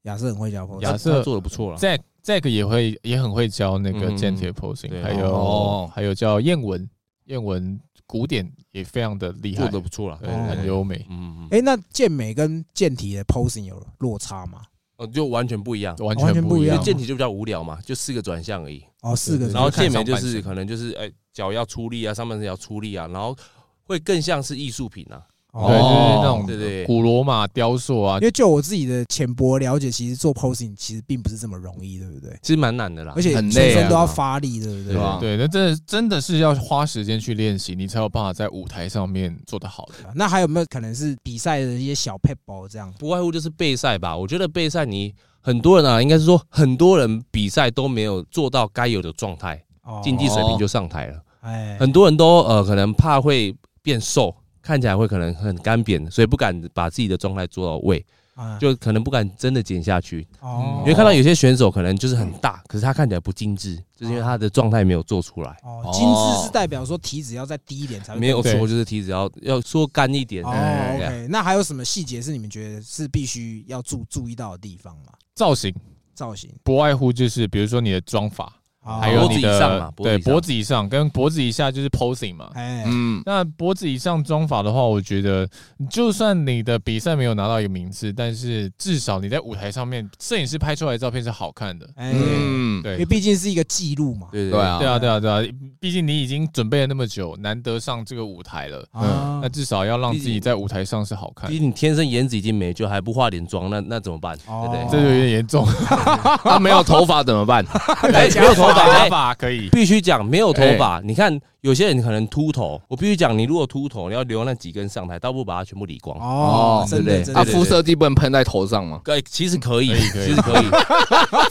[SPEAKER 2] 亚瑟很会教 posing，
[SPEAKER 1] 亚
[SPEAKER 3] 他
[SPEAKER 1] 瑟
[SPEAKER 3] 他做的不错了。
[SPEAKER 1] Zack Zack 也会也很会教那个
[SPEAKER 3] 嗯
[SPEAKER 1] 间谍 posing，、
[SPEAKER 3] 对
[SPEAKER 1] 还有、
[SPEAKER 4] 哦
[SPEAKER 1] 还有叫燕文，燕文古典也非常的厉害
[SPEAKER 3] 做，的不错了，
[SPEAKER 1] 对，
[SPEAKER 2] 哦
[SPEAKER 1] 很优美，
[SPEAKER 3] 嗯，嗯
[SPEAKER 2] 哎，那健美跟健体的 posing 有落差吗？
[SPEAKER 3] 哦，就完全不一样。
[SPEAKER 1] 完
[SPEAKER 2] 完全
[SPEAKER 1] 不
[SPEAKER 2] 不一
[SPEAKER 1] 样
[SPEAKER 2] 样。
[SPEAKER 3] 健体就比较无聊嘛，就四个转向而已。
[SPEAKER 2] 哦，四
[SPEAKER 1] 对
[SPEAKER 2] 个人
[SPEAKER 1] 对
[SPEAKER 3] 然后
[SPEAKER 1] 就看
[SPEAKER 3] 健美
[SPEAKER 1] 上
[SPEAKER 3] 就
[SPEAKER 1] 半
[SPEAKER 3] 是
[SPEAKER 1] 身
[SPEAKER 3] 可能就是哎脚要出力啊，上半身要出力啊，然后会更像是艺术品啊。
[SPEAKER 1] 对，就是
[SPEAKER 2] 哦，
[SPEAKER 1] 那种
[SPEAKER 3] 对对
[SPEAKER 1] 古罗马雕塑啊
[SPEAKER 2] 因，为就我自己的浅薄了解，其实做 posing 其实并不是这么容易，对不对？
[SPEAKER 3] 其实蛮难的啦。
[SPEAKER 2] 而且
[SPEAKER 4] 很
[SPEAKER 2] 全
[SPEAKER 4] 累啊
[SPEAKER 2] 身都要发力，对不对
[SPEAKER 4] 对？吧？
[SPEAKER 1] 对，那真的真的是要花时间去练习，你才有办法在舞台上面做得好的。
[SPEAKER 2] 那还有没有可能是比赛的一些小 p e b a l 这样？
[SPEAKER 3] 不外乎就是备赛吧。我觉得备赛你很多人啊，应该是说很多人比赛都没有做到该有的状态，
[SPEAKER 2] 哦
[SPEAKER 3] 竞技水平就上台了。
[SPEAKER 2] 哎，
[SPEAKER 3] 很多人都呃可能怕会变瘦，看起来会可能很干瘪，所以不敢把自己的状态做到位，
[SPEAKER 2] 啊
[SPEAKER 3] 就嗯可能不敢真的减下去。
[SPEAKER 2] 哦
[SPEAKER 3] 你会看到有些选手可能就是很大，可是他看起来不精致，就是因为他的状态没有做出来。
[SPEAKER 2] 哦，精致是代表说体脂要再低一点才会
[SPEAKER 3] 哦没有错，
[SPEAKER 1] 对
[SPEAKER 3] 就是体脂要要说干一点。
[SPEAKER 2] 哦
[SPEAKER 3] 哎哎哎
[SPEAKER 2] ，OK，那还有什么细节是你们觉得是必须要注注意到的地方吗？
[SPEAKER 1] 造型
[SPEAKER 2] 造型，
[SPEAKER 1] 不外乎就是比如说你的妆法，
[SPEAKER 2] 哦
[SPEAKER 1] 还有
[SPEAKER 3] 脖子
[SPEAKER 1] 你
[SPEAKER 3] 以上
[SPEAKER 1] 的
[SPEAKER 3] 嘛脖子
[SPEAKER 1] 对
[SPEAKER 3] 以上
[SPEAKER 1] 脖子以上跟脖子以下就是 posing 嘛。
[SPEAKER 2] 哎，
[SPEAKER 4] 嗯，
[SPEAKER 1] 那脖子以上装法的话，我觉得就算你的比赛没有拿到一个名次，但是至少你在舞台上面，摄影师拍出来的照片是好看的。
[SPEAKER 2] 哎，因
[SPEAKER 4] 嗯，
[SPEAKER 1] 对
[SPEAKER 2] 为，毕竟是一个记录嘛，
[SPEAKER 3] 对对
[SPEAKER 4] 对啊，
[SPEAKER 1] 对啊，对啊，对啊，毕竟你已经准备了那么久，难得上这个舞台了，
[SPEAKER 2] 啊
[SPEAKER 3] 嗯
[SPEAKER 1] 那至少要让自己在舞台上是好看
[SPEAKER 3] 毕。竟你天生颜值已经没救，还不化点妆，那那怎么办？
[SPEAKER 2] 哦
[SPEAKER 3] 对不
[SPEAKER 1] 这
[SPEAKER 3] 对？
[SPEAKER 1] 就有点严重。
[SPEAKER 4] 他啊没有头发怎么办？
[SPEAKER 3] 哎没有头发，
[SPEAKER 1] 打
[SPEAKER 3] 哎
[SPEAKER 1] 法可以，
[SPEAKER 3] 必须讲没有头
[SPEAKER 4] 哎
[SPEAKER 3] 发。你看有些人可能秃头，我必须讲，你如果秃头，你要留那几根上台，倒不如把它全部理光。
[SPEAKER 2] 哦
[SPEAKER 4] 哦，
[SPEAKER 2] 真
[SPEAKER 3] 对
[SPEAKER 2] 的
[SPEAKER 3] 不对
[SPEAKER 2] 真
[SPEAKER 4] 他
[SPEAKER 2] 的
[SPEAKER 3] 对对
[SPEAKER 4] 肤色地不能喷在头上吗？
[SPEAKER 3] 哎，其实可以，
[SPEAKER 1] 可以嗯可以
[SPEAKER 3] 其实可以，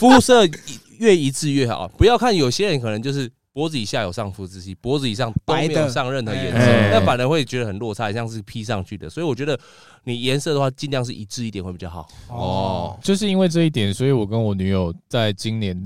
[SPEAKER 3] 肤色越一致越好。不要看有些人可能就是脖子以下有上肤之气，脖子以上都没
[SPEAKER 2] 白的
[SPEAKER 3] 有上任何颜
[SPEAKER 4] 哎
[SPEAKER 3] 色，那反而会觉得很落差，像是 P 上去的。所以我觉得你颜色的话，尽量是一致一点会比较好。
[SPEAKER 2] 哦，
[SPEAKER 1] 就是因为这一点，所以我跟我女友在今年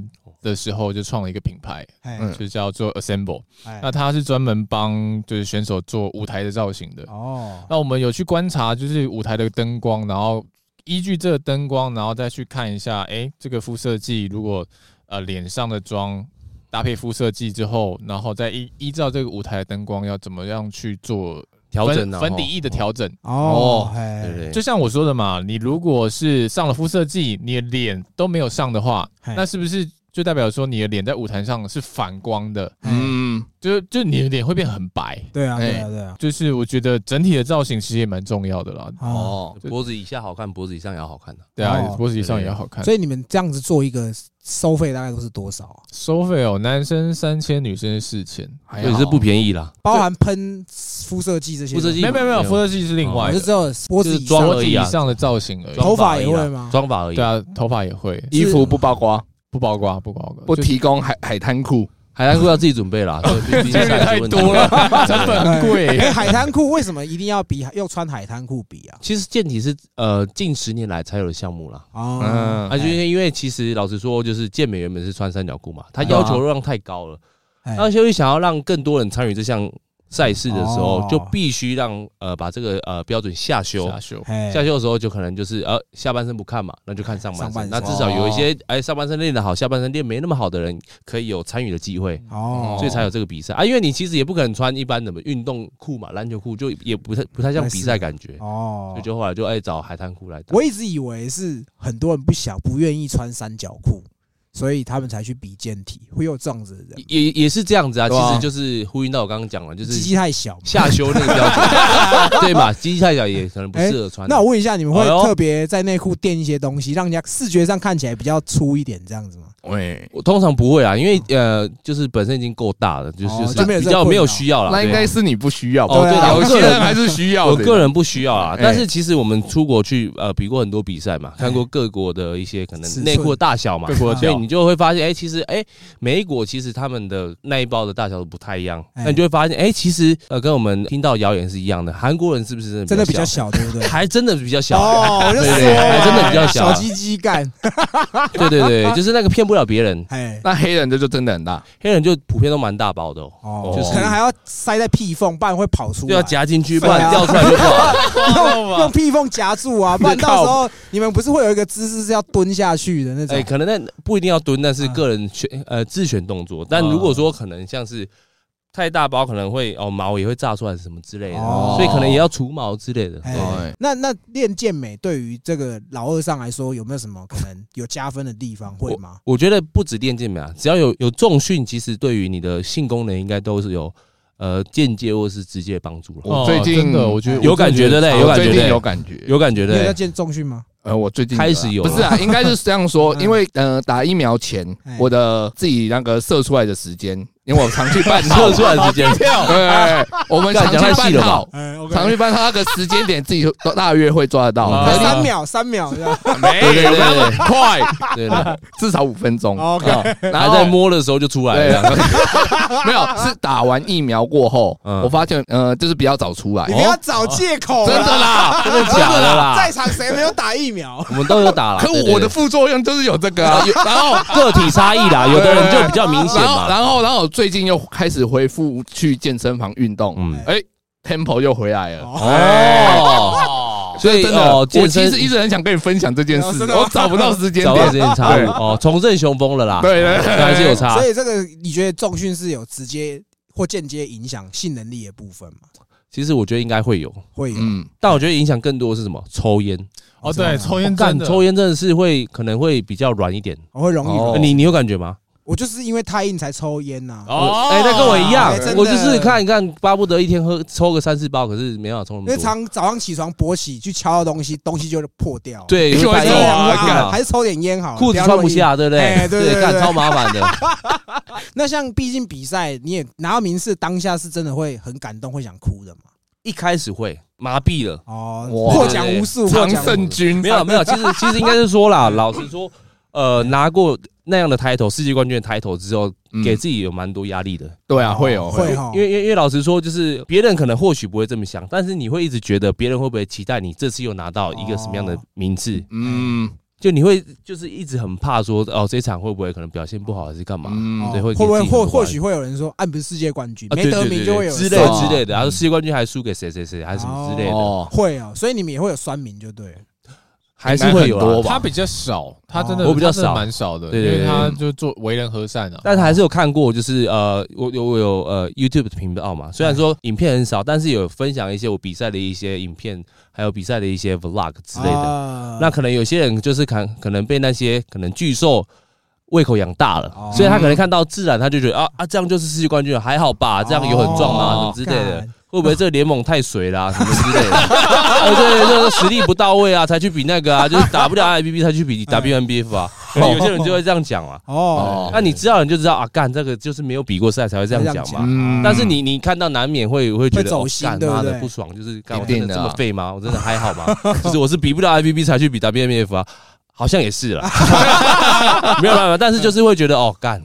[SPEAKER 1] 的时候就创了一个品牌，
[SPEAKER 2] 哎
[SPEAKER 4] 嗯
[SPEAKER 1] 就叫做 Assemble。
[SPEAKER 2] 哎
[SPEAKER 1] 那它是专门帮就是选手做舞台的造型的。
[SPEAKER 2] 哦，
[SPEAKER 1] 那我们有去观察，就是舞台的灯光，然后依据这个灯光，然后再去看一下，诶，这个肤色剂如果呃脸上的妆搭配肤色剂之后，然后再依依照这个舞台的灯光要怎么样去做
[SPEAKER 3] 调整啊
[SPEAKER 1] 粉粉
[SPEAKER 3] 吼
[SPEAKER 1] 底液的调整。
[SPEAKER 2] 哦，
[SPEAKER 3] 对不
[SPEAKER 2] 哎，
[SPEAKER 3] 对？
[SPEAKER 1] 就像我说的嘛，你如果是上了肤色剂，你的脸都没有上的话，
[SPEAKER 2] 嘿
[SPEAKER 1] 那是不是就代表说你的脸在舞台上是反光的？
[SPEAKER 2] 嗯，
[SPEAKER 4] 嗯，
[SPEAKER 1] 就就你的脸会变很白。
[SPEAKER 2] 对啊，
[SPEAKER 4] 哎
[SPEAKER 2] 对啊，对啊，
[SPEAKER 1] 就是我觉得整体的造型其实也蛮重要的啦，
[SPEAKER 2] 哦，
[SPEAKER 4] 哦，
[SPEAKER 3] 脖子以下好看，脖子以上也要好看的、
[SPEAKER 1] 对啊
[SPEAKER 2] 哦，
[SPEAKER 1] 脖子以上也要好看。
[SPEAKER 2] 所以你们这样子做一个收费大概都是多少啊？
[SPEAKER 1] 收费哦，男生三千，女生四千。
[SPEAKER 4] 还
[SPEAKER 3] 也
[SPEAKER 4] 好
[SPEAKER 3] 是
[SPEAKER 2] 哦
[SPEAKER 3] 不便宜啦。
[SPEAKER 2] 包含喷肤色剂这些吗？
[SPEAKER 3] 肤色剂
[SPEAKER 1] 没有没有没有，肤色系是另
[SPEAKER 2] 我
[SPEAKER 1] 外
[SPEAKER 2] 就
[SPEAKER 1] 的，
[SPEAKER 2] 知道脖子
[SPEAKER 3] 哦就是
[SPEAKER 2] 以上
[SPEAKER 3] 妆
[SPEAKER 1] 脖
[SPEAKER 3] 而
[SPEAKER 1] 子
[SPEAKER 3] 已
[SPEAKER 1] 以
[SPEAKER 3] 啊
[SPEAKER 1] 上的造型而已。
[SPEAKER 2] 头发
[SPEAKER 3] 而已啊
[SPEAKER 2] 也
[SPEAKER 3] 啦
[SPEAKER 2] 会吗
[SPEAKER 3] 妆发而已。
[SPEAKER 1] 哎对，啊，头发也会，
[SPEAKER 4] 衣服不包括，
[SPEAKER 1] 不包括不包括，
[SPEAKER 4] 不
[SPEAKER 1] 就是
[SPEAKER 4] 提供海海滩裤，
[SPEAKER 3] 海滩裤要自己准 备啦，这毕竟
[SPEAKER 1] 这个太多了，成本很贵。
[SPEAKER 2] 哎，海滩裤为什么一定要比要穿海滩裤比啊？
[SPEAKER 3] 其实健体是呃近十年来才有的项目啦。
[SPEAKER 2] 哦，
[SPEAKER 4] 嗯
[SPEAKER 3] 啊，，就是因为其实老实说，就是健美原本是穿三角裤嘛，它要求量太高了。
[SPEAKER 2] 啊哎
[SPEAKER 3] 那由于想要让更多人参与这项赛事的时候
[SPEAKER 2] 哦，
[SPEAKER 3] 就必须让呃把这个呃标准下修。
[SPEAKER 1] 下修
[SPEAKER 2] 哎
[SPEAKER 3] 下修的时候就可能就是呃下半身不看嘛，那就看上半
[SPEAKER 2] 上半
[SPEAKER 3] 身。
[SPEAKER 2] 身哦
[SPEAKER 3] 那至少有一些哎上半身练得好，下半身练没那么好的人可以有参与的机会。
[SPEAKER 2] 哦，
[SPEAKER 3] 所以才有这个比赛啊。因为你其实也不可能穿一般的运动裤嘛，篮球裤就也不太不太像比赛感觉，所
[SPEAKER 2] 哎哦
[SPEAKER 3] 以。就后来就哎找海滩裤来打。
[SPEAKER 2] 我一直以为是很多人不想不愿意穿三角裤，所以他们才去比健体，会有这样子的人，
[SPEAKER 3] 也也是这样子啊，
[SPEAKER 4] 对啊
[SPEAKER 3] 其实就是呼应到我刚刚讲了，就
[SPEAKER 2] 鸡
[SPEAKER 3] 是
[SPEAKER 2] 鸡太小嘛。
[SPEAKER 3] 下修那个标准，对嘛？机器太小也可能不适合穿。
[SPEAKER 2] 那我问一下，你们会
[SPEAKER 3] 哎呦
[SPEAKER 2] 特别在内裤垫一些东西，让人家视觉上看起来比较粗一点，这样子吗？
[SPEAKER 4] 喂，
[SPEAKER 3] 我通常不会啊，因为呃，就是本身已经够大了，就是
[SPEAKER 2] 哦
[SPEAKER 3] 就是
[SPEAKER 2] 就没有
[SPEAKER 3] 比
[SPEAKER 2] 这个
[SPEAKER 3] 较
[SPEAKER 2] 困
[SPEAKER 3] 没有
[SPEAKER 2] 扰
[SPEAKER 3] 需要了。
[SPEAKER 4] 那应
[SPEAKER 3] 对啊
[SPEAKER 4] 该是你不需要吧，
[SPEAKER 3] 哦，
[SPEAKER 2] 对
[SPEAKER 3] 对
[SPEAKER 2] 啊
[SPEAKER 3] 啦，我
[SPEAKER 4] 有
[SPEAKER 3] 个
[SPEAKER 4] 些人还
[SPEAKER 3] 人
[SPEAKER 4] 是需要
[SPEAKER 3] 我
[SPEAKER 4] 的，
[SPEAKER 3] 个人不需要啊
[SPEAKER 4] 哎，
[SPEAKER 3] 但是其实我们出国去呃比过很多比赛嘛，看过各国的一些可
[SPEAKER 2] 尺
[SPEAKER 3] 能内裤的
[SPEAKER 2] 寸
[SPEAKER 3] 大小嘛
[SPEAKER 1] 各，国
[SPEAKER 2] 啊
[SPEAKER 3] 所以
[SPEAKER 1] 脚
[SPEAKER 3] 你你就会发现，哎、其实哎、每一国其实他们的那一包的大小都不太一样，
[SPEAKER 2] 哎
[SPEAKER 3] 那你就会发现，哎、其实呃，跟我们听到谣言是一样的，韩国人是不
[SPEAKER 2] 真
[SPEAKER 3] 是真
[SPEAKER 2] 的
[SPEAKER 3] 的
[SPEAKER 2] 比较小，
[SPEAKER 3] 小？
[SPEAKER 2] 对不对？
[SPEAKER 3] 还真的比较 小，
[SPEAKER 2] 哦，我就说
[SPEAKER 3] 对对
[SPEAKER 2] 嘛
[SPEAKER 3] 还真的比较小啊
[SPEAKER 2] 小鸡鸡干，
[SPEAKER 3] 对对对，就是那个骗不了别人，
[SPEAKER 2] 哎，
[SPEAKER 4] 那黑人的就真的很大，
[SPEAKER 3] 黑人就普遍都蛮大包的、哦，
[SPEAKER 2] 哦，
[SPEAKER 3] 就是
[SPEAKER 2] 可能还要塞在屁缝，不然会跑出
[SPEAKER 3] 就
[SPEAKER 2] 来
[SPEAKER 3] 要。夹进去，不
[SPEAKER 2] 对啊
[SPEAKER 3] 然掉出来就不好。
[SPEAKER 2] 用用屁缝夹住 啊，不然到时候你们不是会有一个姿势是要蹲下去的那
[SPEAKER 3] 哎、
[SPEAKER 2] 种？
[SPEAKER 3] 可能那不一定要蹲，但是
[SPEAKER 2] 嗯
[SPEAKER 3] 个人选呃自选动作。但如果说可能像是太大包，可能会哦毛也会炸出来什么之类的，
[SPEAKER 2] 哦
[SPEAKER 3] 所以可能也要除毛之类的。
[SPEAKER 2] 哎
[SPEAKER 3] 对
[SPEAKER 4] 对
[SPEAKER 2] 那那练健美对于这个老二上来说，有没有什么可能有加分的地方？会吗？
[SPEAKER 3] 我觉得不止练健美啊，只要有有重训，其实对于你的性功能应该都是有呃间接或是直接帮助了。
[SPEAKER 4] 我最近
[SPEAKER 1] 哦真的，我觉得
[SPEAKER 3] 有感觉对不对？有
[SPEAKER 4] 我
[SPEAKER 3] 感觉
[SPEAKER 4] 最
[SPEAKER 3] 对
[SPEAKER 4] 近
[SPEAKER 3] 不
[SPEAKER 4] 有
[SPEAKER 3] 对，
[SPEAKER 4] 感觉，
[SPEAKER 3] 有感觉
[SPEAKER 2] 你有
[SPEAKER 3] 对
[SPEAKER 2] 在
[SPEAKER 3] 不对。
[SPEAKER 2] 健重训吗？
[SPEAKER 4] 呃，我最近
[SPEAKER 3] 开始有了
[SPEAKER 4] 不是啊，应该是这样说，
[SPEAKER 2] 嗯
[SPEAKER 4] 因为呃，打疫苗前
[SPEAKER 2] 哎，
[SPEAKER 4] 我的自己那个射出来的时间，因为我常去 办
[SPEAKER 3] 测
[SPEAKER 4] 套，
[SPEAKER 3] 出来的时间，
[SPEAKER 4] 对，我们常去
[SPEAKER 3] 干讲太
[SPEAKER 4] 办
[SPEAKER 3] 细了吧
[SPEAKER 4] 套，
[SPEAKER 2] 哎
[SPEAKER 4] 常去办套那个时间点，自己都大约会抓得到，
[SPEAKER 2] 哦
[SPEAKER 3] 啊
[SPEAKER 4] 可
[SPEAKER 2] 三秒，三秒这样。
[SPEAKER 4] 对对对对对， 快，
[SPEAKER 3] 对的，
[SPEAKER 4] 至少五分钟，
[SPEAKER 2] 哦 OK，
[SPEAKER 4] 然
[SPEAKER 3] 还
[SPEAKER 4] 后
[SPEAKER 3] 在摸的时候就出来
[SPEAKER 4] 对
[SPEAKER 3] 了。，
[SPEAKER 4] 没有，是打完疫苗过后，
[SPEAKER 3] 嗯
[SPEAKER 4] 我发现呃，就是比较早出来
[SPEAKER 2] 你，不要找借口
[SPEAKER 4] 真
[SPEAKER 2] 啦，
[SPEAKER 4] 的啦，
[SPEAKER 3] 真的假的啦
[SPEAKER 2] 在？场谁没有打疫 苗？
[SPEAKER 3] 我们都有打了。
[SPEAKER 4] 可
[SPEAKER 3] 对对
[SPEAKER 4] 我的
[SPEAKER 3] 对
[SPEAKER 4] 副作用就是有这个啊，有然后
[SPEAKER 3] 个体差异啦，有的人就比较明显
[SPEAKER 4] 然后，
[SPEAKER 3] 嘛。
[SPEAKER 4] 然后，然后我最近又开始恢复去健身房运动，
[SPEAKER 3] 嗯，
[SPEAKER 4] 哎，tempo 又回来了。
[SPEAKER 2] 哦，
[SPEAKER 3] 哦，哎所以
[SPEAKER 4] 真的，
[SPEAKER 3] 哦，
[SPEAKER 4] 我
[SPEAKER 3] 健
[SPEAKER 4] 其
[SPEAKER 3] 身
[SPEAKER 4] 实一直很想跟你分享这件
[SPEAKER 2] 哦
[SPEAKER 4] 事，
[SPEAKER 2] 真的吗
[SPEAKER 4] 我找不到时间
[SPEAKER 3] 找到
[SPEAKER 4] 点
[SPEAKER 3] 时。间差
[SPEAKER 4] 对
[SPEAKER 3] 哦，重振雄风了啦。
[SPEAKER 4] 对对对
[SPEAKER 3] 那还是有差
[SPEAKER 2] 所。以这个你觉得重训是有直接或间接影响性能力的部分吗？
[SPEAKER 3] 其实我觉得应该会有，
[SPEAKER 2] 会有。
[SPEAKER 4] 嗯，
[SPEAKER 3] 但我觉得影响更多的是什么？抽烟，
[SPEAKER 1] 哦，对，抽烟
[SPEAKER 3] 干
[SPEAKER 1] 真的，
[SPEAKER 3] 抽烟真的是会可能会比较软一点。
[SPEAKER 2] 我会容易
[SPEAKER 4] 哦
[SPEAKER 2] 软，
[SPEAKER 3] 你你有感觉吗？
[SPEAKER 2] 我就是因为太硬才抽烟呐。
[SPEAKER 1] 哦，
[SPEAKER 3] 哎，那跟我一样
[SPEAKER 2] 哎真的，
[SPEAKER 3] 我就是看一看，巴不得一天喝抽个三四包，可是没办法抽
[SPEAKER 2] 因
[SPEAKER 3] 那
[SPEAKER 2] 为
[SPEAKER 3] 么多。
[SPEAKER 2] 常早上起床勃起去敲到东西，东西就破掉。，
[SPEAKER 3] 对，
[SPEAKER 4] 就
[SPEAKER 3] 会
[SPEAKER 4] 会
[SPEAKER 3] 白
[SPEAKER 2] 这
[SPEAKER 3] 烟
[SPEAKER 4] 抽
[SPEAKER 2] 样
[SPEAKER 4] 啊
[SPEAKER 3] 啊
[SPEAKER 2] 哇，还
[SPEAKER 3] 干
[SPEAKER 2] 是抽点烟好了，
[SPEAKER 3] 裤子
[SPEAKER 2] 啊要
[SPEAKER 3] 穿
[SPEAKER 2] 那
[SPEAKER 3] 不
[SPEAKER 2] 么硬。
[SPEAKER 3] 下，对不对？
[SPEAKER 2] 哎对对对
[SPEAKER 3] 干
[SPEAKER 2] 对
[SPEAKER 3] 超麻烦的。
[SPEAKER 2] 那像毕竟比赛，你也拿到名次，当下是真的会很感动，会想哭的嘛。
[SPEAKER 3] 一开始会麻痹了。
[SPEAKER 2] 哦，
[SPEAKER 4] 哇
[SPEAKER 2] 获奖无数，获
[SPEAKER 4] 常
[SPEAKER 2] 奖无
[SPEAKER 4] 胜
[SPEAKER 2] 数。
[SPEAKER 4] 军
[SPEAKER 3] 没有没有，其实其实应该是说啦，
[SPEAKER 2] 嗯
[SPEAKER 3] 老实说，呃，拿过那样的抬头，世界冠军的抬头之后，
[SPEAKER 4] 嗯
[SPEAKER 3] 给自己有蛮多压力的。
[SPEAKER 4] 对啊，会有
[SPEAKER 2] 会
[SPEAKER 4] 会
[SPEAKER 2] 哈，
[SPEAKER 3] 因为因为因为老实说，就是别人可能或许不会这么想，但是你会一直觉得别人会不会期待你这次又拿到一个什么样
[SPEAKER 2] 哦
[SPEAKER 3] 的名次？
[SPEAKER 4] 嗯
[SPEAKER 3] 就你会就是一直很怕说，哦，这场会不会可能表现不好，还是干嘛？
[SPEAKER 4] 嗯，
[SPEAKER 3] 对，
[SPEAKER 2] 会
[SPEAKER 3] 会
[SPEAKER 2] 不会
[SPEAKER 3] 给自己很多
[SPEAKER 2] 哦或或
[SPEAKER 3] 压力
[SPEAKER 2] 许会有人说，啊，你不是世界冠军，
[SPEAKER 3] 啊
[SPEAKER 2] 没
[SPEAKER 3] 对
[SPEAKER 2] 得
[SPEAKER 3] 对对
[SPEAKER 2] 名
[SPEAKER 3] 对
[SPEAKER 2] 就会有人
[SPEAKER 3] 之类
[SPEAKER 2] 说
[SPEAKER 3] 之类的，然后
[SPEAKER 4] 嗯
[SPEAKER 3] 世界冠军还输给谁谁谁，还是什么之类的，
[SPEAKER 4] 哦，
[SPEAKER 2] 会啊哦，所以你们也会有酸民就对了。
[SPEAKER 3] 还是会有
[SPEAKER 4] 应该很
[SPEAKER 3] 啊
[SPEAKER 4] 多。
[SPEAKER 1] 他比较少，他真的、
[SPEAKER 3] 哦我比较
[SPEAKER 1] 他真的
[SPEAKER 3] 少
[SPEAKER 1] 蛮少的，
[SPEAKER 3] 对
[SPEAKER 1] 因
[SPEAKER 3] 对对
[SPEAKER 1] 为他就做为人和善啊。
[SPEAKER 3] 但是还是有看过，就是呃，我有我有呃 YouTube 的频道
[SPEAKER 2] 嗯
[SPEAKER 3] 嘛，虽然说影片很少，但是有分享一些我比赛的一些影片，还有比赛的一些 Vlog 之类的。
[SPEAKER 2] 啊
[SPEAKER 3] 那可能有些人就是看，可能被那些可能巨兽胃口养大了，
[SPEAKER 2] 哦
[SPEAKER 3] 所以他可能看到自然，他就觉得啊啊，这样就是世界冠军了，还好吧，这样有很壮啊嘛，什么
[SPEAKER 2] 哦
[SPEAKER 3] 之类的
[SPEAKER 2] 干。
[SPEAKER 3] 会不会这个联盟太水啦、什么之类的？ 呃，对，就是实力不到位啊，才去比那个啊，就是打不了 IBB，才去 比
[SPEAKER 2] 哎
[SPEAKER 3] WNBF 啊。有些人就会这样讲啊。
[SPEAKER 2] 哦，
[SPEAKER 4] 哦
[SPEAKER 3] 那你知道你就知道啊，干这个就是没有比过赛才会这样
[SPEAKER 2] 这样
[SPEAKER 3] 讲嘛。
[SPEAKER 4] 嗯
[SPEAKER 3] 但是你你看到难免会会觉
[SPEAKER 2] 会
[SPEAKER 3] 得
[SPEAKER 2] 走
[SPEAKER 3] 哦
[SPEAKER 2] 心
[SPEAKER 3] 干
[SPEAKER 2] 对不
[SPEAKER 3] 妈的
[SPEAKER 2] 对
[SPEAKER 3] 不爽，就是干
[SPEAKER 4] 一
[SPEAKER 3] 我真
[SPEAKER 4] 定
[SPEAKER 3] 的
[SPEAKER 4] 的
[SPEAKER 3] 这
[SPEAKER 4] 啊
[SPEAKER 3] 么废吗？我真的还好吗？ 其实我是比不了 IBB 才去比 WMF 啊，好像也是啦， 没有办法。但是就是会觉得哦，干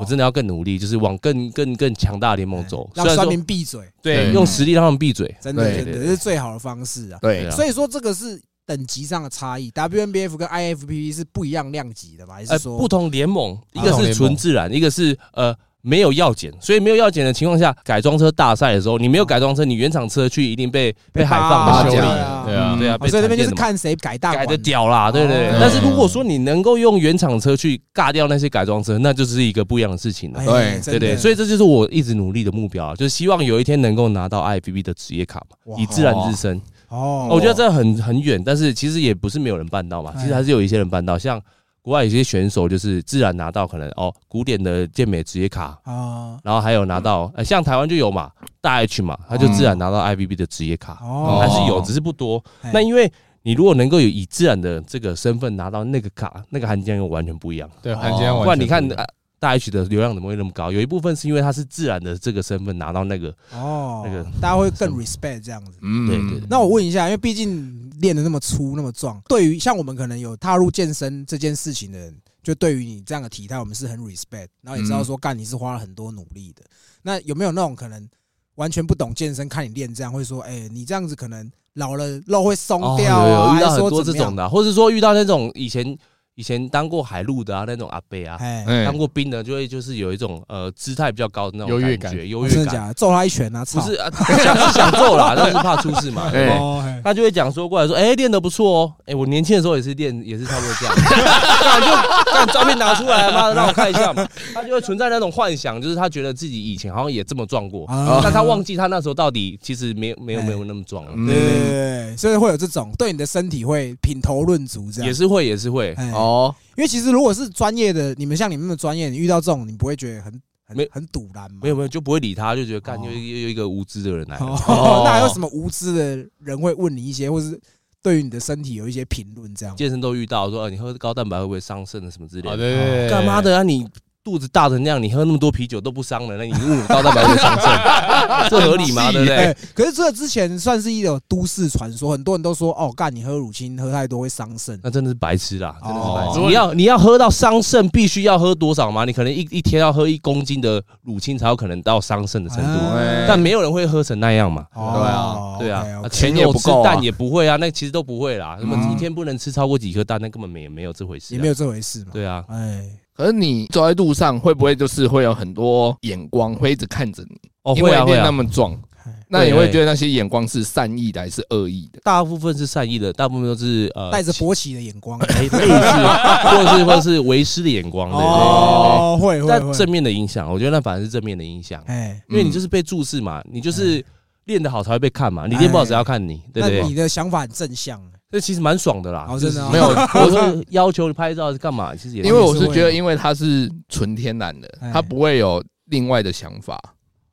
[SPEAKER 3] 我真的要更努力，就是往更更更强大的联盟走。虽
[SPEAKER 2] 哦哎让
[SPEAKER 3] 然
[SPEAKER 2] 酸
[SPEAKER 3] 说
[SPEAKER 2] 民闭嘴，
[SPEAKER 3] 对
[SPEAKER 1] 对
[SPEAKER 3] 用实力让他们闭嘴，
[SPEAKER 2] 真的
[SPEAKER 4] 对
[SPEAKER 2] 真的
[SPEAKER 3] 对
[SPEAKER 2] 这
[SPEAKER 3] 对
[SPEAKER 2] 是最好的方式啊。
[SPEAKER 4] 对
[SPEAKER 3] 对啊
[SPEAKER 2] 所以说这个是等级上的差异，WNBF 跟 IFPB 是不一样量级的嘛？还
[SPEAKER 3] 呃
[SPEAKER 2] 是，说啊
[SPEAKER 3] 不同联盟，一个
[SPEAKER 1] 不同联
[SPEAKER 3] 是
[SPEAKER 1] 盟
[SPEAKER 3] 纯自然，一个是呃。没有药检，所以没有药检的情况下，改装车大赛的时候，你没有改装车，你原厂车去一定被被海放
[SPEAKER 2] 扒
[SPEAKER 3] 嘛
[SPEAKER 4] 八，
[SPEAKER 1] 修理
[SPEAKER 4] 甲
[SPEAKER 2] 对
[SPEAKER 1] 的
[SPEAKER 2] 啊，
[SPEAKER 1] 对啊，
[SPEAKER 3] 对啊，
[SPEAKER 2] 哦
[SPEAKER 3] 被
[SPEAKER 2] 所以那边就是
[SPEAKER 3] 产电的嘛
[SPEAKER 2] 看谁改大
[SPEAKER 3] 改
[SPEAKER 2] 管
[SPEAKER 3] 的屌啦，对不对
[SPEAKER 2] 哦？
[SPEAKER 3] 但是如果说你能够用原厂车去尬掉那些改装车，那就是一个不一样的事情了
[SPEAKER 2] 哎。
[SPEAKER 4] 对
[SPEAKER 2] 真
[SPEAKER 3] 啊
[SPEAKER 2] 的
[SPEAKER 3] 对对，所以这就是我一直努力的目标啊，就是希望有一天能够拿到 IFBB 的职业卡嘛
[SPEAKER 2] 哇，
[SPEAKER 3] 以自然之身。
[SPEAKER 2] 哦，
[SPEAKER 3] 我觉得这很很远，但是其实也不是没有人办到嘛，
[SPEAKER 2] 哎
[SPEAKER 3] 其实还是有一些人办到，像国外有些选手就是自然拿到可能哦古典的健美职业卡，
[SPEAKER 2] 啊
[SPEAKER 3] 然后还有拿
[SPEAKER 1] 嗯
[SPEAKER 3] 到呃像台湾就有嘛大 H 嘛，他就自然拿到 IFBB 的职业卡，
[SPEAKER 2] 哦
[SPEAKER 3] 还是有，只是不多。
[SPEAKER 2] 哎
[SPEAKER 3] 那因为你如果能够有以自然的这个身份拿到那个卡，那个含金量完全不一样。
[SPEAKER 1] 对，韩江
[SPEAKER 3] 不
[SPEAKER 1] 完全
[SPEAKER 3] 然你看
[SPEAKER 1] 不一样
[SPEAKER 3] 呃大 H 的流量怎么会那么高？有一部分是因为他是自然的这个身份拿到那个，
[SPEAKER 2] 哦，
[SPEAKER 3] 那个
[SPEAKER 2] 大家会更 respect 这样子。
[SPEAKER 4] 嗯
[SPEAKER 3] 对对对
[SPEAKER 2] 那我问一下，因为毕竟练的那么粗那么壮，对于像我们可能有踏入健身这件事情的人，就对于你这样的体态，我们是很 respect，然后也知
[SPEAKER 3] 嗯
[SPEAKER 2] 道说干你是花了很多努力的。那有没有那种可能完全不懂健身，看你练这样，会说，哎，你这样子可能老了肉会松
[SPEAKER 3] 哦，有
[SPEAKER 2] 掉啊，
[SPEAKER 3] 有遇
[SPEAKER 2] 还
[SPEAKER 3] 到
[SPEAKER 2] 是
[SPEAKER 3] 很多
[SPEAKER 2] 说怎
[SPEAKER 3] 这
[SPEAKER 2] 么样
[SPEAKER 3] 种？的啊，或者说遇到那种以前以前当过海陆的啊那种阿伯啊，
[SPEAKER 2] 哎，
[SPEAKER 4] 哎
[SPEAKER 3] 当过兵的就会就是有一种呃姿态比较高的那种
[SPEAKER 1] 优越
[SPEAKER 3] 感
[SPEAKER 1] 感
[SPEAKER 3] 觉，优
[SPEAKER 2] 哦我真
[SPEAKER 3] 越
[SPEAKER 2] 的
[SPEAKER 3] 感，
[SPEAKER 2] 假的？揍他一拳啊！操
[SPEAKER 3] 不是啊 想是想揍啦，但是怕出 事嘛。
[SPEAKER 4] 哎
[SPEAKER 2] 哦，嘿
[SPEAKER 3] 他就会讲说过来说，哎、练得不错哦，哎、我年轻的时候也是练，也是差不多这样， 那就这样照片拿出来，妈的让我看一下嘛。他就会存在那种幻想，就是他觉得自己以前好像也这么壮过，
[SPEAKER 2] 啊
[SPEAKER 3] 但他忘记他那时候到底其实没有没有
[SPEAKER 2] 哎
[SPEAKER 3] 没有那么壮了，啊
[SPEAKER 4] 嗯
[SPEAKER 2] 对对对对，所以会有这种对你的身体会品头论足这样。
[SPEAKER 3] 也是会也是会，
[SPEAKER 2] 哎，
[SPEAKER 4] 哦，
[SPEAKER 2] 因为其实如果是专业的，你们像你们那么专业，你遇到这种，你不会觉得很
[SPEAKER 3] 没
[SPEAKER 2] 很很堵然吗？
[SPEAKER 3] 没有没有就不会理他，就觉得干
[SPEAKER 2] 哦
[SPEAKER 3] 又又又一个无知的人来了。
[SPEAKER 2] 哦， 那还有什么无知的人会问你一些，或是对于你的身体有一些评论这样？
[SPEAKER 3] 健身都遇到说，呃你喝高蛋白会不会伤肾啊什么之类
[SPEAKER 1] 好
[SPEAKER 3] 的？
[SPEAKER 1] 的，
[SPEAKER 3] 干嘛的啊你？肚子大成那样，你喝那么多啤酒都不伤人，那你问我高蛋白会不会伤 肾，这合理吗？对不对？
[SPEAKER 2] 哎，可是这之前算是一种都市传说，很多人都说哦，干你喝乳清喝太多会伤肾。
[SPEAKER 3] 那真的是白痴啦，真的是白
[SPEAKER 2] 哦
[SPEAKER 3] 痴。你要你要喝到伤肾，必须要喝多少吗？你可能一一天要喝一公斤的乳清，才有可能到伤肾的程度。
[SPEAKER 4] 哎
[SPEAKER 3] 但没有人会喝成那样嘛？
[SPEAKER 2] 啊哦
[SPEAKER 3] 对啊，
[SPEAKER 2] OK，OK
[SPEAKER 4] 钱也不
[SPEAKER 3] 吃
[SPEAKER 4] 够啊
[SPEAKER 3] 蛋也不会啊，那其实都不会啦。什么
[SPEAKER 2] 嗯
[SPEAKER 3] 一天不能吃超过几颗蛋，那根本没没有这回事啊。
[SPEAKER 2] 也没有这回事嘛。
[SPEAKER 3] 对啊，
[SPEAKER 2] 哎，
[SPEAKER 4] 可是你走在路上，会不会就是会有很多眼光会一直看着你？
[SPEAKER 3] 哦
[SPEAKER 4] 因
[SPEAKER 3] 会
[SPEAKER 4] 为
[SPEAKER 3] 啊
[SPEAKER 4] 你
[SPEAKER 3] 会
[SPEAKER 4] 那
[SPEAKER 3] 啊，
[SPEAKER 4] 么壮
[SPEAKER 2] 哎，
[SPEAKER 4] 那你会觉得那些眼光是善意的还是恶意的？
[SPEAKER 3] 大部分是善意的，大部分都是呃
[SPEAKER 2] 带着勃起的眼光。
[SPEAKER 3] 哎类似， 或者是或者是为师的眼光，对对
[SPEAKER 2] 哦，会会
[SPEAKER 3] 对对。但
[SPEAKER 2] 会。
[SPEAKER 3] 正面的影响，我觉得那反而是正面的影响。
[SPEAKER 2] 哎，
[SPEAKER 3] 因为你就是被注视嘛，你就是练得好才会被看嘛，你练不好谁要看你，
[SPEAKER 2] 嗯哎那
[SPEAKER 3] 对不对
[SPEAKER 2] 你？的想法很正向。
[SPEAKER 3] 这其实蛮爽的啦，
[SPEAKER 2] 哦
[SPEAKER 3] 就是
[SPEAKER 2] 真的啊
[SPEAKER 4] 没有
[SPEAKER 3] 我说要求拍照是干嘛？其实也
[SPEAKER 4] 因为我是觉得，因为它是纯天然的
[SPEAKER 2] 哎，
[SPEAKER 4] 它不会有另外的想法。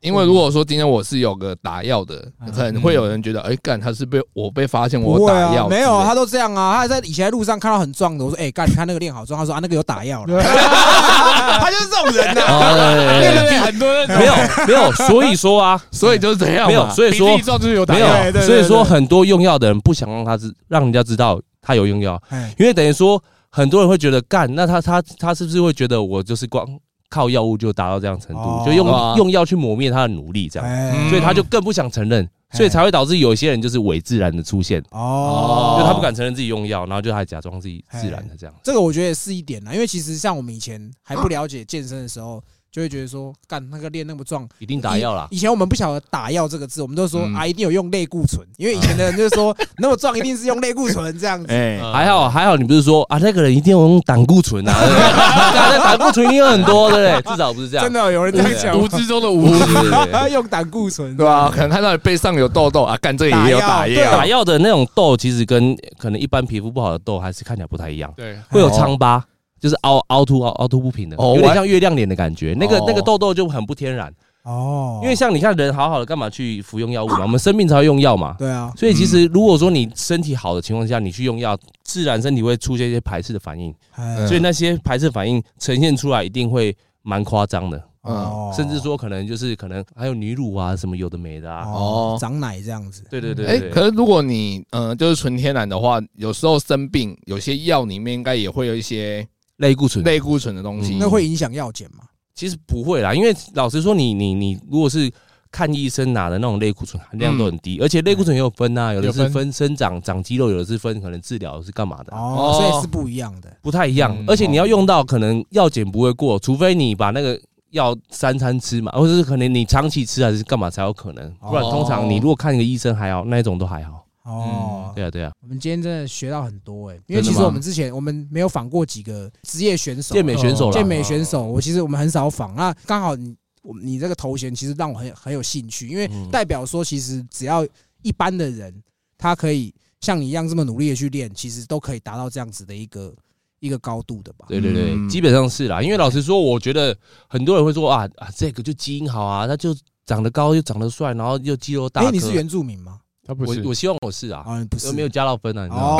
[SPEAKER 4] 因为如果说今天我是有个打药的
[SPEAKER 2] 嗯，
[SPEAKER 4] 可能会有人觉得，哎，干他是被我被发现
[SPEAKER 2] 不
[SPEAKER 4] 我
[SPEAKER 2] 会
[SPEAKER 4] 打药
[SPEAKER 2] 啊，
[SPEAKER 4] 之类的，
[SPEAKER 2] 没有啊，他都这样啊。他在以前在路上看到很壮的，我说：“哎、干，你看那个练好壮。”他说：“啊，那个有打药了。” 他就是 这种人呐、
[SPEAKER 3] 哦对对 对
[SPEAKER 1] 对很多人
[SPEAKER 3] 对没有没有，所以说啊，
[SPEAKER 4] 所以就是这样嘛。
[SPEAKER 3] 没有，所以
[SPEAKER 1] 比
[SPEAKER 3] 说
[SPEAKER 1] 例照就是有打
[SPEAKER 3] 没
[SPEAKER 1] 样
[SPEAKER 2] 对对对
[SPEAKER 3] 有，所以说很多用药的人不想让他知，让人家知道他有用药，
[SPEAKER 2] 哎，
[SPEAKER 3] 因为等于说很多人会觉得干，那他他他是不是会觉得我就是光靠药物就达到这样程
[SPEAKER 2] 哦
[SPEAKER 3] 度，就用
[SPEAKER 4] 哇
[SPEAKER 3] 用药去磨灭他的努力这样，嗯
[SPEAKER 2] 哎
[SPEAKER 3] 所以他就更不想承认，所以才会导致有些人就是伪自然的出现，
[SPEAKER 2] 哦，
[SPEAKER 3] 就他不。敢承认自己用药，然后就还假装自己自然的这样。
[SPEAKER 2] 这个我觉得也是一点啦，因为其实像我们以前还不了解健身的时候，就会觉得说，干那个练那么壮，
[SPEAKER 3] 一定打药啦，
[SPEAKER 2] 以前我们不晓得“打药”这个字，我们都说、
[SPEAKER 4] 嗯
[SPEAKER 2] 啊，一定有用类固醇，因为以前的人就是 说，那么壮一定是用类固醇这样子。
[SPEAKER 4] 哎，
[SPEAKER 3] 还好还好，你不是说啊那个人一定要用胆固醇啊，对 不对？那胆固醇一定有很多，对不对？至少不是这样
[SPEAKER 2] 真，的啊有人这样
[SPEAKER 4] 哎
[SPEAKER 2] 讲
[SPEAKER 1] 无
[SPEAKER 2] 吗，
[SPEAKER 1] 知中的无
[SPEAKER 3] 不是对对对
[SPEAKER 2] 用胆固醇
[SPEAKER 4] 对吧？可能他那里背上有痘痘啊，干这也有
[SPEAKER 2] 啊打药啊
[SPEAKER 4] 打药
[SPEAKER 3] 打，药的那种痘，其实跟可能一般皮肤不好的痘还是看起来不太一样，
[SPEAKER 1] 对，
[SPEAKER 3] 会有疮疤，就是凹凹凸凹凹凸不平的，
[SPEAKER 4] 哦
[SPEAKER 3] 有
[SPEAKER 4] 我
[SPEAKER 3] 点
[SPEAKER 4] 还
[SPEAKER 3] 像月亮脸的感觉。那个
[SPEAKER 4] 哦
[SPEAKER 3] 那个痘痘就很不天然，
[SPEAKER 2] 哦，
[SPEAKER 3] 因为像你看人好好的，干嘛去服用药物嘛？我们生病才会用药嘛。
[SPEAKER 2] 对啊，
[SPEAKER 3] 所以其
[SPEAKER 4] 嗯
[SPEAKER 3] 实如果说你身体好的情况下，你去用药，自然身体会出现一些排斥的反应，
[SPEAKER 2] 哎
[SPEAKER 4] 嗯
[SPEAKER 3] 所以那些排斥反应呈现出来一定会蛮夸张的，
[SPEAKER 4] 嗯
[SPEAKER 2] 哦
[SPEAKER 3] 甚至说可能就是可能还有女乳啊什么有的没的啊。
[SPEAKER 2] 哦
[SPEAKER 4] 哦
[SPEAKER 2] 长奶这样子，
[SPEAKER 3] 对对对
[SPEAKER 4] 哎、
[SPEAKER 3] 对
[SPEAKER 4] 可是如果你呃就是纯天然的话，有时候生病，有些药里面应该也会有一些
[SPEAKER 3] 类固醇
[SPEAKER 4] 类固醇的东西。
[SPEAKER 3] 嗯
[SPEAKER 2] 那会影响药检吗？
[SPEAKER 3] 其实不会啦，因为老实说你，你你如果是看医生拿的那种类固醇含量都很低，
[SPEAKER 2] 嗯
[SPEAKER 3] 而且类固醇也有分啊，有的是
[SPEAKER 1] 有
[SPEAKER 3] 分生长长肌肉，有的是分可能治疗是干嘛的啊、
[SPEAKER 2] 哦
[SPEAKER 4] 哦，
[SPEAKER 2] 所以是不一样的。
[SPEAKER 3] 不太一样。
[SPEAKER 1] 嗯
[SPEAKER 3] 而且你要用到，可能药检不会过，除非你把那个药三餐吃嘛，或者是可能你长期吃还是干嘛才有可能。不然
[SPEAKER 2] 哦
[SPEAKER 3] 通常你如果看一个医生还好，那一种都还好。
[SPEAKER 2] 哦，
[SPEAKER 3] 对啊，对啊，
[SPEAKER 2] 我们今天真的学到很多哎，因为
[SPEAKER 3] 真的
[SPEAKER 2] 其实
[SPEAKER 3] 吗
[SPEAKER 2] 我们之前我们没有访过几个职业选手，
[SPEAKER 3] 健美选手啦哦
[SPEAKER 2] 健美选手，我其实我们很少访。那刚好你我你这个头衔其实让我很很有兴趣，因为
[SPEAKER 3] 嗯
[SPEAKER 2] 代表说其实只要一般的人，他可以像你一样这么努力的去练，其实都可以达到这样子的一个一个高度的吧。
[SPEAKER 3] 对对对，
[SPEAKER 4] 嗯
[SPEAKER 3] 基本上是啦。因为老实说，我觉得很多人会说啊啊，这个就基因好啊，他就长得高又长得帅，然后又肌肉大
[SPEAKER 2] 哎，
[SPEAKER 3] 颗。啊
[SPEAKER 2] 你是原住民吗？
[SPEAKER 1] 他不
[SPEAKER 3] 我
[SPEAKER 1] 是
[SPEAKER 3] 我希望我是啊，
[SPEAKER 2] 好像不哦是
[SPEAKER 3] 有没有加到分啊？你知道
[SPEAKER 2] 哦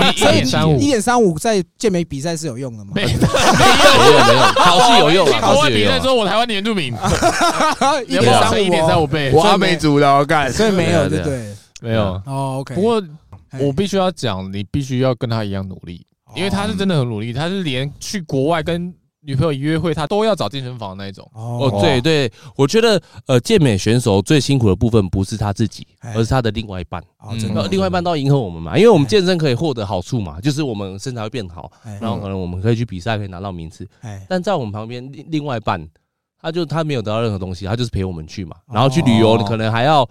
[SPEAKER 3] 吗？，
[SPEAKER 2] 所以
[SPEAKER 1] 1.35
[SPEAKER 2] 一点三五在健美比赛是有用的吗？
[SPEAKER 1] 没
[SPEAKER 3] 没有没有，考试有用
[SPEAKER 1] 国
[SPEAKER 3] 啊，考
[SPEAKER 1] 外
[SPEAKER 3] 试
[SPEAKER 1] 比
[SPEAKER 3] 有
[SPEAKER 1] 赛
[SPEAKER 3] 用啊。
[SPEAKER 1] 说我台湾的原住民，
[SPEAKER 2] 一
[SPEAKER 1] 有没有
[SPEAKER 2] 点
[SPEAKER 1] 上 一点
[SPEAKER 2] 三
[SPEAKER 1] 三
[SPEAKER 2] 五
[SPEAKER 1] 五，
[SPEAKER 2] 哦
[SPEAKER 1] 哦倍？
[SPEAKER 4] 我阿美族的，我干。
[SPEAKER 2] 所以没有，
[SPEAKER 3] 对
[SPEAKER 2] 对
[SPEAKER 3] 啊
[SPEAKER 2] 对。
[SPEAKER 1] 没有。
[SPEAKER 2] 哦，OK。
[SPEAKER 1] 不过
[SPEAKER 2] 嘿哦
[SPEAKER 1] 我必须要讲，你必须要跟他一样努力。因为他是真的很努力，他是连去国外跟女朋友约会，他都要找健身房那一种。
[SPEAKER 3] 哦
[SPEAKER 2] 哦，
[SPEAKER 3] 对对，我觉得呃，健美选手最辛苦的部分不是他自己，
[SPEAKER 2] 哎
[SPEAKER 3] 而是他的另外一半。
[SPEAKER 2] 哦，真
[SPEAKER 3] 那
[SPEAKER 2] 的
[SPEAKER 1] 嗯，
[SPEAKER 3] 另外一半都要迎合我们嘛，因为我们健身可以获得好处嘛，就是我们身材会变好，
[SPEAKER 2] 哎
[SPEAKER 3] 然后可能我们可以去比赛，可以拿到名次。
[SPEAKER 2] 哎，
[SPEAKER 3] 但在我们旁边另另外一半，他就他没有得到任何东西，他就是陪我们去嘛，然后去旅游，
[SPEAKER 1] 哦
[SPEAKER 3] 你可能还要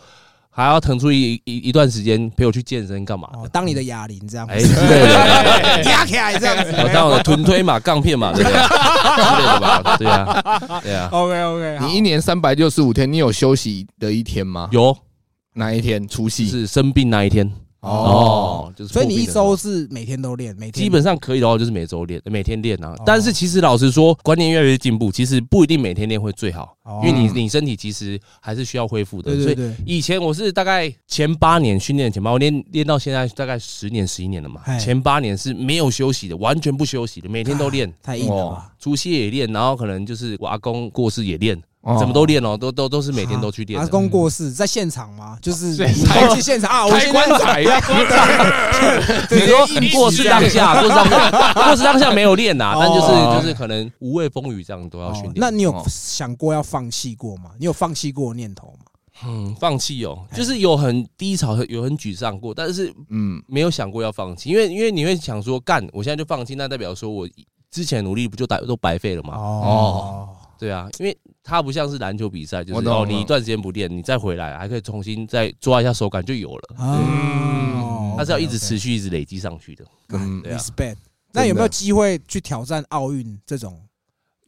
[SPEAKER 3] 还要腾出一一一段时间陪我去健身干嘛
[SPEAKER 2] 哦
[SPEAKER 3] 的，，
[SPEAKER 2] 当你的哑铃这 样，
[SPEAKER 3] 哎哎之类的。
[SPEAKER 2] 压起来这样子。
[SPEAKER 3] 我当我的臀推嘛，杠片嘛，对不对？之类的吧，对啊，对啊，
[SPEAKER 2] OK OK，
[SPEAKER 4] 你一年三百六十五天，你有休息的一天吗？
[SPEAKER 3] 有
[SPEAKER 4] 哪一天？除夕
[SPEAKER 3] 是生病那一天
[SPEAKER 4] 哦，
[SPEAKER 3] 哦，就是
[SPEAKER 2] 所以你一
[SPEAKER 3] 破病的时候
[SPEAKER 2] 周是每天都练，每天
[SPEAKER 3] 基本上可以的话，就是每周练，每天练啊
[SPEAKER 2] 哦。
[SPEAKER 3] 但是其实老实说，观念越来越进步，其实不一定每天练会最好，
[SPEAKER 2] 哦
[SPEAKER 3] 因为你你身体其实还是需要恢复的
[SPEAKER 2] 对，对
[SPEAKER 3] 所以
[SPEAKER 2] 对，
[SPEAKER 3] 以前我是大概前八年训练前八，我练练到现在大概十年十一年了嘛
[SPEAKER 2] 嗨。
[SPEAKER 3] 前八年是没有休息的，完全不休息的，每天
[SPEAKER 2] 啊
[SPEAKER 3] 都练，哦
[SPEAKER 2] 太硬了吧？
[SPEAKER 3] 除夕也练，然后可能就是我阿公过世也练，
[SPEAKER 4] 哦
[SPEAKER 3] 怎么都练哦，都都都是每天都去练
[SPEAKER 2] 啊阿
[SPEAKER 3] 的。
[SPEAKER 2] 公过世在现场吗？就是
[SPEAKER 1] 现
[SPEAKER 2] 台去现场啊，我
[SPEAKER 4] 开
[SPEAKER 2] 现在
[SPEAKER 4] 棺材啊呀！
[SPEAKER 3] 你说过世当下，过世当下，过世当下没有练呐，但就是就是可能无畏风雨这样都要训
[SPEAKER 2] 哦
[SPEAKER 3] 练。
[SPEAKER 2] 那你有
[SPEAKER 4] 哦
[SPEAKER 2] 想过要放弃过吗？你有放弃过的念头吗？
[SPEAKER 3] 嗯，放弃哦，就是有很低潮，有很沮丧过，但是
[SPEAKER 4] 嗯，
[SPEAKER 3] 没有想过要放弃，因为因为你会想说，干，我现在就放弃，那代表说我之前努力不就白都白费了嘛？
[SPEAKER 2] 哦，
[SPEAKER 3] 对啊，因为它不像是篮球比赛，就
[SPEAKER 4] 我
[SPEAKER 3] 是
[SPEAKER 4] 懂
[SPEAKER 3] 哦，
[SPEAKER 4] 了
[SPEAKER 3] 你一段时间不练，你再回来还可以重新再抓一下手感就有了。
[SPEAKER 2] 嗯，
[SPEAKER 3] 它是要一直持续、一直累积上去的。
[SPEAKER 4] 嗯
[SPEAKER 3] 对
[SPEAKER 2] 哎
[SPEAKER 3] 啊
[SPEAKER 2] respect。那有没有机会去挑战奥运这种？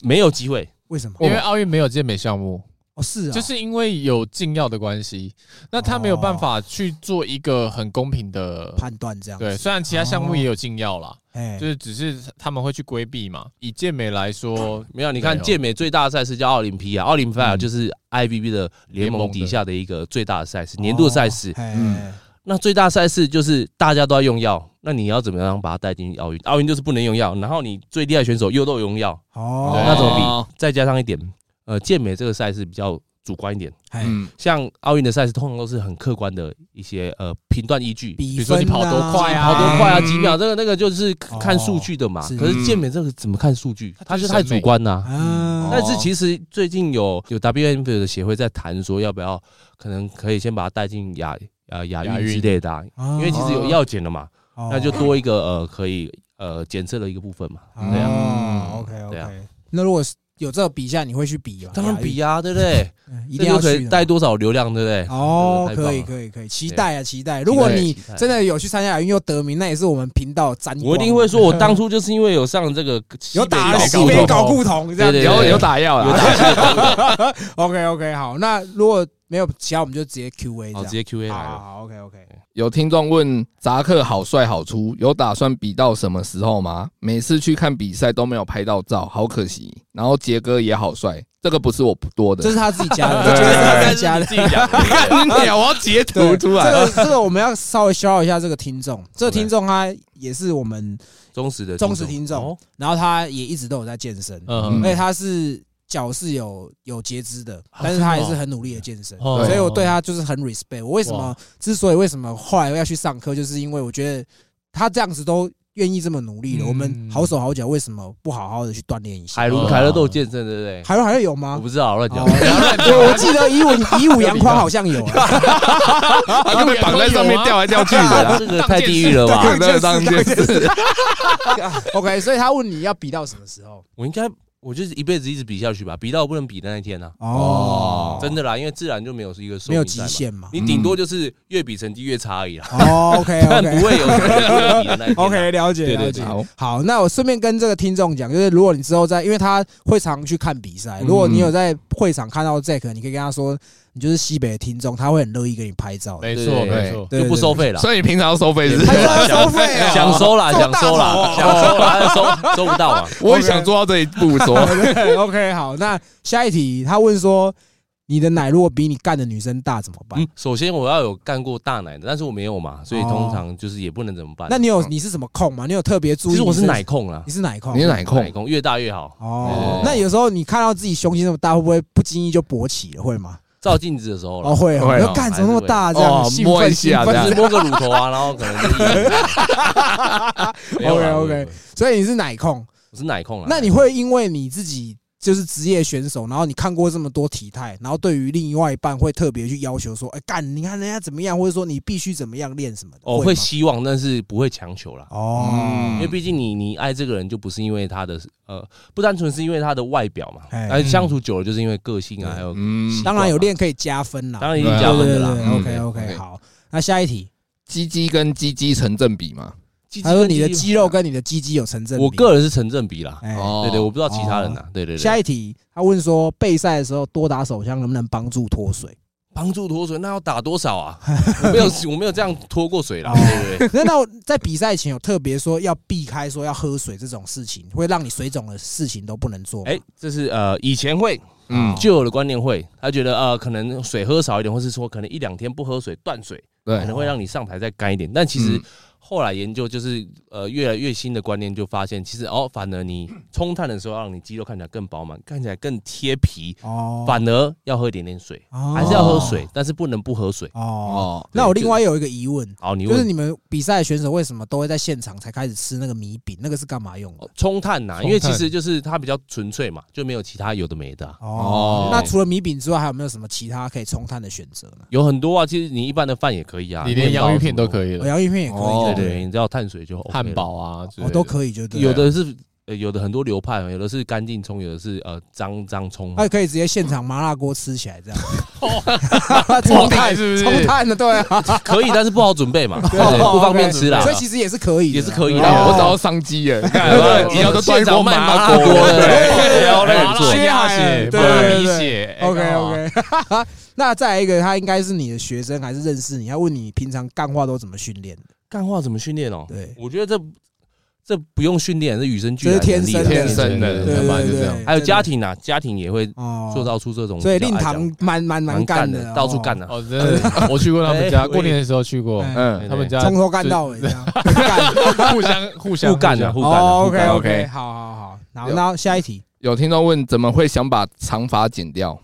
[SPEAKER 3] 没有机会，
[SPEAKER 2] 为什么？
[SPEAKER 1] 因为奥运没有健美项目，
[SPEAKER 2] 哦，是啊，
[SPEAKER 1] 就是因为有禁药的关系，那他没有办法去做一个很公平的。
[SPEAKER 2] 判断这样子。
[SPEAKER 1] 对，虽然其他项目也有禁药啦，
[SPEAKER 2] 哎
[SPEAKER 1] 就，是只是他们会去规避嘛。以健美来说，
[SPEAKER 3] 没有。你看
[SPEAKER 1] 没有
[SPEAKER 3] 健美最大的赛事叫奥林匹亚，奥林匹亚
[SPEAKER 1] 嗯
[SPEAKER 3] 就是 IBB 的联
[SPEAKER 1] 联盟
[SPEAKER 3] 盟
[SPEAKER 1] 的
[SPEAKER 3] 底下的一个最大的赛
[SPEAKER 1] 哦
[SPEAKER 3] 事，年度赛事。
[SPEAKER 2] 嗯，
[SPEAKER 3] 那最大赛事就是大家都在用药，那你要怎么样把它带进奥运？奥运就是不能用药，然后你最厉害的选手又都有用药，
[SPEAKER 2] 哦，
[SPEAKER 1] 对
[SPEAKER 3] 那怎么比
[SPEAKER 4] 哦
[SPEAKER 3] 再加上一点，呃，健美这个赛事比较主观一点，
[SPEAKER 2] 哎，
[SPEAKER 4] 嗯，
[SPEAKER 3] 像奥运的赛事通常都是很客观的一些呃评断依据，
[SPEAKER 2] 比
[SPEAKER 1] 比如说你跑多快啊
[SPEAKER 3] 跑多快啊，
[SPEAKER 1] 嗯
[SPEAKER 3] 几秒，这个那个就是看
[SPEAKER 2] 哦
[SPEAKER 3] 数据的嘛。
[SPEAKER 2] 是
[SPEAKER 3] 可是健美这个怎么看数据？它
[SPEAKER 1] 就是
[SPEAKER 3] 就太
[SPEAKER 1] 审美
[SPEAKER 3] 主观啦、
[SPEAKER 2] 啊，
[SPEAKER 4] 哦
[SPEAKER 3] 但是其实最近有有 WNBA 的协会在谈说，要不要可能可以先把它带进亚呃亚
[SPEAKER 1] 亚
[SPEAKER 3] 运
[SPEAKER 1] 运
[SPEAKER 3] 之类的、啊，因为其实有药检了嘛，
[SPEAKER 2] 哦
[SPEAKER 3] 那就多一个呃可以呃检测的一个部分嘛。对啊，
[SPEAKER 2] 哦，OK
[SPEAKER 3] 对啊
[SPEAKER 2] OK。那如果是有这个比下，你会去比吗？
[SPEAKER 3] 当然比啊，对不对？
[SPEAKER 2] 嗯， 一
[SPEAKER 3] 一
[SPEAKER 2] 定
[SPEAKER 3] 定
[SPEAKER 2] 要
[SPEAKER 3] 要
[SPEAKER 2] 去
[SPEAKER 3] 去
[SPEAKER 2] 的
[SPEAKER 3] 带多少流量，对不对？
[SPEAKER 2] 哦，
[SPEAKER 3] 这哎个太
[SPEAKER 2] 可
[SPEAKER 3] 棒
[SPEAKER 2] 以
[SPEAKER 3] 了
[SPEAKER 2] 可以可以，期待啊期待！如果你
[SPEAKER 3] 期待
[SPEAKER 2] 真的有去参加亚运又得名，那也是我们频道沾光。
[SPEAKER 3] 我一定会说，我当初就是因为有上这个
[SPEAKER 2] 有打
[SPEAKER 3] 西
[SPEAKER 2] 西
[SPEAKER 3] 北
[SPEAKER 2] 北
[SPEAKER 3] 搞
[SPEAKER 2] 搞不同这样
[SPEAKER 3] 对
[SPEAKER 2] 子。
[SPEAKER 3] 对
[SPEAKER 4] 有有打药
[SPEAKER 3] 有
[SPEAKER 4] 啦，
[SPEAKER 3] 打西北搞 不
[SPEAKER 2] OK OK 好，那如果没有其他，我们就直接 Q A 这
[SPEAKER 3] 好，
[SPEAKER 2] 样。
[SPEAKER 3] 哦直接 Q A
[SPEAKER 2] 好
[SPEAKER 3] 来
[SPEAKER 2] 好
[SPEAKER 3] 了。
[SPEAKER 2] 好 OK OK。
[SPEAKER 4] 有听众问扎克好帅好粗，有打算比到什么时候吗？每次去看比赛都没有拍到照，好可惜。然后杰哥也好帅，这个不是我多的
[SPEAKER 2] 这，是他自己加的，
[SPEAKER 4] 对
[SPEAKER 2] 这是他自
[SPEAKER 1] 但
[SPEAKER 2] 己加
[SPEAKER 1] 是
[SPEAKER 2] 的
[SPEAKER 1] 你。自己讲，
[SPEAKER 4] 鸟我要
[SPEAKER 2] 对，
[SPEAKER 4] 截图
[SPEAKER 2] 这
[SPEAKER 4] 出来。
[SPEAKER 2] 个这个我们要稍微消耗一下这个听众，这个听众他也是我们，
[SPEAKER 3] 忠实的
[SPEAKER 2] 忠实听众
[SPEAKER 3] 哦
[SPEAKER 2] 然后他也一直都有在健身，
[SPEAKER 1] 嗯
[SPEAKER 2] 而且哎他是脚是有有截肢的，
[SPEAKER 3] 啊
[SPEAKER 2] 但是他也是很努力的健身，
[SPEAKER 1] 哦
[SPEAKER 2] 所以我对他就是很 respect。我为什么
[SPEAKER 1] 哇
[SPEAKER 2] 之所以为什么后来要去上课，就是因为我觉得他这样子都愿意这么努力了，
[SPEAKER 1] 嗯
[SPEAKER 2] 我们好手好脚为什么不好好的去锻炼一下？
[SPEAKER 3] 海伦凯勒都有健身，对不对？
[SPEAKER 2] 海陆还会有吗
[SPEAKER 3] 我？不知道，乱
[SPEAKER 2] 嗯哦
[SPEAKER 3] 讲。
[SPEAKER 2] 我我记得以武以武阳匡好像有 啊，
[SPEAKER 4] 他就被绑在上面掉来掉去的啦。
[SPEAKER 3] 这个太地狱了 吧！
[SPEAKER 4] 这当件事，
[SPEAKER 2] OK，所以他问你要比到什么时候？
[SPEAKER 3] 我应该，我就是一辈子一直比下去吧，比到我不能比的那一天啊！
[SPEAKER 2] 哦，
[SPEAKER 3] 真的啦，因为自然就没有一个寿
[SPEAKER 2] 没有
[SPEAKER 3] 命
[SPEAKER 2] 极
[SPEAKER 3] 在嘛，
[SPEAKER 2] 限嘛？
[SPEAKER 3] 你顶多就是越比成绩越差而已啦，
[SPEAKER 2] 哦，OK
[SPEAKER 3] 但不
[SPEAKER 2] OK
[SPEAKER 3] 会有不能比的那一天啊。
[SPEAKER 2] OK，了解
[SPEAKER 3] 对
[SPEAKER 2] 了
[SPEAKER 3] 对
[SPEAKER 2] 解
[SPEAKER 3] 对。
[SPEAKER 4] 好，
[SPEAKER 2] 好，那我顺便跟这个听众讲，就是如果你之后在，因为他会常去看比赛，如果你
[SPEAKER 3] 嗯
[SPEAKER 2] 有在会场看到 Jack，你可以跟他说，你就是西北的听众，他会很乐意跟你拍照的。
[SPEAKER 1] 没错
[SPEAKER 3] 对
[SPEAKER 1] 没错，
[SPEAKER 2] 对
[SPEAKER 3] 就不收，费了。
[SPEAKER 4] 所以平常收费
[SPEAKER 2] 对
[SPEAKER 4] 是，
[SPEAKER 2] 对还要收费啊？
[SPEAKER 3] 想收啦，
[SPEAKER 2] 这么
[SPEAKER 3] 想
[SPEAKER 2] 大啊
[SPEAKER 3] 收啦，想收 啦，但是收收不到啊。
[SPEAKER 4] 我也想做到这一步，说
[SPEAKER 2] 对 OK，好，那下一题，他问说，你的奶如果比你干的女生大怎么办
[SPEAKER 3] 嗯？，首先我要有干过大奶的，但是我没有嘛，所以通常就是也不能怎么办。
[SPEAKER 2] 哦那你有你是什么控吗？你有特别注意？
[SPEAKER 3] 嗯其实我是奶，控啦，
[SPEAKER 2] 你是奶控，
[SPEAKER 4] 你是奶
[SPEAKER 3] 奶
[SPEAKER 4] 控，
[SPEAKER 3] 控越大越好。
[SPEAKER 2] 哦
[SPEAKER 3] 对对对，
[SPEAKER 2] 那有时候你看到自己胸肌那么大，会不会不经意就勃起了？会吗？
[SPEAKER 3] 照镜子的时候
[SPEAKER 2] 哦，
[SPEAKER 3] 了，
[SPEAKER 2] 会哦，
[SPEAKER 4] 会
[SPEAKER 2] 要
[SPEAKER 4] 哦
[SPEAKER 2] 干怎么那么大啊这样
[SPEAKER 4] 哦
[SPEAKER 2] 兴
[SPEAKER 4] 摸
[SPEAKER 2] 奋
[SPEAKER 4] 一下
[SPEAKER 2] 兴
[SPEAKER 3] 或
[SPEAKER 2] 奋
[SPEAKER 3] 者
[SPEAKER 4] 这
[SPEAKER 3] 是摸个乳头啊，然后可能 就
[SPEAKER 2] OK，OK
[SPEAKER 3] 没有啦没有没有
[SPEAKER 2] 所以你是奶控，
[SPEAKER 3] 我是奶控了。
[SPEAKER 2] 那你会因为你自己就是职业选手，然后你看过这么多体态，然后对于另外一半会特别去要求说，哎、干，你看人家怎么样，或者说你必须怎么样练什么的，
[SPEAKER 3] 哦
[SPEAKER 2] 会
[SPEAKER 3] 会
[SPEAKER 2] 吗
[SPEAKER 3] 希望，但是不会强求啦。
[SPEAKER 2] 哦
[SPEAKER 4] 嗯
[SPEAKER 3] 因为毕竟你你爱这个人，就不是因为他的呃，不单纯是因为他的外表嘛，
[SPEAKER 2] 哎
[SPEAKER 3] 而相处久了就是因为个性啊，还有
[SPEAKER 4] 嗯，
[SPEAKER 2] 当然有练可以加分啦，
[SPEAKER 3] 当然一定
[SPEAKER 4] 对啊
[SPEAKER 3] 加分的
[SPEAKER 2] 对对
[SPEAKER 3] 啦。
[SPEAKER 2] 对
[SPEAKER 4] 嗯
[SPEAKER 2] OK
[SPEAKER 4] 对
[SPEAKER 2] OK，好，那下一题，
[SPEAKER 4] 鸡鸡跟鸡鸡成正比嘛？
[SPEAKER 3] 鸡鸡
[SPEAKER 2] 他说
[SPEAKER 3] 跟
[SPEAKER 2] 你的
[SPEAKER 3] 鸡
[SPEAKER 2] 肌肉跟你的鸡鸡有成正比，
[SPEAKER 3] 我个人是成正比啦。
[SPEAKER 2] 哎、哦
[SPEAKER 4] 哦，
[SPEAKER 3] 对对，我不知道其他人啦。啊对对对，
[SPEAKER 2] 下一题，他问说备赛的时候多打手枪能不能帮助脱水？
[SPEAKER 3] 帮助脱水，那要打多少啊？ 我没有，我没有这样脱过水啦。
[SPEAKER 2] 哦
[SPEAKER 3] 对对对，
[SPEAKER 2] 那那我在比赛前有特别说要避开说要喝水这种事情，会让你水肿的事情都不能做吗。
[SPEAKER 3] 哎，这是呃以前会
[SPEAKER 4] 嗯，
[SPEAKER 3] 旧有的观念会，他觉得呃可能水喝少一点，或是说可能一两天不喝水断水，可
[SPEAKER 4] 对
[SPEAKER 3] 能，会让你上台再干一点。但其实
[SPEAKER 4] 嗯
[SPEAKER 3] 后来研究就是呃越来越新的观念就发现，其实哦反而你冲碳的时候让你肌肉看起来更饱满，看起来更贴皮，
[SPEAKER 2] 哦
[SPEAKER 3] 反而要喝一点点水，
[SPEAKER 2] 哦
[SPEAKER 3] 还是要喝水，但是不能不喝水。
[SPEAKER 2] 哦。
[SPEAKER 4] 哦，
[SPEAKER 2] 那我另外有一个疑问，
[SPEAKER 3] 好，你
[SPEAKER 2] 就是
[SPEAKER 3] 问
[SPEAKER 2] 你们比赛的选手为什么都会在现场才开始吃那个米饼？那个是干嘛用的
[SPEAKER 3] 哦？冲碳呐，
[SPEAKER 1] 冲
[SPEAKER 3] 因为其
[SPEAKER 1] 碳
[SPEAKER 3] 实就是它比较纯粹嘛，就没有其他有的没的啊、
[SPEAKER 2] 哦
[SPEAKER 4] 哦，
[SPEAKER 2] 那除了米饼之外，还有没有什么其他可以冲碳的选择呢？
[SPEAKER 3] 有很多啊，其实你一般的饭也可以啊，
[SPEAKER 1] 你连洋芋片都
[SPEAKER 3] 以。
[SPEAKER 1] 可以
[SPEAKER 2] 哦
[SPEAKER 1] 了，
[SPEAKER 2] 洋芋片也可以，
[SPEAKER 4] 哦
[SPEAKER 3] 对对对，你只要碳水就 OK 了
[SPEAKER 1] 汉。堡啊之类
[SPEAKER 2] 哦
[SPEAKER 1] 的，
[SPEAKER 2] 都可以，就对了。
[SPEAKER 3] 有的是呃，有的很多流派嘛，有的是干净葱，有的是呃脏脏葱。
[SPEAKER 2] 还可以直接现场麻辣锅吃起来这样。
[SPEAKER 3] 哦
[SPEAKER 1] 冲碳是不是
[SPEAKER 2] 冲碳的，对啊，
[SPEAKER 3] 可以，但是不好准备 嘛，对
[SPEAKER 2] 哦
[SPEAKER 3] 不方便
[SPEAKER 2] OK
[SPEAKER 3] 吃啦
[SPEAKER 2] 所。以其实也是可以的啦，
[SPEAKER 3] 也是可以
[SPEAKER 4] 对
[SPEAKER 3] 的
[SPEAKER 4] 啊
[SPEAKER 2] 哦
[SPEAKER 4] 我找到商机耶，
[SPEAKER 3] 对
[SPEAKER 4] 以后都端
[SPEAKER 3] 现
[SPEAKER 4] 一
[SPEAKER 3] 场
[SPEAKER 4] 锅
[SPEAKER 3] 卖
[SPEAKER 4] 麻
[SPEAKER 3] 麻
[SPEAKER 4] 辣
[SPEAKER 3] 锅
[SPEAKER 4] 锅，
[SPEAKER 3] 对对
[SPEAKER 4] 然后
[SPEAKER 3] 对
[SPEAKER 4] 那
[SPEAKER 3] 不错
[SPEAKER 4] 很
[SPEAKER 2] 对
[SPEAKER 1] 鸭血、
[SPEAKER 2] 对
[SPEAKER 1] 马
[SPEAKER 2] 对
[SPEAKER 1] 蹄
[SPEAKER 2] 对
[SPEAKER 1] 血
[SPEAKER 3] 哎
[SPEAKER 1] 哎
[SPEAKER 2] OK
[SPEAKER 3] 啊
[SPEAKER 2] OK，那 再来一个，他应该是你的学生还是认识你？他问你平常干话都怎么训练的？
[SPEAKER 3] 干话怎么训练哦？
[SPEAKER 2] 对
[SPEAKER 3] 我觉得这这不用训练，是与生俱
[SPEAKER 2] 这
[SPEAKER 3] 来
[SPEAKER 2] 是
[SPEAKER 3] 的
[SPEAKER 2] 天
[SPEAKER 3] 能力啊，
[SPEAKER 2] 生的
[SPEAKER 4] 天生的
[SPEAKER 2] 对
[SPEAKER 3] 对对
[SPEAKER 4] 对
[SPEAKER 3] 对
[SPEAKER 4] 本来
[SPEAKER 2] 对
[SPEAKER 4] 就这
[SPEAKER 2] 对
[SPEAKER 4] 样，
[SPEAKER 3] 还有家庭啊，家庭也会
[SPEAKER 2] 哦
[SPEAKER 3] 塑造出这种比较
[SPEAKER 2] 所
[SPEAKER 3] 爱
[SPEAKER 2] 以
[SPEAKER 3] 讲，
[SPEAKER 2] 令堂蛮蛮蛮
[SPEAKER 3] 蛮
[SPEAKER 2] 干
[SPEAKER 3] 干
[SPEAKER 2] 的，
[SPEAKER 3] 到处干啊
[SPEAKER 2] 的，
[SPEAKER 3] 的。
[SPEAKER 1] 哦，真的，我去过他们
[SPEAKER 3] 哎
[SPEAKER 1] 家，
[SPEAKER 3] 喂
[SPEAKER 1] 过年的时候去过
[SPEAKER 2] 哎
[SPEAKER 4] 嗯，
[SPEAKER 1] 他们家，
[SPEAKER 2] 从头干到尾这样。干
[SPEAKER 1] 互相互相
[SPEAKER 3] 互干啊
[SPEAKER 1] 互
[SPEAKER 3] 的，
[SPEAKER 1] 相
[SPEAKER 3] 互干的。
[SPEAKER 2] 哦
[SPEAKER 3] 互干
[SPEAKER 2] ，OK
[SPEAKER 3] 的
[SPEAKER 2] OK，
[SPEAKER 4] OK
[SPEAKER 2] 好好好，然后那下一题，
[SPEAKER 4] 有听众问怎么会想把长发剪掉？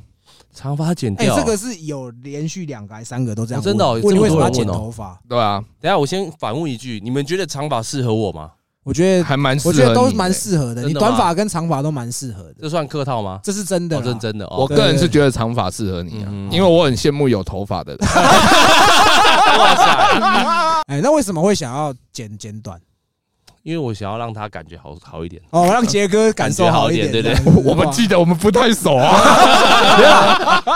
[SPEAKER 3] 长发剪
[SPEAKER 2] 哎，
[SPEAKER 3] 掉。
[SPEAKER 2] 这个是有连续两个还是三个都这样
[SPEAKER 3] 哦
[SPEAKER 2] 问，
[SPEAKER 3] 真的哦
[SPEAKER 2] 问你为什么要
[SPEAKER 3] 这
[SPEAKER 2] 剪
[SPEAKER 3] 么多人问哦
[SPEAKER 2] 头发？
[SPEAKER 4] 对啊，
[SPEAKER 3] 等一下我先反问一句，你们觉得长发适合我吗？
[SPEAKER 2] 我觉得
[SPEAKER 4] 还蛮适
[SPEAKER 2] 我
[SPEAKER 4] 合
[SPEAKER 2] 觉得都
[SPEAKER 4] 你
[SPEAKER 2] 蛮
[SPEAKER 4] 的
[SPEAKER 2] 适合的，
[SPEAKER 3] 真
[SPEAKER 2] 你
[SPEAKER 3] 的吗
[SPEAKER 2] 短发跟长发都蛮适合的，
[SPEAKER 3] 这算客套吗？
[SPEAKER 2] 这是真的啊
[SPEAKER 3] 哦，
[SPEAKER 2] 啦，
[SPEAKER 3] 认真的哦。
[SPEAKER 4] 我个人是觉得长发适合你啊，
[SPEAKER 3] 嗯
[SPEAKER 4] 因为我很羡慕有头发的人。
[SPEAKER 3] 哇塞！
[SPEAKER 2] 哎，那为什么会想要剪剪短？
[SPEAKER 3] 因为我想要让他感觉好好一点。
[SPEAKER 2] 哦，让杰 哥感受好一点，
[SPEAKER 3] 感觉好一点对对
[SPEAKER 2] 这样子
[SPEAKER 4] 我们记得我们不太熟啊，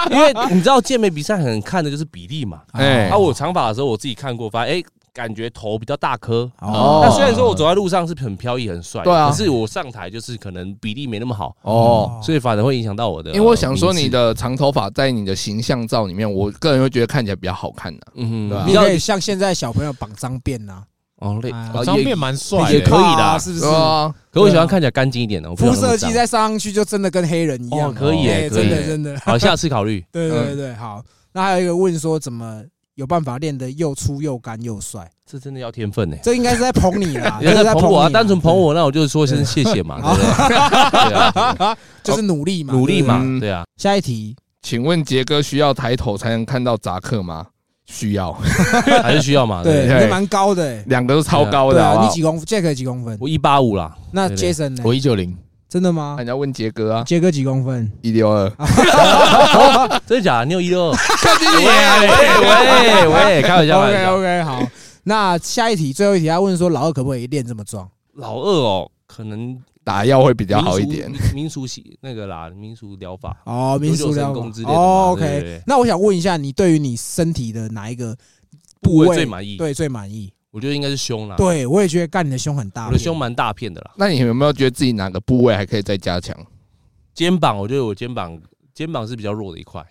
[SPEAKER 3] 因为你知道健美比赛很看的就是比例嘛。
[SPEAKER 4] 哎
[SPEAKER 3] 啊，我长发的时候我自己看过，发现哎、感觉头比较大颗。
[SPEAKER 2] 哦
[SPEAKER 3] 那虽然说我走在路上是很飘逸、很帅，
[SPEAKER 4] 对啊
[SPEAKER 3] 可是我上台就是可能比例没那么好，
[SPEAKER 4] 哦，
[SPEAKER 3] 所以反而会影响到我的。
[SPEAKER 4] 因为我想说
[SPEAKER 3] 呃
[SPEAKER 4] 你，的长头发在你的形象照里面，我个人会觉得看起来比较好看的、
[SPEAKER 3] 名次嗯
[SPEAKER 4] 对啊
[SPEAKER 3] 比
[SPEAKER 2] 你
[SPEAKER 3] 较
[SPEAKER 2] 可以像现在小朋友绑脏辫呐，
[SPEAKER 3] 哦累，
[SPEAKER 2] 哎
[SPEAKER 3] 哦
[SPEAKER 1] 张
[SPEAKER 3] 也
[SPEAKER 1] 面蛮帅
[SPEAKER 3] 也
[SPEAKER 1] 的，哦
[SPEAKER 3] 可以啦
[SPEAKER 2] 啊是不是
[SPEAKER 4] 对？啊，
[SPEAKER 3] 可我喜欢看起来干净一点的，我不想
[SPEAKER 2] 肤
[SPEAKER 3] 那么
[SPEAKER 2] 色
[SPEAKER 3] 脏
[SPEAKER 2] 系再上上去就真的跟黑人一样
[SPEAKER 3] 哦，可以
[SPEAKER 2] 哎
[SPEAKER 3] 耶，可
[SPEAKER 2] 真
[SPEAKER 3] 以
[SPEAKER 2] 的
[SPEAKER 3] 耶。
[SPEAKER 2] 真的，
[SPEAKER 3] 好，嗯下次考虑。
[SPEAKER 2] 对对对对，好。那还有一个问说怎么有办法练得又粗又干又帅？
[SPEAKER 3] 这真的要天分呢。
[SPEAKER 2] 这应该是在捧你 啦，
[SPEAKER 3] 人
[SPEAKER 2] 这
[SPEAKER 3] 家
[SPEAKER 2] 是
[SPEAKER 3] 在捧
[SPEAKER 2] 你
[SPEAKER 3] 我啊，
[SPEAKER 2] 啦
[SPEAKER 3] 单纯捧，我，那我就说声谢谢嘛，对
[SPEAKER 2] 好
[SPEAKER 3] 不对？对啊，
[SPEAKER 2] 就是努力嘛，
[SPEAKER 3] 努力
[SPEAKER 2] 对不对。
[SPEAKER 3] 嘛，
[SPEAKER 4] 嗯
[SPEAKER 3] 对啊。
[SPEAKER 2] 下一题，
[SPEAKER 4] 请问杰哥需要抬头才能看到扎克吗？需要，
[SPEAKER 3] 还是需要嘛。
[SPEAKER 2] 对，
[SPEAKER 3] 对，
[SPEAKER 4] 对
[SPEAKER 2] 你蛮高的欸，
[SPEAKER 4] 两个都超高
[SPEAKER 2] 对
[SPEAKER 4] 的好不
[SPEAKER 2] 啊，
[SPEAKER 4] 好
[SPEAKER 2] 你几公分？Jack 几公分？
[SPEAKER 3] 我一八五啦，
[SPEAKER 2] 那
[SPEAKER 3] 对对哎
[SPEAKER 2] Jason 呢
[SPEAKER 1] 我？一九零，
[SPEAKER 2] 真的吗
[SPEAKER 4] 那？你要问杰哥啊，
[SPEAKER 2] 杰哥几公分？
[SPEAKER 4] 一六二，
[SPEAKER 3] 真的假的？你有一二？喂
[SPEAKER 4] 喂
[SPEAKER 3] 喂，开玩笑，开玩
[SPEAKER 2] OK
[SPEAKER 3] 笑。
[SPEAKER 2] OK，好。那下一题，最后一题，他问说老二可不可以练这么壮？
[SPEAKER 3] 老二哦，可能比
[SPEAKER 4] 打药会比较好一
[SPEAKER 2] 嗯
[SPEAKER 4] 点。
[SPEAKER 3] 民俗习那个啦，民俗疗法。
[SPEAKER 2] 哦，民俗疗
[SPEAKER 3] 九九神功之类的嘛
[SPEAKER 2] 哦
[SPEAKER 3] 对对
[SPEAKER 2] ，OK
[SPEAKER 3] 对。
[SPEAKER 2] 那我想问一下，你对于你身体的哪一个部
[SPEAKER 3] 部
[SPEAKER 2] 位
[SPEAKER 3] 位最满意
[SPEAKER 2] 对，最满意。
[SPEAKER 3] 我觉得应该是胸啦，
[SPEAKER 2] 对，啊我也觉得干你的胸很大，
[SPEAKER 3] 我的胸蛮大片的啦。
[SPEAKER 4] 那你有没有觉得自己哪个部位还可以再加强？
[SPEAKER 3] 肩膀，我觉得我肩膀肩膀是比较弱的一块，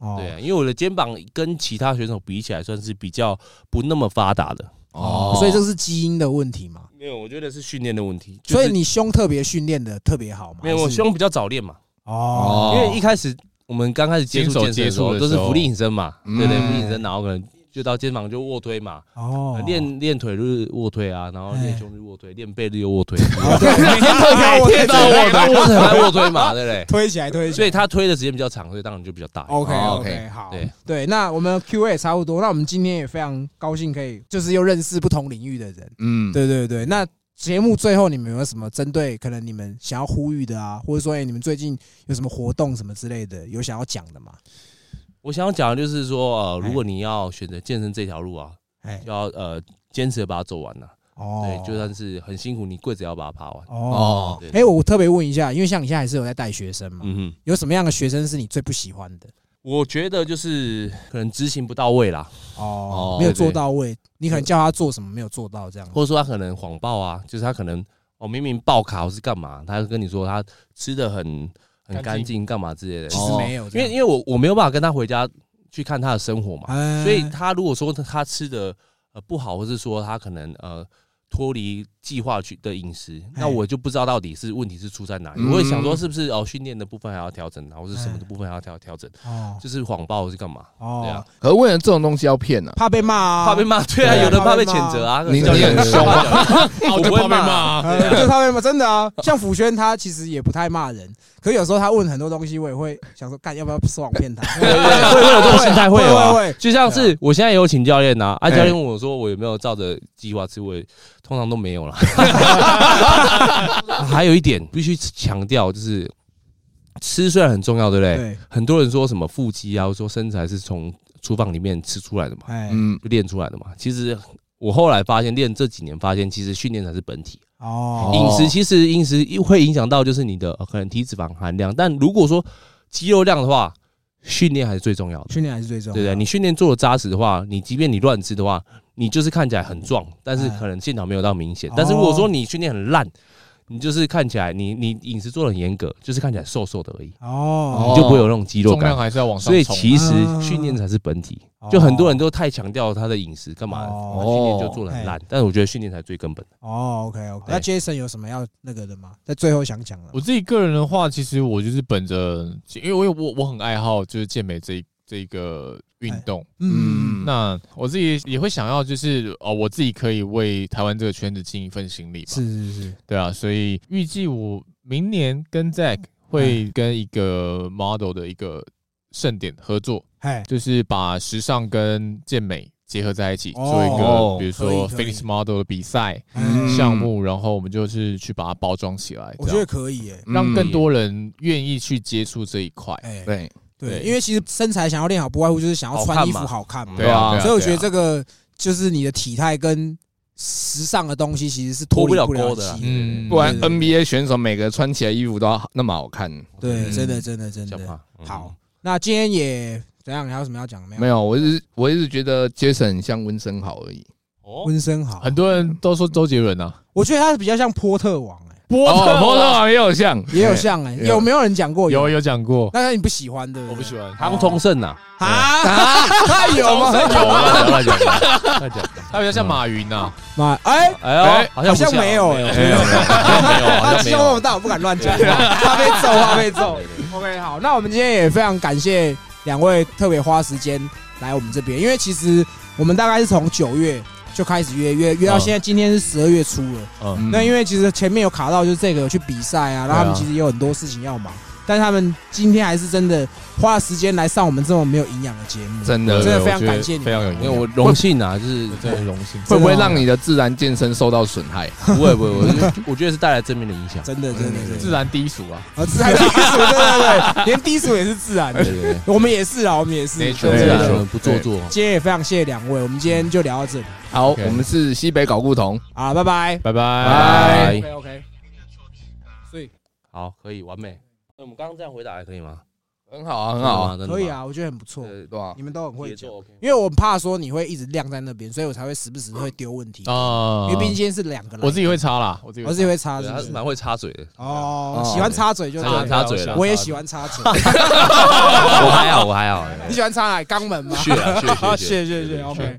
[SPEAKER 2] 哦
[SPEAKER 3] 对啊，因为我的肩膀跟其他选手比起来，算是比较不那么发达的。
[SPEAKER 2] 哦，所以这是基因的问题嘛。
[SPEAKER 3] 没有，我觉得是训练的问题。就是
[SPEAKER 2] 所以你胸特别训练的特别好嘛？
[SPEAKER 3] 没有，我
[SPEAKER 2] 还是
[SPEAKER 3] 胸比较早练嘛，
[SPEAKER 2] 哦，
[SPEAKER 3] 因为一开始我们刚开始接
[SPEAKER 1] 新
[SPEAKER 3] 触
[SPEAKER 1] 手
[SPEAKER 3] 健身的时
[SPEAKER 1] 接触
[SPEAKER 3] 候
[SPEAKER 1] 的
[SPEAKER 3] 都是
[SPEAKER 1] 时候
[SPEAKER 3] 俯卧撑嘛，
[SPEAKER 4] 嗯
[SPEAKER 3] 对对，俯卧撑，然后可能就到肩膀就卧推嘛，
[SPEAKER 2] 哦
[SPEAKER 3] 呃，练练腿就是卧推啊，然后练胸就卧推，练背就卧推，
[SPEAKER 2] 哦对每天推开我
[SPEAKER 3] 每天
[SPEAKER 2] 推
[SPEAKER 3] 都卧 推，卧推还卧推嘛，对不对？
[SPEAKER 2] 推起来推起
[SPEAKER 3] 所
[SPEAKER 2] 来。
[SPEAKER 3] 以他推的时间比较长，所以当然就比较大。
[SPEAKER 2] OK
[SPEAKER 4] 哦
[SPEAKER 2] OK
[SPEAKER 4] ，OK，
[SPEAKER 2] 好
[SPEAKER 3] 对
[SPEAKER 2] 对，那我们 Q A 也差不多，那我们今天也非常高兴可以就是又认识不同领域的人，
[SPEAKER 4] 嗯，
[SPEAKER 2] 对对对，那节目最后你们有没有什么针对可能你们想要呼吁的啊，或者说哎、你们最近有什么活动什么之类的，有想要讲的吗？
[SPEAKER 3] 我想要讲的就是说，呃，
[SPEAKER 2] 哎
[SPEAKER 3] 如果你要选择健身这条路啊，
[SPEAKER 2] 哎，
[SPEAKER 3] 要呃坚持地把它走完呐、啊
[SPEAKER 2] 哦
[SPEAKER 3] 对，就算是很辛苦，你跪着也要把它爬完。
[SPEAKER 2] 哦
[SPEAKER 4] 哦，
[SPEAKER 3] 对
[SPEAKER 2] 哎、我特别问一下，因为像你现在还是有在带学生嘛，
[SPEAKER 3] 嗯哼，
[SPEAKER 2] 有什么样的学生是你最不喜欢的？
[SPEAKER 3] 我觉得就是可能执行不到位啦，
[SPEAKER 2] 哦
[SPEAKER 4] 哦，
[SPEAKER 2] 没有
[SPEAKER 4] 对
[SPEAKER 2] 做到位，你可能叫他做什么没有做到这样。
[SPEAKER 3] 或者说他可能谎报啊，就是他可能哦明明报卡或是干嘛，他跟你说他吃的很很干
[SPEAKER 1] 干净
[SPEAKER 3] 净干嘛之类的
[SPEAKER 2] 其，实没有这
[SPEAKER 3] 哦因
[SPEAKER 2] 样，
[SPEAKER 3] 为因为我我没有办法跟他回家去看他的生活嘛，
[SPEAKER 2] 哎
[SPEAKER 3] 所以他如果说他吃的呃不好，或是说他可能呃脱离计划去的饮食，那我就不知道到底是问题是出在哪里。
[SPEAKER 4] 嗯
[SPEAKER 3] 我会想说是不是哦训练的部分还要调整啊，或是什么
[SPEAKER 2] 哎
[SPEAKER 3] 的部分还要调调整，
[SPEAKER 2] 哦
[SPEAKER 3] 就是谎报是干嘛？对
[SPEAKER 2] 哦
[SPEAKER 3] 啊，
[SPEAKER 4] 可是为了这种东西要骗呢、啊，
[SPEAKER 2] 怕被骂啊，
[SPEAKER 3] 怕被骂，对啊，
[SPEAKER 2] 对啊
[SPEAKER 3] 有的怕被
[SPEAKER 2] 怕被骂
[SPEAKER 3] 谴责啊，
[SPEAKER 4] 你
[SPEAKER 3] 叫
[SPEAKER 4] 你很
[SPEAKER 3] 人
[SPEAKER 4] 凶
[SPEAKER 3] 骂
[SPEAKER 4] 啊，
[SPEAKER 1] 我就
[SPEAKER 3] 我不会
[SPEAKER 1] 怕被
[SPEAKER 3] 骂
[SPEAKER 1] 骂啊。
[SPEAKER 2] 呃，就他们真的啊，像辅轩他其实也不太骂人，可有时候他问很多东西，我也会想说，干要不要说谎骗他？
[SPEAKER 3] 对对对会会有这种心态，会有
[SPEAKER 2] 会会
[SPEAKER 3] 啊
[SPEAKER 2] 会。
[SPEAKER 3] 就像是我现在也有请教练呐，啊，
[SPEAKER 4] 哎
[SPEAKER 3] 教练问我说我有没有照着计划吃，我也通常都没有啦。还有一点必须强调，就是吃虽然很重要，对不对？
[SPEAKER 2] 对，
[SPEAKER 3] 很多人说什么腹肌啊，说身材是从厨房里面吃出来的嘛，
[SPEAKER 2] 哎，
[SPEAKER 4] 嗯，
[SPEAKER 3] 就练出来的嘛。其实我后来发现，练这几年发现，其实训练才是本体。
[SPEAKER 2] 哦，
[SPEAKER 3] 饮食其实饮食会影响到就是你的呃可能体脂肪含量，但如果说肌肉量的话，训练还是最重要的。
[SPEAKER 2] 训练还是最重要，
[SPEAKER 3] 对不对？你训练做的扎实的话，你即便你乱吃的话，你就是看起来很壮，但是
[SPEAKER 2] 哎
[SPEAKER 3] 可能现场没有到明显
[SPEAKER 2] 哦。
[SPEAKER 3] 但是如果说你训练很烂，你就是看起来你你饮食做的很严格，就是看起来瘦瘦的而已，
[SPEAKER 2] 哦，
[SPEAKER 3] 你就不会有那种肌肉
[SPEAKER 1] 重量
[SPEAKER 3] 感。
[SPEAKER 1] 还是要往上
[SPEAKER 3] 所以
[SPEAKER 1] 冲
[SPEAKER 3] 其实
[SPEAKER 2] 啊
[SPEAKER 3] 训练才是本体
[SPEAKER 2] 哦，
[SPEAKER 3] 就很多人都太强调他的饮食干嘛，
[SPEAKER 2] 哦哎
[SPEAKER 3] 训练就做的很烂，但是我觉得训练才最根本的。
[SPEAKER 2] 哦，OK OK，那
[SPEAKER 3] 哎
[SPEAKER 2] Jason 有什么要那个的吗？在最后想讲的吗，
[SPEAKER 1] 我自己个人的话，其实我就是本着，因为我有我我很爱好就是健美这一这一个运动，
[SPEAKER 4] 嗯
[SPEAKER 1] 那我自己也会想要就是哦，我自己可以为台湾这个圈子尽一份心力吧，
[SPEAKER 2] 是是是，
[SPEAKER 1] 对啊，所以预计我明年跟 Zack
[SPEAKER 2] 嗯
[SPEAKER 1] 会跟一个 model 的一个盛典合作，
[SPEAKER 2] 哎，
[SPEAKER 1] 就是把时尚跟健美结合在一起，
[SPEAKER 2] 哦
[SPEAKER 1] 做一
[SPEAKER 4] 哦
[SPEAKER 1] 个比如说
[SPEAKER 2] 可以可以
[SPEAKER 1] Phoenix Model 的比赛
[SPEAKER 2] 嗯
[SPEAKER 3] 啊
[SPEAKER 1] 项目，然后我们就是去把它包装起来，
[SPEAKER 2] 我
[SPEAKER 1] 这
[SPEAKER 2] 觉得
[SPEAKER 1] 样
[SPEAKER 2] 可以，耶，
[SPEAKER 1] 让更
[SPEAKER 4] 嗯
[SPEAKER 1] 多人愿意去接触这一块。
[SPEAKER 2] 哎，
[SPEAKER 4] 对，
[SPEAKER 2] 对，
[SPEAKER 1] 对
[SPEAKER 2] 因为其实身材想要练好，不外乎就是想要穿衣服好
[SPEAKER 3] 好
[SPEAKER 2] 看嘛，
[SPEAKER 1] 对啊，对啊
[SPEAKER 2] 所以我觉
[SPEAKER 1] 对
[SPEAKER 2] 得
[SPEAKER 1] 啊
[SPEAKER 2] 这个就是你的体态跟时尚的东西其实是脱离
[SPEAKER 3] 脱不了
[SPEAKER 2] 了
[SPEAKER 3] 钩的啊
[SPEAKER 2] 其
[SPEAKER 1] 嗯，
[SPEAKER 4] 不然
[SPEAKER 2] 对对对
[SPEAKER 4] NBA 选手每个穿起来衣服都要那么好看。
[SPEAKER 2] 对，
[SPEAKER 4] 嗯
[SPEAKER 2] 真的真的真
[SPEAKER 3] 讲
[SPEAKER 2] 的。
[SPEAKER 3] 话嗯
[SPEAKER 2] 好，那今天也怎样？你还有什么要讲的没有？
[SPEAKER 4] 没有，我是我一直觉得 Jason 很像温森豪而已。
[SPEAKER 3] 哦
[SPEAKER 2] 温森豪，
[SPEAKER 1] 啊很多人都说周杰伦啊，
[SPEAKER 2] 我觉得他比较像波特王， 哎，
[SPEAKER 1] 波
[SPEAKER 4] 哦，波特王也有像，
[SPEAKER 2] 也有像哎，
[SPEAKER 4] 有
[SPEAKER 2] 有没有人讲过？
[SPEAKER 1] 有，有讲过，那
[SPEAKER 2] 但是你不喜欢的，
[SPEAKER 1] 我不喜欢
[SPEAKER 3] 汤通胜呐，
[SPEAKER 2] 啊， 有吗？
[SPEAKER 1] 有啊，
[SPEAKER 3] 乱讲的乱讲的，
[SPEAKER 1] 他比较像马云啊呐，
[SPEAKER 2] 妈，哎，
[SPEAKER 3] 哎呦，好
[SPEAKER 2] 好
[SPEAKER 3] 像
[SPEAKER 2] 像
[SPEAKER 3] 不像
[SPEAKER 2] 没有哎，
[SPEAKER 3] 没
[SPEAKER 2] 我
[SPEAKER 3] 有
[SPEAKER 2] 觉得
[SPEAKER 3] 没有没有，好
[SPEAKER 2] 他
[SPEAKER 3] 像没
[SPEAKER 2] 鸡胸那么
[SPEAKER 3] 有。
[SPEAKER 2] 大，我不敢乱讲话，怕被揍，怕被揍。OK，好，那我们今天也非常感谢两位特别花时间来我们这边，因为其实我们大概是从九月就开始约约约到
[SPEAKER 1] 嗯
[SPEAKER 2] 现在，今天是十二月初了。
[SPEAKER 1] 嗯，
[SPEAKER 2] 那因
[SPEAKER 4] 为
[SPEAKER 2] 为其实前面有卡到，就是这个有去比赛啊，然后他们
[SPEAKER 1] 对啊
[SPEAKER 2] 其实也有很多事情要忙，但他们今天还是真的花了时间来上我们这种没有营养的节目。
[SPEAKER 4] 真
[SPEAKER 1] 对
[SPEAKER 4] 的
[SPEAKER 2] 真的
[SPEAKER 1] 对
[SPEAKER 2] 非常
[SPEAKER 1] 我觉得
[SPEAKER 2] 感谢你们
[SPEAKER 1] 非常有
[SPEAKER 3] 因
[SPEAKER 1] 营
[SPEAKER 3] 为
[SPEAKER 1] 养，
[SPEAKER 3] 我荣幸啊，就是
[SPEAKER 1] 真的很哦荣幸。
[SPEAKER 4] 会不会让你的自然健身受到损害？
[SPEAKER 3] 不会不会，我觉得我觉得是带来正面的影响。
[SPEAKER 2] 真的，真的，真的，
[SPEAKER 1] 自然低俗啊，
[SPEAKER 2] 啊，自然低俗，对对对，连低俗也是自然
[SPEAKER 3] 对
[SPEAKER 2] 的，
[SPEAKER 3] 对对，
[SPEAKER 2] 我们也是啊，我们也是，
[SPEAKER 1] Nature，
[SPEAKER 2] 对
[SPEAKER 3] 自
[SPEAKER 2] 对
[SPEAKER 3] 然
[SPEAKER 2] 对
[SPEAKER 3] 而不做作。
[SPEAKER 2] 今天也非常谢谢两位，我们今天就聊到这里，
[SPEAKER 4] 好，
[SPEAKER 1] OK
[SPEAKER 4] 我们是西北搞不同。
[SPEAKER 2] 好，拜拜。
[SPEAKER 1] 拜
[SPEAKER 4] 拜
[SPEAKER 1] 拜。
[SPEAKER 3] 拜
[SPEAKER 2] OK，所以
[SPEAKER 3] 好，可以完美。那我们刚刚这样回答还可以吗？
[SPEAKER 4] 很好啊，很好啊，
[SPEAKER 3] 真的吗，真的吗
[SPEAKER 2] 可以，啊，我觉得很不
[SPEAKER 1] 嗯
[SPEAKER 2] 错，
[SPEAKER 3] 呃
[SPEAKER 4] 对啊吧
[SPEAKER 2] 你？们都很会
[SPEAKER 3] 节
[SPEAKER 2] 讲，
[SPEAKER 3] 奏 OK 吗。
[SPEAKER 2] 因为我很怕说你会一直晾在那边，所以我才会时不时会丢问题，
[SPEAKER 3] 哦
[SPEAKER 1] 啊
[SPEAKER 2] 因为毕竟今天是两个来宾，
[SPEAKER 1] 我自己会插啦，我自己
[SPEAKER 2] 哦我
[SPEAKER 1] 会
[SPEAKER 2] 自己会插，
[SPEAKER 3] 对
[SPEAKER 2] 是
[SPEAKER 3] 他
[SPEAKER 2] 不
[SPEAKER 3] 是
[SPEAKER 2] 是？
[SPEAKER 3] 蛮会插嘴的，
[SPEAKER 2] 哦，
[SPEAKER 4] 哦
[SPEAKER 2] 喜欢插嘴就
[SPEAKER 3] 插
[SPEAKER 2] 对
[SPEAKER 3] 插
[SPEAKER 2] 了，
[SPEAKER 3] 嘴了
[SPEAKER 2] 我也喜欢插嘴，
[SPEAKER 3] 我还好，我还好。哎
[SPEAKER 2] 你喜欢插哪里？肛门吗？
[SPEAKER 3] 去啊去去
[SPEAKER 2] 好，
[SPEAKER 3] 去
[SPEAKER 2] 谢谢谢谢
[SPEAKER 3] 去
[SPEAKER 2] ，OK，